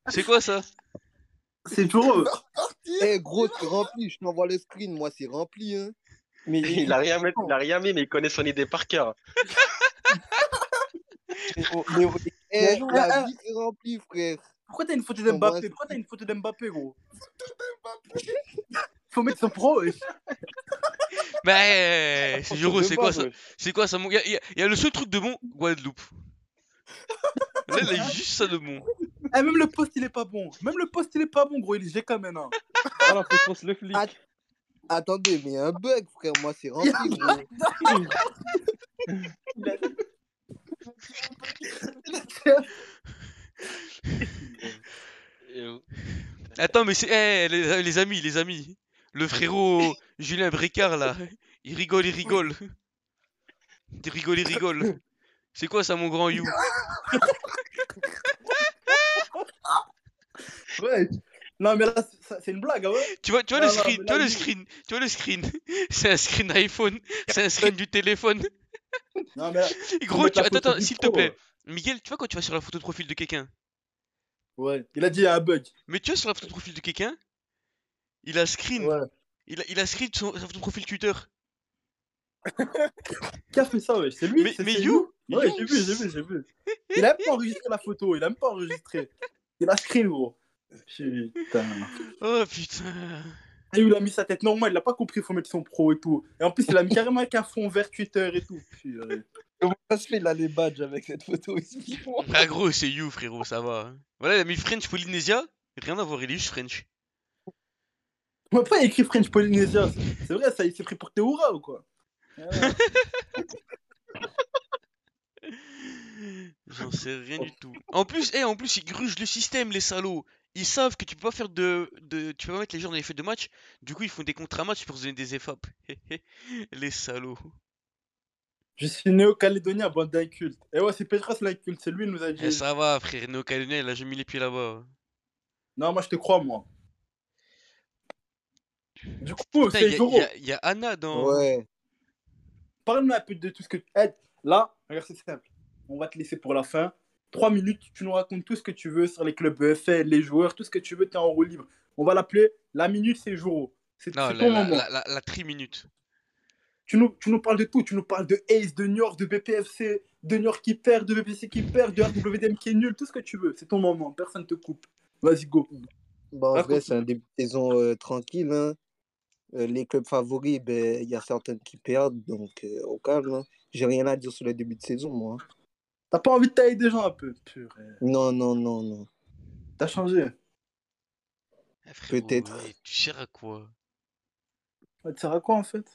[SPEAKER 1] c'est quoi ça
[SPEAKER 2] C'est
[SPEAKER 10] <laughs>
[SPEAKER 2] Juro.
[SPEAKER 10] Eh, gros, c'est rempli. Je t'envoie le screen, moi, c'est rempli, hein.
[SPEAKER 8] Mais
[SPEAKER 4] <laughs> Il a rien, mis- il a rien mis, mais il connaît son idée par cœur.
[SPEAKER 10] Eh,
[SPEAKER 2] Bien joué.
[SPEAKER 10] la
[SPEAKER 2] Ah, ah.
[SPEAKER 10] vie, c'est remplie, frère.
[SPEAKER 2] Pourquoi t'as une photo
[SPEAKER 10] Je t'envoie
[SPEAKER 2] d'Mbappé
[SPEAKER 10] un-
[SPEAKER 2] Pourquoi t'as une photo d'Mbappé, gros Faut mettre son pro, wesh.
[SPEAKER 1] Bah, Mais c'est Juro,
[SPEAKER 8] de
[SPEAKER 1] eh, c'est quoi
[SPEAKER 8] base,
[SPEAKER 1] ça
[SPEAKER 8] ouais.
[SPEAKER 1] C'est quoi ça, mon gars Il y, a- y a le seul truc de bon, Guadeloupe. Là, il a juste ça de bon.
[SPEAKER 2] Eh, même le poste, il est pas bon. Même le poste, il est pas bon, gros. Il est GK maintenant.
[SPEAKER 7] Ah la fréquence, le flic.
[SPEAKER 10] Ah, Attendez, mais il y a un bug, frère. Moi, c'est rempli, gros.
[SPEAKER 1] Attends, mais c'est. Eh, les, les amis, les amis. Le frérot Julien Bricard,
[SPEAKER 2] <laughs>
[SPEAKER 1] là. Il rigole, il rigole. Il rigole, il rigole. C'est quoi ça, mon grand You
[SPEAKER 2] Ouais. Non, mais là, c'est- ça- c'est une blague, ah ouais
[SPEAKER 1] Tu vois, tu vois
[SPEAKER 2] Non,
[SPEAKER 1] le
[SPEAKER 2] non,
[SPEAKER 1] screen,
[SPEAKER 2] mais
[SPEAKER 1] tu vois
[SPEAKER 2] là,
[SPEAKER 1] le
[SPEAKER 2] You.
[SPEAKER 1] screen, tu vois le screen. <laughs> C'est un screen iPhone, c'est un screen du téléphone.
[SPEAKER 2] Non,
[SPEAKER 1] <laughs>
[SPEAKER 2] mais là, faut
[SPEAKER 1] Gros,
[SPEAKER 2] mettre
[SPEAKER 1] tu...
[SPEAKER 2] la
[SPEAKER 1] attends,
[SPEAKER 2] photo
[SPEAKER 1] attends,
[SPEAKER 2] du
[SPEAKER 1] s'il te
[SPEAKER 2] pro,
[SPEAKER 1] plaît. Miguel, tu vois quand tu vas sur la photo de profil de quelqu'un
[SPEAKER 2] Ouais. Il a dit, il y a un bug.
[SPEAKER 1] Mais tu vois sur la photo de profil de quelqu'un, il a screen.
[SPEAKER 2] Ouais.
[SPEAKER 1] Il a, il a screen son, son profil Twitter.
[SPEAKER 2] Qui a fait ça, wesh C'est lui
[SPEAKER 1] Mais-
[SPEAKER 2] c'est-
[SPEAKER 1] mais
[SPEAKER 2] c'est
[SPEAKER 1] You
[SPEAKER 2] lui Ouais,
[SPEAKER 1] You
[SPEAKER 2] j'ai vu, j'ai vu, j'ai vu. Il a même pas enregistré la photo, il a même pas enregistré. Il a screen, gros. Putain.
[SPEAKER 1] Oh putain.
[SPEAKER 2] Et il a mis sa tête normale, il a pas compris, faut mettre son pro et tout. Et en plus, il a mis carrément avec un fond vert Twitter et tout. Purée.
[SPEAKER 8] Comment ça se fait, il a les badges avec cette photo explique-moi.
[SPEAKER 1] Bah gros, c'est You frérot, ça va. hein. Voilà, il a mis French Polynesia, rien à voir, il est juste French.
[SPEAKER 2] On m'a pas écrit French Polynesia. C'est vrai, ça, il s'est pris pour Théora ou quoi
[SPEAKER 1] J'en sais rien du tout. En plus, eh, en plus, ils grugent le système, les salauds. Ils savent que tu peux pas faire de, de tu peux pas mettre les gens dans les feux de match. Du coup, ils font des contrats match pour se donner des E FAP. <laughs> les salauds.
[SPEAKER 2] Je suis néo-calédonien, bande d'incultes. Et ouais, c'est Petras l'inculte, c'est lui qui nous a
[SPEAKER 1] Eh,
[SPEAKER 2] dit.
[SPEAKER 1] ça va, frère, néo calédonien il a jamais mis les pieds là-bas.
[SPEAKER 2] Non, moi je te crois, moi. Du coup,
[SPEAKER 1] Putain,
[SPEAKER 2] Oh, c'est
[SPEAKER 1] il y, a-
[SPEAKER 2] Joro.
[SPEAKER 1] y a- y a Anna dans.
[SPEAKER 10] Ouais.
[SPEAKER 2] Parle-nous un peu de tout ce que tu aides. Là, regarde, c'est simple. On va te laisser pour la fin. Trois minutes, tu nous racontes tout ce que tu veux sur les clubs EFL, les joueurs, tout ce que tu veux, t'es en roue libre. On va l'appeler la minute, c'est Joro. C'est
[SPEAKER 1] Non,
[SPEAKER 2] c'est
[SPEAKER 1] la,
[SPEAKER 2] ton
[SPEAKER 1] la,
[SPEAKER 2] moment.
[SPEAKER 1] la, la, la tri minutes.
[SPEAKER 2] Tu nous, tu nous parles de tout. Tu nous parles de Ace, de Niort, de BPFC, de Niort qui perd, de BPC qui perd, de RWDM qui est nul, tout ce que tu veux. C'est ton moment. Personne te coupe. Vas-y, go.
[SPEAKER 10] Bah, en
[SPEAKER 2] Raconte-nous.
[SPEAKER 10] vrai, c'est un début de saison euh, tranquille, hein. Euh, les clubs favoris, ben, il y a certaines qui perdent, donc euh, au calme. hein. J'ai rien à dire sur le début de saison, moi.
[SPEAKER 2] T'as pas envie de tailler des gens un peu Purée.
[SPEAKER 10] Non, non, non, non.
[SPEAKER 2] T'as changé.
[SPEAKER 1] Eh, frérot,
[SPEAKER 10] Peut-être.
[SPEAKER 1] eh, tu sers à quoi
[SPEAKER 2] Ça te sert à quoi en fait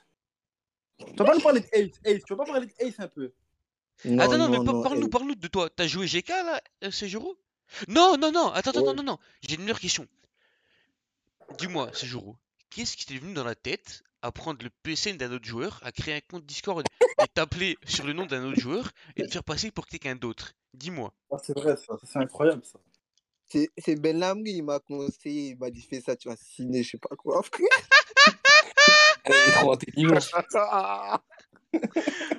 [SPEAKER 2] Tu vas pas nous parler de Ace. Ace, tu vas pas parler de Ace un peu
[SPEAKER 10] Non,
[SPEAKER 1] Attends, Ah, non, mais
[SPEAKER 10] non,
[SPEAKER 1] par-
[SPEAKER 10] non.
[SPEAKER 1] parle-nous,
[SPEAKER 10] eh,
[SPEAKER 1] parle-nous de toi. T'as joué GK là, euh, Sejuro Non, non, non, attends, attends,
[SPEAKER 10] Ouais.
[SPEAKER 1] non, non, non. J'ai une meilleure question. Dis-moi, Sejuro, qu'est-ce qui t'est venu dans la tête à prendre le PSN d'un autre joueur, à créer un compte Discord et t'appeler sur le nom d'un autre joueur et te faire passer pour quelqu'un d'autre Dis-moi.
[SPEAKER 2] Ah, c'est vrai, ça. C'est incroyable, ça.
[SPEAKER 10] C'est c'est Ben Lamri, il m'a conseillé, il m'a dit fais ça, tu vas signer, je sais pas quoi. frère.
[SPEAKER 7] est trop intelligent.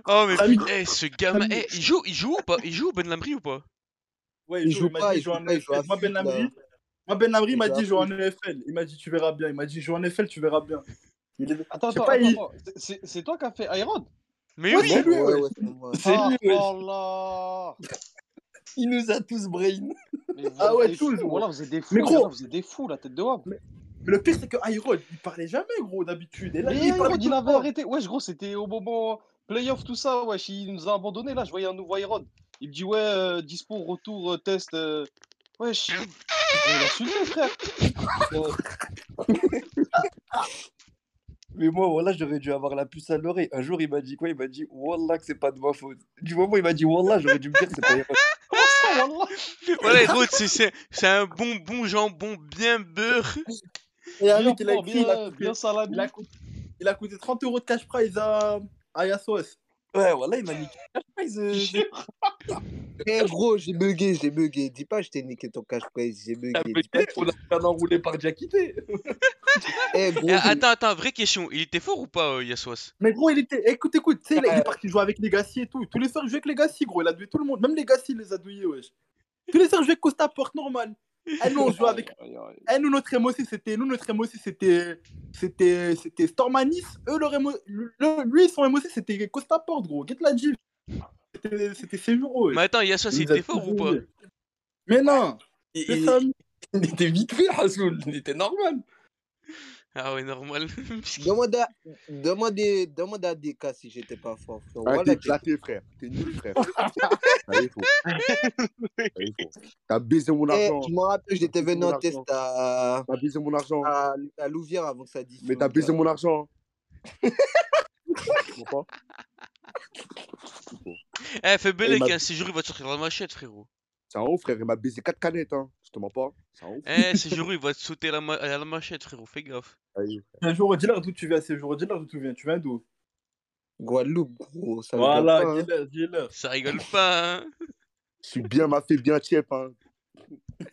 [SPEAKER 1] Oh mais
[SPEAKER 2] Ami-
[SPEAKER 1] putain, eh, ce gamin,
[SPEAKER 2] Ami-
[SPEAKER 1] eh, il joue, il joue ou pas Il joue au Ben Lamri ou pas
[SPEAKER 2] Ouais,
[SPEAKER 10] Il joue
[SPEAKER 2] m'a
[SPEAKER 10] pas,
[SPEAKER 2] dit,
[SPEAKER 10] il joue
[SPEAKER 2] en
[SPEAKER 10] pas, il joue à
[SPEAKER 2] EFL. Moi, Ben
[SPEAKER 10] foot, là.
[SPEAKER 2] Amri, moi, Ben Amri
[SPEAKER 10] Il
[SPEAKER 2] m'a
[SPEAKER 10] joue à
[SPEAKER 2] dit, joue en EFL. Il m'a dit, tu verras bien. Il m'a dit, joue en EFL, tu verras bien. Il est-
[SPEAKER 7] Attends,
[SPEAKER 2] Je sais
[SPEAKER 7] attends,
[SPEAKER 2] pas,
[SPEAKER 7] attends,
[SPEAKER 2] il-
[SPEAKER 7] attends. C'est- C'est c'est toi qui as fait Iron
[SPEAKER 1] Mais
[SPEAKER 2] Ouais,
[SPEAKER 1] oui
[SPEAKER 2] c'est lui,
[SPEAKER 10] Ouais,
[SPEAKER 2] ouais.
[SPEAKER 10] ouais, c'est moi.
[SPEAKER 2] C'est
[SPEAKER 7] Ah,
[SPEAKER 2] lui, ouais.
[SPEAKER 7] oh là
[SPEAKER 10] Il nous a tous brain.
[SPEAKER 7] Mais vous
[SPEAKER 2] Ah
[SPEAKER 7] êtes
[SPEAKER 2] ouais,
[SPEAKER 7] des
[SPEAKER 2] tout le
[SPEAKER 7] fous,
[SPEAKER 2] jour.
[SPEAKER 7] voilà, vous êtes des fous,
[SPEAKER 2] Mais gros-
[SPEAKER 7] voilà, vous êtes des fous, la tête de homme.
[SPEAKER 2] Mais le pire, c'est que Iron, il parlait jamais, gros, d'habitude. Et là,
[SPEAKER 7] Mais
[SPEAKER 2] lui, il parlait
[SPEAKER 7] Iron,
[SPEAKER 2] tout
[SPEAKER 7] il
[SPEAKER 2] le
[SPEAKER 7] avait
[SPEAKER 2] temps.
[SPEAKER 7] arrêté. Wesh, gros, c'était au moment playoff, tout ça. Wesh, il nous a abandonné. Là, je voyais un nouveau Iron. Il me dit, ouais, euh, dispo, retour, euh, test. euh, Wesh,
[SPEAKER 4] <laughs>
[SPEAKER 7] je vais l'insulter, <laughs> frère.
[SPEAKER 10] Non. Mais moi, voilà, j'aurais dû avoir la puce à l'oreille. Un jour, il m'a dit quoi Il m'a dit Wallah, que c'est pas de ma faute. Du moment où il m'a dit Wallah, j'aurais dû me dire que c'est pas Iron.
[SPEAKER 7] Comment ça, wallah
[SPEAKER 1] Voilà, Hérode, c'est- c'est c'est un bon, bon jambon bien beurre.
[SPEAKER 2] Et
[SPEAKER 7] Bien
[SPEAKER 2] Arik, il a
[SPEAKER 7] porc,
[SPEAKER 2] écrit, il a
[SPEAKER 7] bien,
[SPEAKER 2] coûté,
[SPEAKER 7] bien salami.
[SPEAKER 2] il a coûté, il a coûté 30 euros de cash prize à, à Yassos.
[SPEAKER 10] Ouais, voilà, il m'a niqué. Ah,
[SPEAKER 7] <laughs>
[SPEAKER 10] ze- ze-
[SPEAKER 7] Jure.
[SPEAKER 10] Eh gros, j'ai bugué, j'ai bugué. Dis pas, je t'ai niqué ton cash prize, j'ai bugué. Dis pas, je t'ai-
[SPEAKER 2] On a fait un enroulé
[SPEAKER 7] <laughs>
[SPEAKER 2] par Diakité.
[SPEAKER 10] Eh
[SPEAKER 1] Eh,
[SPEAKER 10] gros, j'ai-
[SPEAKER 1] attends, attends, vraie question. Il était fort ou pas, euh, Yasuas
[SPEAKER 2] Mais gros, il était. Écoute, écoute, tu sais, il est- il est parti jouer avec Legacy et tout. Tous les soirs, il jouait avec Legacy, gros. Il a doué tout le monde. Même Legacy, il les a douillés, wesh. Tous les soirs, il jouait avec Costa Porte, normal. Eh, nous, on jouait avec.
[SPEAKER 7] Aïe, aïe, aïe.
[SPEAKER 2] Eh, nous, notre MOC, c'était. Nous, notre MOC, c'était. C'était. C'était Stormanis. Eux, leur MOC. le- Lui, son MOC, c'était Costa Porte, gros. Get la Jeep. C'était c'était Séjour, wesh.
[SPEAKER 1] Mais attends, Yasuas,
[SPEAKER 2] Il
[SPEAKER 1] il
[SPEAKER 2] nous a
[SPEAKER 1] était fort
[SPEAKER 2] tous
[SPEAKER 1] ou pas
[SPEAKER 2] douillés. Mais non
[SPEAKER 8] Il,
[SPEAKER 2] C'est
[SPEAKER 8] il-
[SPEAKER 2] ça,
[SPEAKER 8] il était vite fait, Hassoul. Il était normal.
[SPEAKER 1] Ah ouais, normal. Puisqu'il-
[SPEAKER 10] demande à... Demandez... Demande à Deka si j'étais pas fort, frère.
[SPEAKER 5] Ah, t'es
[SPEAKER 10] Voilà, que j'étais-
[SPEAKER 5] éclaté, frère. T'es nul, frère. <laughs> Ça y est, faux. Ça y est, faux. T'as baisé mon
[SPEAKER 10] Eh,
[SPEAKER 5] argent.
[SPEAKER 10] je me rappelle,
[SPEAKER 5] T'as
[SPEAKER 10] j'étais
[SPEAKER 5] baisé
[SPEAKER 10] venu
[SPEAKER 5] mon
[SPEAKER 10] en test
[SPEAKER 5] argent.
[SPEAKER 10] à,
[SPEAKER 5] T'as baisé mon argent.
[SPEAKER 10] à... à Louvière avant que ça
[SPEAKER 5] Mais t'as
[SPEAKER 10] dissoute.
[SPEAKER 5] baisé mon argent. Tu comprends pas
[SPEAKER 1] Eh, fais
[SPEAKER 5] Eh, il m'a-
[SPEAKER 1] Belek, hein, ces jours, il va te sortir la machette, frérot.
[SPEAKER 5] C'est un haut, frère. Il m'a baisé 4 canettes. Hein. Je te mens pas. C'est un haut.
[SPEAKER 1] Eh, ces jours, il va te sauter la, ma- à la machette, frérot. Fais gaffe.
[SPEAKER 5] Ça y est.
[SPEAKER 2] Séjour au dealer, d'où tu viens Séjour au dealer, d'où tu viens Tu viens d'où
[SPEAKER 10] Guadeloupe, gros, ça rigole
[SPEAKER 2] Voilà,
[SPEAKER 10] pas. hein.
[SPEAKER 2] dealer, dealer.
[SPEAKER 1] Ça rigole pas, hein.
[SPEAKER 5] Je suis bien ma fille, bien tiep. Hein.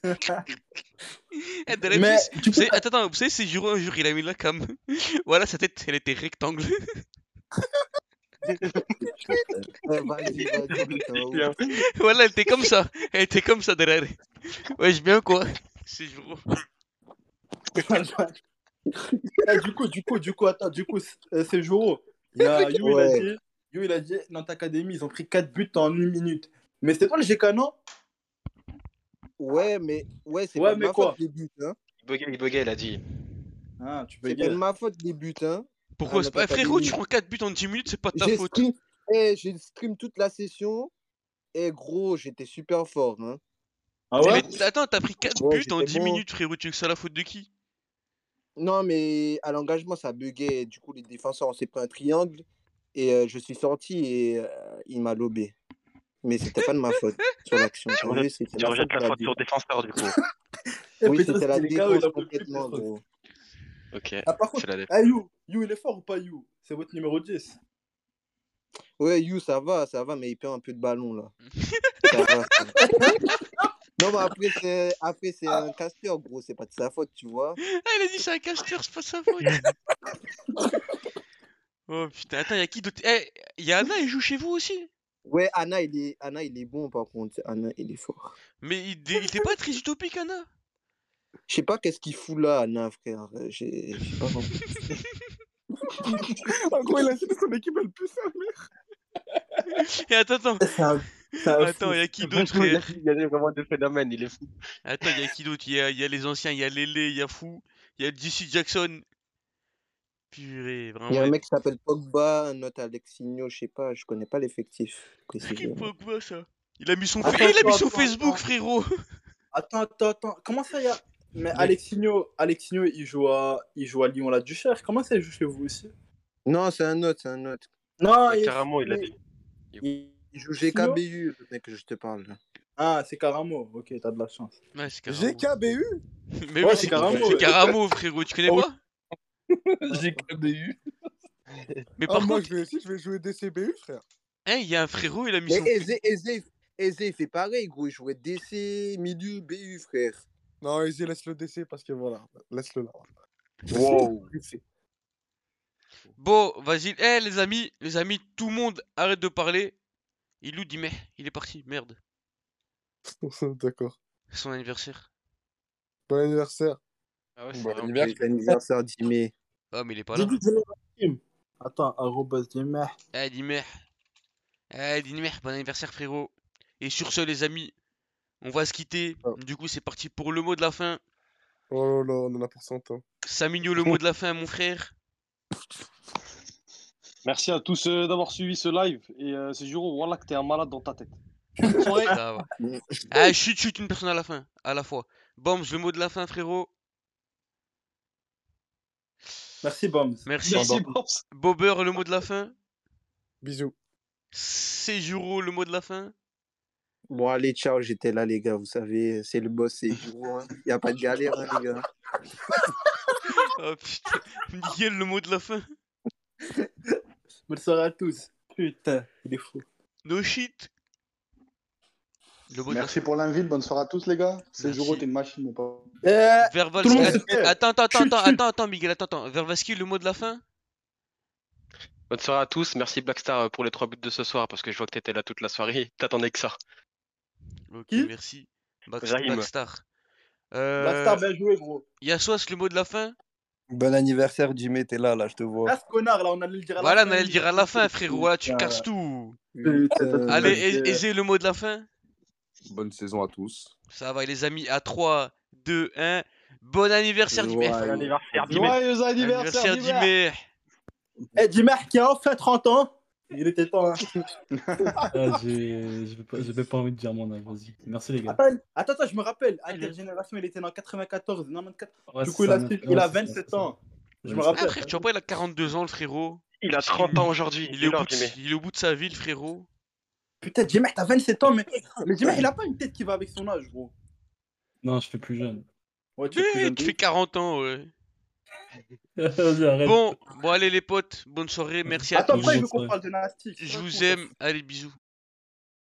[SPEAKER 1] Eh, dans la
[SPEAKER 2] Mais
[SPEAKER 1] pièce.
[SPEAKER 2] tu
[SPEAKER 1] Vous
[SPEAKER 2] peux <laughs>
[SPEAKER 1] savez, attends, attends, vous savez, ces jours, un jour, il a mis la cam. <laughs> voilà, sa tête, elle était rectangle. <laughs>
[SPEAKER 10] Eh, vas-y, vas-y, mais t'es un ouf.
[SPEAKER 1] voilà, elle était comme ça. Elle était comme ça derrière. Ouais, je bien quoi. Ces jours.
[SPEAKER 2] Eh, du coup, du coup, du coup, attends, du coup, c- euh, c'est Joro. Il y a Yu, il a
[SPEAKER 10] Ouais.
[SPEAKER 2] dit, Yu, il a dit, dans ta académie, ils ont pris 4 buts en 1 minute. Mais c'était toi le GK, non
[SPEAKER 10] Ouais, mais ouais, c'est
[SPEAKER 2] Ouais,
[SPEAKER 10] pas de
[SPEAKER 2] mais
[SPEAKER 10] ma
[SPEAKER 2] quoi
[SPEAKER 10] faute les buts, hein.
[SPEAKER 4] Il buguait, il buguait, il a dit.
[SPEAKER 2] Ah, tu
[SPEAKER 10] C'est pas de
[SPEAKER 2] bégayes.
[SPEAKER 10] ma faute les buts, hein. À
[SPEAKER 1] Pourquoi c'est
[SPEAKER 10] notre
[SPEAKER 1] pas. Eh, frérot, tu
[SPEAKER 10] académie.
[SPEAKER 1] prends 4 buts en 10 minutes, c'est pas de ta
[SPEAKER 10] J'ai
[SPEAKER 1] faute.
[SPEAKER 10] stream... eh, j'ai stream toute la session. Eh gros, j'étais super fort, hein.
[SPEAKER 2] Ah ouais
[SPEAKER 1] Mais t- attends, t'as pris 4
[SPEAKER 10] Gros,
[SPEAKER 1] buts en
[SPEAKER 10] j'étais
[SPEAKER 1] 10
[SPEAKER 10] bon.
[SPEAKER 1] minutes, frérot. Tu veux que ça la faute de qui
[SPEAKER 10] Non, mais à l'engagement, ça buguait. Du coup, les défenseurs, on s'est pris un triangle. Et euh, je suis sorti et euh, il m'a lobé. Mais c'était pas de ma faute sur l'action.
[SPEAKER 4] Tu
[SPEAKER 10] T'as vu,
[SPEAKER 4] rejettes,
[SPEAKER 9] <laughs>
[SPEAKER 10] c'était
[SPEAKER 4] tu
[SPEAKER 10] la
[SPEAKER 4] rejettes
[SPEAKER 10] faute de
[SPEAKER 4] la
[SPEAKER 10] la
[SPEAKER 4] faute sur
[SPEAKER 10] défense.
[SPEAKER 4] défenseur, du
[SPEAKER 7] <laughs>
[SPEAKER 4] coup.
[SPEAKER 2] Eh,
[SPEAKER 10] Oui,
[SPEAKER 2] Petros,
[SPEAKER 10] c'était la
[SPEAKER 2] il est KO, il
[SPEAKER 10] défense
[SPEAKER 2] a plus plus
[SPEAKER 10] complètement,
[SPEAKER 2] Petros.
[SPEAKER 10] gros.
[SPEAKER 4] Ok,
[SPEAKER 2] Ah, par
[SPEAKER 4] c'est
[SPEAKER 2] contre,
[SPEAKER 4] la
[SPEAKER 7] euh,
[SPEAKER 4] défense.
[SPEAKER 2] ah, You, You, il est fort ou pas You C'est votre numéro 10.
[SPEAKER 10] Ouais, You, ça va, ça va, mais il perd un peu de ballon, là. Ça va, ça va. Non, mais après, c'est après, c'est un casseur, gros. C'est pas de sa faute, tu vois.
[SPEAKER 1] Ah, il a dit c'est un cacheteur, c'est pas sa faute. Oh putain, attends, y'a qui d'autre Eh, y'a Anna, il joue chez vous aussi
[SPEAKER 10] Ouais, Anna, il est, Anna, il est bon, par contre. Anna, il est fort.
[SPEAKER 1] Mais il, dé- il était pas très utopique, Anna
[SPEAKER 10] Je sais pas qu'est-ce qu'il fout là, Anna, frère. Euh, J'ai j'ai pas compris.
[SPEAKER 9] <laughs> En gros, il a cité son équipe, elle pue ça.
[SPEAKER 1] Et attends, attends,
[SPEAKER 2] Eh, C'est un, c'est un
[SPEAKER 1] attends,
[SPEAKER 2] fou.
[SPEAKER 1] y'a qui d'autre
[SPEAKER 4] Franchement, il a
[SPEAKER 1] frère
[SPEAKER 4] il y a vraiment des phénomènes, il est fou.
[SPEAKER 1] Attends, y'a qui d'autre Y'a y a les anciens, y'a Lele, y'a Fou, y'a JC Jackson. Purée,
[SPEAKER 10] Il y
[SPEAKER 1] vraiment.
[SPEAKER 10] a un
[SPEAKER 1] y'a-
[SPEAKER 10] mec qui s'appelle Pogba, un autre Alexinho, je sais pas, je connais pas l'effectif
[SPEAKER 1] C'est qui
[SPEAKER 10] précisément.
[SPEAKER 1] Pogba ça Il a mis son, fa-
[SPEAKER 2] Attends,
[SPEAKER 1] Eh, il a mis
[SPEAKER 2] attends,
[SPEAKER 1] son
[SPEAKER 2] attends,
[SPEAKER 1] Facebook,
[SPEAKER 2] attends.
[SPEAKER 1] frérot
[SPEAKER 2] Attends, attends, attends. Comment ça, y a Mais
[SPEAKER 1] Mais-
[SPEAKER 2] Alexinho, Alexinho, il joue à, il joue à Lyon, la Duchère. Comment ça, il joue chez vous aussi
[SPEAKER 10] Non, c'est un autre, c'est un autre.
[SPEAKER 7] Ah,
[SPEAKER 2] Non,
[SPEAKER 4] Ouais,
[SPEAKER 2] il,
[SPEAKER 4] carrément, il a
[SPEAKER 2] il-
[SPEAKER 4] dit.
[SPEAKER 10] Il il joue
[SPEAKER 2] Sinon
[SPEAKER 10] GKBU, le mec que je te parle. là.
[SPEAKER 2] Ah, c'est Caramo. Ok, t'as de la chance.
[SPEAKER 1] Ouais, c'est Caramo.
[SPEAKER 9] GKBU
[SPEAKER 1] Mais
[SPEAKER 2] Ouais,
[SPEAKER 1] oui,
[SPEAKER 2] c'est
[SPEAKER 1] c'est
[SPEAKER 2] Caramo.
[SPEAKER 1] c'est
[SPEAKER 2] ouais.
[SPEAKER 1] Caramo, frérot, tu connais
[SPEAKER 2] Oh,
[SPEAKER 1] pas
[SPEAKER 7] J'ai que DU.
[SPEAKER 1] Mais
[SPEAKER 9] Ah,
[SPEAKER 1] par
[SPEAKER 9] moi,
[SPEAKER 1] contre,
[SPEAKER 9] je vais, si, je vais jouer DCBU, frère.
[SPEAKER 1] eh, il y a un frérot, il a mis
[SPEAKER 10] Mais
[SPEAKER 1] son.
[SPEAKER 10] Eze, Eze, Eze, il fait pareil, gros. Il jouait DC, milieu, BU, frère.
[SPEAKER 9] Non, vas-y, laisse le DC parce que voilà, laisse-le là. <laughs>
[SPEAKER 7] Wow.
[SPEAKER 1] Bon, vas-y. Eh, les amis, les amis, tout le monde arrête de parler. Il nous dit, mais il est parti, merde.
[SPEAKER 9] D'accord.
[SPEAKER 1] Son anniversaire.
[SPEAKER 9] Bon anniversaire.
[SPEAKER 4] Ah ouais, c'est
[SPEAKER 7] Bah,
[SPEAKER 8] Bon,
[SPEAKER 4] vrai.
[SPEAKER 8] l'hiver,
[SPEAKER 10] C'est l'anniversaire d'Imé.
[SPEAKER 1] Ah, mais il est pas là.
[SPEAKER 2] Dis-lui, dis-lui, Hakim. Attends, arrobas Dimah.
[SPEAKER 1] Eh, dis merde. Eh, dis merde, bon anniversaire, frérot. Et sur ce, les amis, on va se quitter.
[SPEAKER 9] Oh.
[SPEAKER 1] Du coup, c'est parti pour le mot de la fin.
[SPEAKER 9] Oh là là, on en a pour 100 ans.
[SPEAKER 1] Samigno, le mot de la fin, mon frère.
[SPEAKER 7] Merci à tous euh, d'avoir suivi ce live. Et euh, c'est Juro, voilà que t'es un malade dans ta tête. Bonne soirée.
[SPEAKER 1] Ça
[SPEAKER 9] <laughs>
[SPEAKER 1] va. Ah, chut, chut, une personne à la fin, à la fois. Bombs, le mot de la fin, frérot.
[SPEAKER 2] Merci, Bombs.
[SPEAKER 1] Merci.
[SPEAKER 7] Merci, Bops.
[SPEAKER 1] Bobber, le mot de la fin.
[SPEAKER 9] Bisous.
[SPEAKER 1] Sejuro, le mot de la fin.
[SPEAKER 10] Bon, allez, ciao, j'étais là, les gars. Vous savez, c'est le boss, c'est du gros. Il n'y a pas de galère, hein, les gars.
[SPEAKER 1] Oh putain, <laughs> Miguel, le mot de la fin.
[SPEAKER 2] Bonne soirée à tous. Putain, il est fou.
[SPEAKER 1] No shit. Le mot de la
[SPEAKER 3] Merci pour l'invite, bonne soirée à tous les gars. C'est
[SPEAKER 1] Merci.
[SPEAKER 3] Juro, t'es une machine, mon pote.
[SPEAKER 2] Eh,
[SPEAKER 1] Verbal-
[SPEAKER 2] Tout le monde
[SPEAKER 1] Att-
[SPEAKER 2] se tait.
[SPEAKER 1] Euh, Attends, attends, attends,
[SPEAKER 2] Chut,
[SPEAKER 1] attends,
[SPEAKER 2] chut.
[SPEAKER 1] attends, attends, Miguel, attends, attends. Vervaski, le mot de la fin
[SPEAKER 4] Bonne soirée à tous. Merci Blackstar euh, pour les trois buts de ce soir parce que je vois que t'étais là toute la soirée. <laughs> T'attendais que ça.
[SPEAKER 1] Ok,
[SPEAKER 2] Qui
[SPEAKER 1] merci. Back-
[SPEAKER 4] Raïm.
[SPEAKER 1] Backstar. Euh,
[SPEAKER 2] Blackstar, bien joué, gros.
[SPEAKER 1] Yassos, le mot de la fin
[SPEAKER 8] Bon anniversaire, Jimmy, t'es là, là,
[SPEAKER 7] Ah,
[SPEAKER 8] je te vois.
[SPEAKER 2] Là, ce connard, là, on allait le dire à la
[SPEAKER 1] Voilà,
[SPEAKER 2] fin.
[SPEAKER 1] on allait le dire à la fin, frérot. Là, tu
[SPEAKER 2] Putain.
[SPEAKER 1] casses tout.
[SPEAKER 2] Putain.
[SPEAKER 1] Allez, aisez le mot de la fin.
[SPEAKER 5] Bonne saison à tous.
[SPEAKER 1] Ça va, les amis, à 3, 2, 1. Bon anniversaire, Dimer.
[SPEAKER 8] Joyeux
[SPEAKER 7] Anniversaire Joyeux anniversaire, Dimer.
[SPEAKER 1] Dimer.
[SPEAKER 2] Ah, Eh, Dimah, qui a enfin 30 ans. Il était temps, hein.
[SPEAKER 6] Ah, j'ai j'ai pas, j'ai même pas envie de dire mon âge, vas-y. Merci les gars.
[SPEAKER 2] Attends, attends, attends, je me rappelle. Intergénération, il était dans 94, 94.
[SPEAKER 6] Ouais,
[SPEAKER 2] du
[SPEAKER 6] c'est
[SPEAKER 2] coup, il
[SPEAKER 6] ça,
[SPEAKER 2] a,
[SPEAKER 6] neuf-
[SPEAKER 2] il a
[SPEAKER 6] ouais, c'est ça,
[SPEAKER 2] 27
[SPEAKER 6] c'est ça.
[SPEAKER 2] ans. Je me
[SPEAKER 6] Ouais,
[SPEAKER 1] Ah,
[SPEAKER 2] rappelle.
[SPEAKER 1] frère, tu vois pas, il a 42 ans, le frérot.
[SPEAKER 4] Il a 30 ans aujourd'hui.
[SPEAKER 1] Il est,
[SPEAKER 4] Il est
[SPEAKER 1] au bout
[SPEAKER 4] l'heure
[SPEAKER 1] de,
[SPEAKER 4] du mai.
[SPEAKER 1] il est au bout de sa vie, le frérot.
[SPEAKER 2] Putain, Jimmer, t'as 27 ans, mais, mais Jimmer, il a pas une tête qui va avec son âge, gros.
[SPEAKER 6] Non, je fais plus jeune.
[SPEAKER 2] Ouais,
[SPEAKER 1] Eh,
[SPEAKER 2] es plus jeune
[SPEAKER 1] tu
[SPEAKER 2] que
[SPEAKER 1] fais 40 ans, ouais.
[SPEAKER 6] <laughs> Vas-y, arrête.
[SPEAKER 1] Bon, bon, allez, les potes, bonne soirée,
[SPEAKER 6] Ouais.
[SPEAKER 1] merci à
[SPEAKER 2] lui. Attends,
[SPEAKER 1] tous.
[SPEAKER 2] pourquoi il
[SPEAKER 6] bonne
[SPEAKER 2] veut qu'on
[SPEAKER 6] soirée.
[SPEAKER 2] parle de Nasty
[SPEAKER 1] Je vous aime, allez, bisous.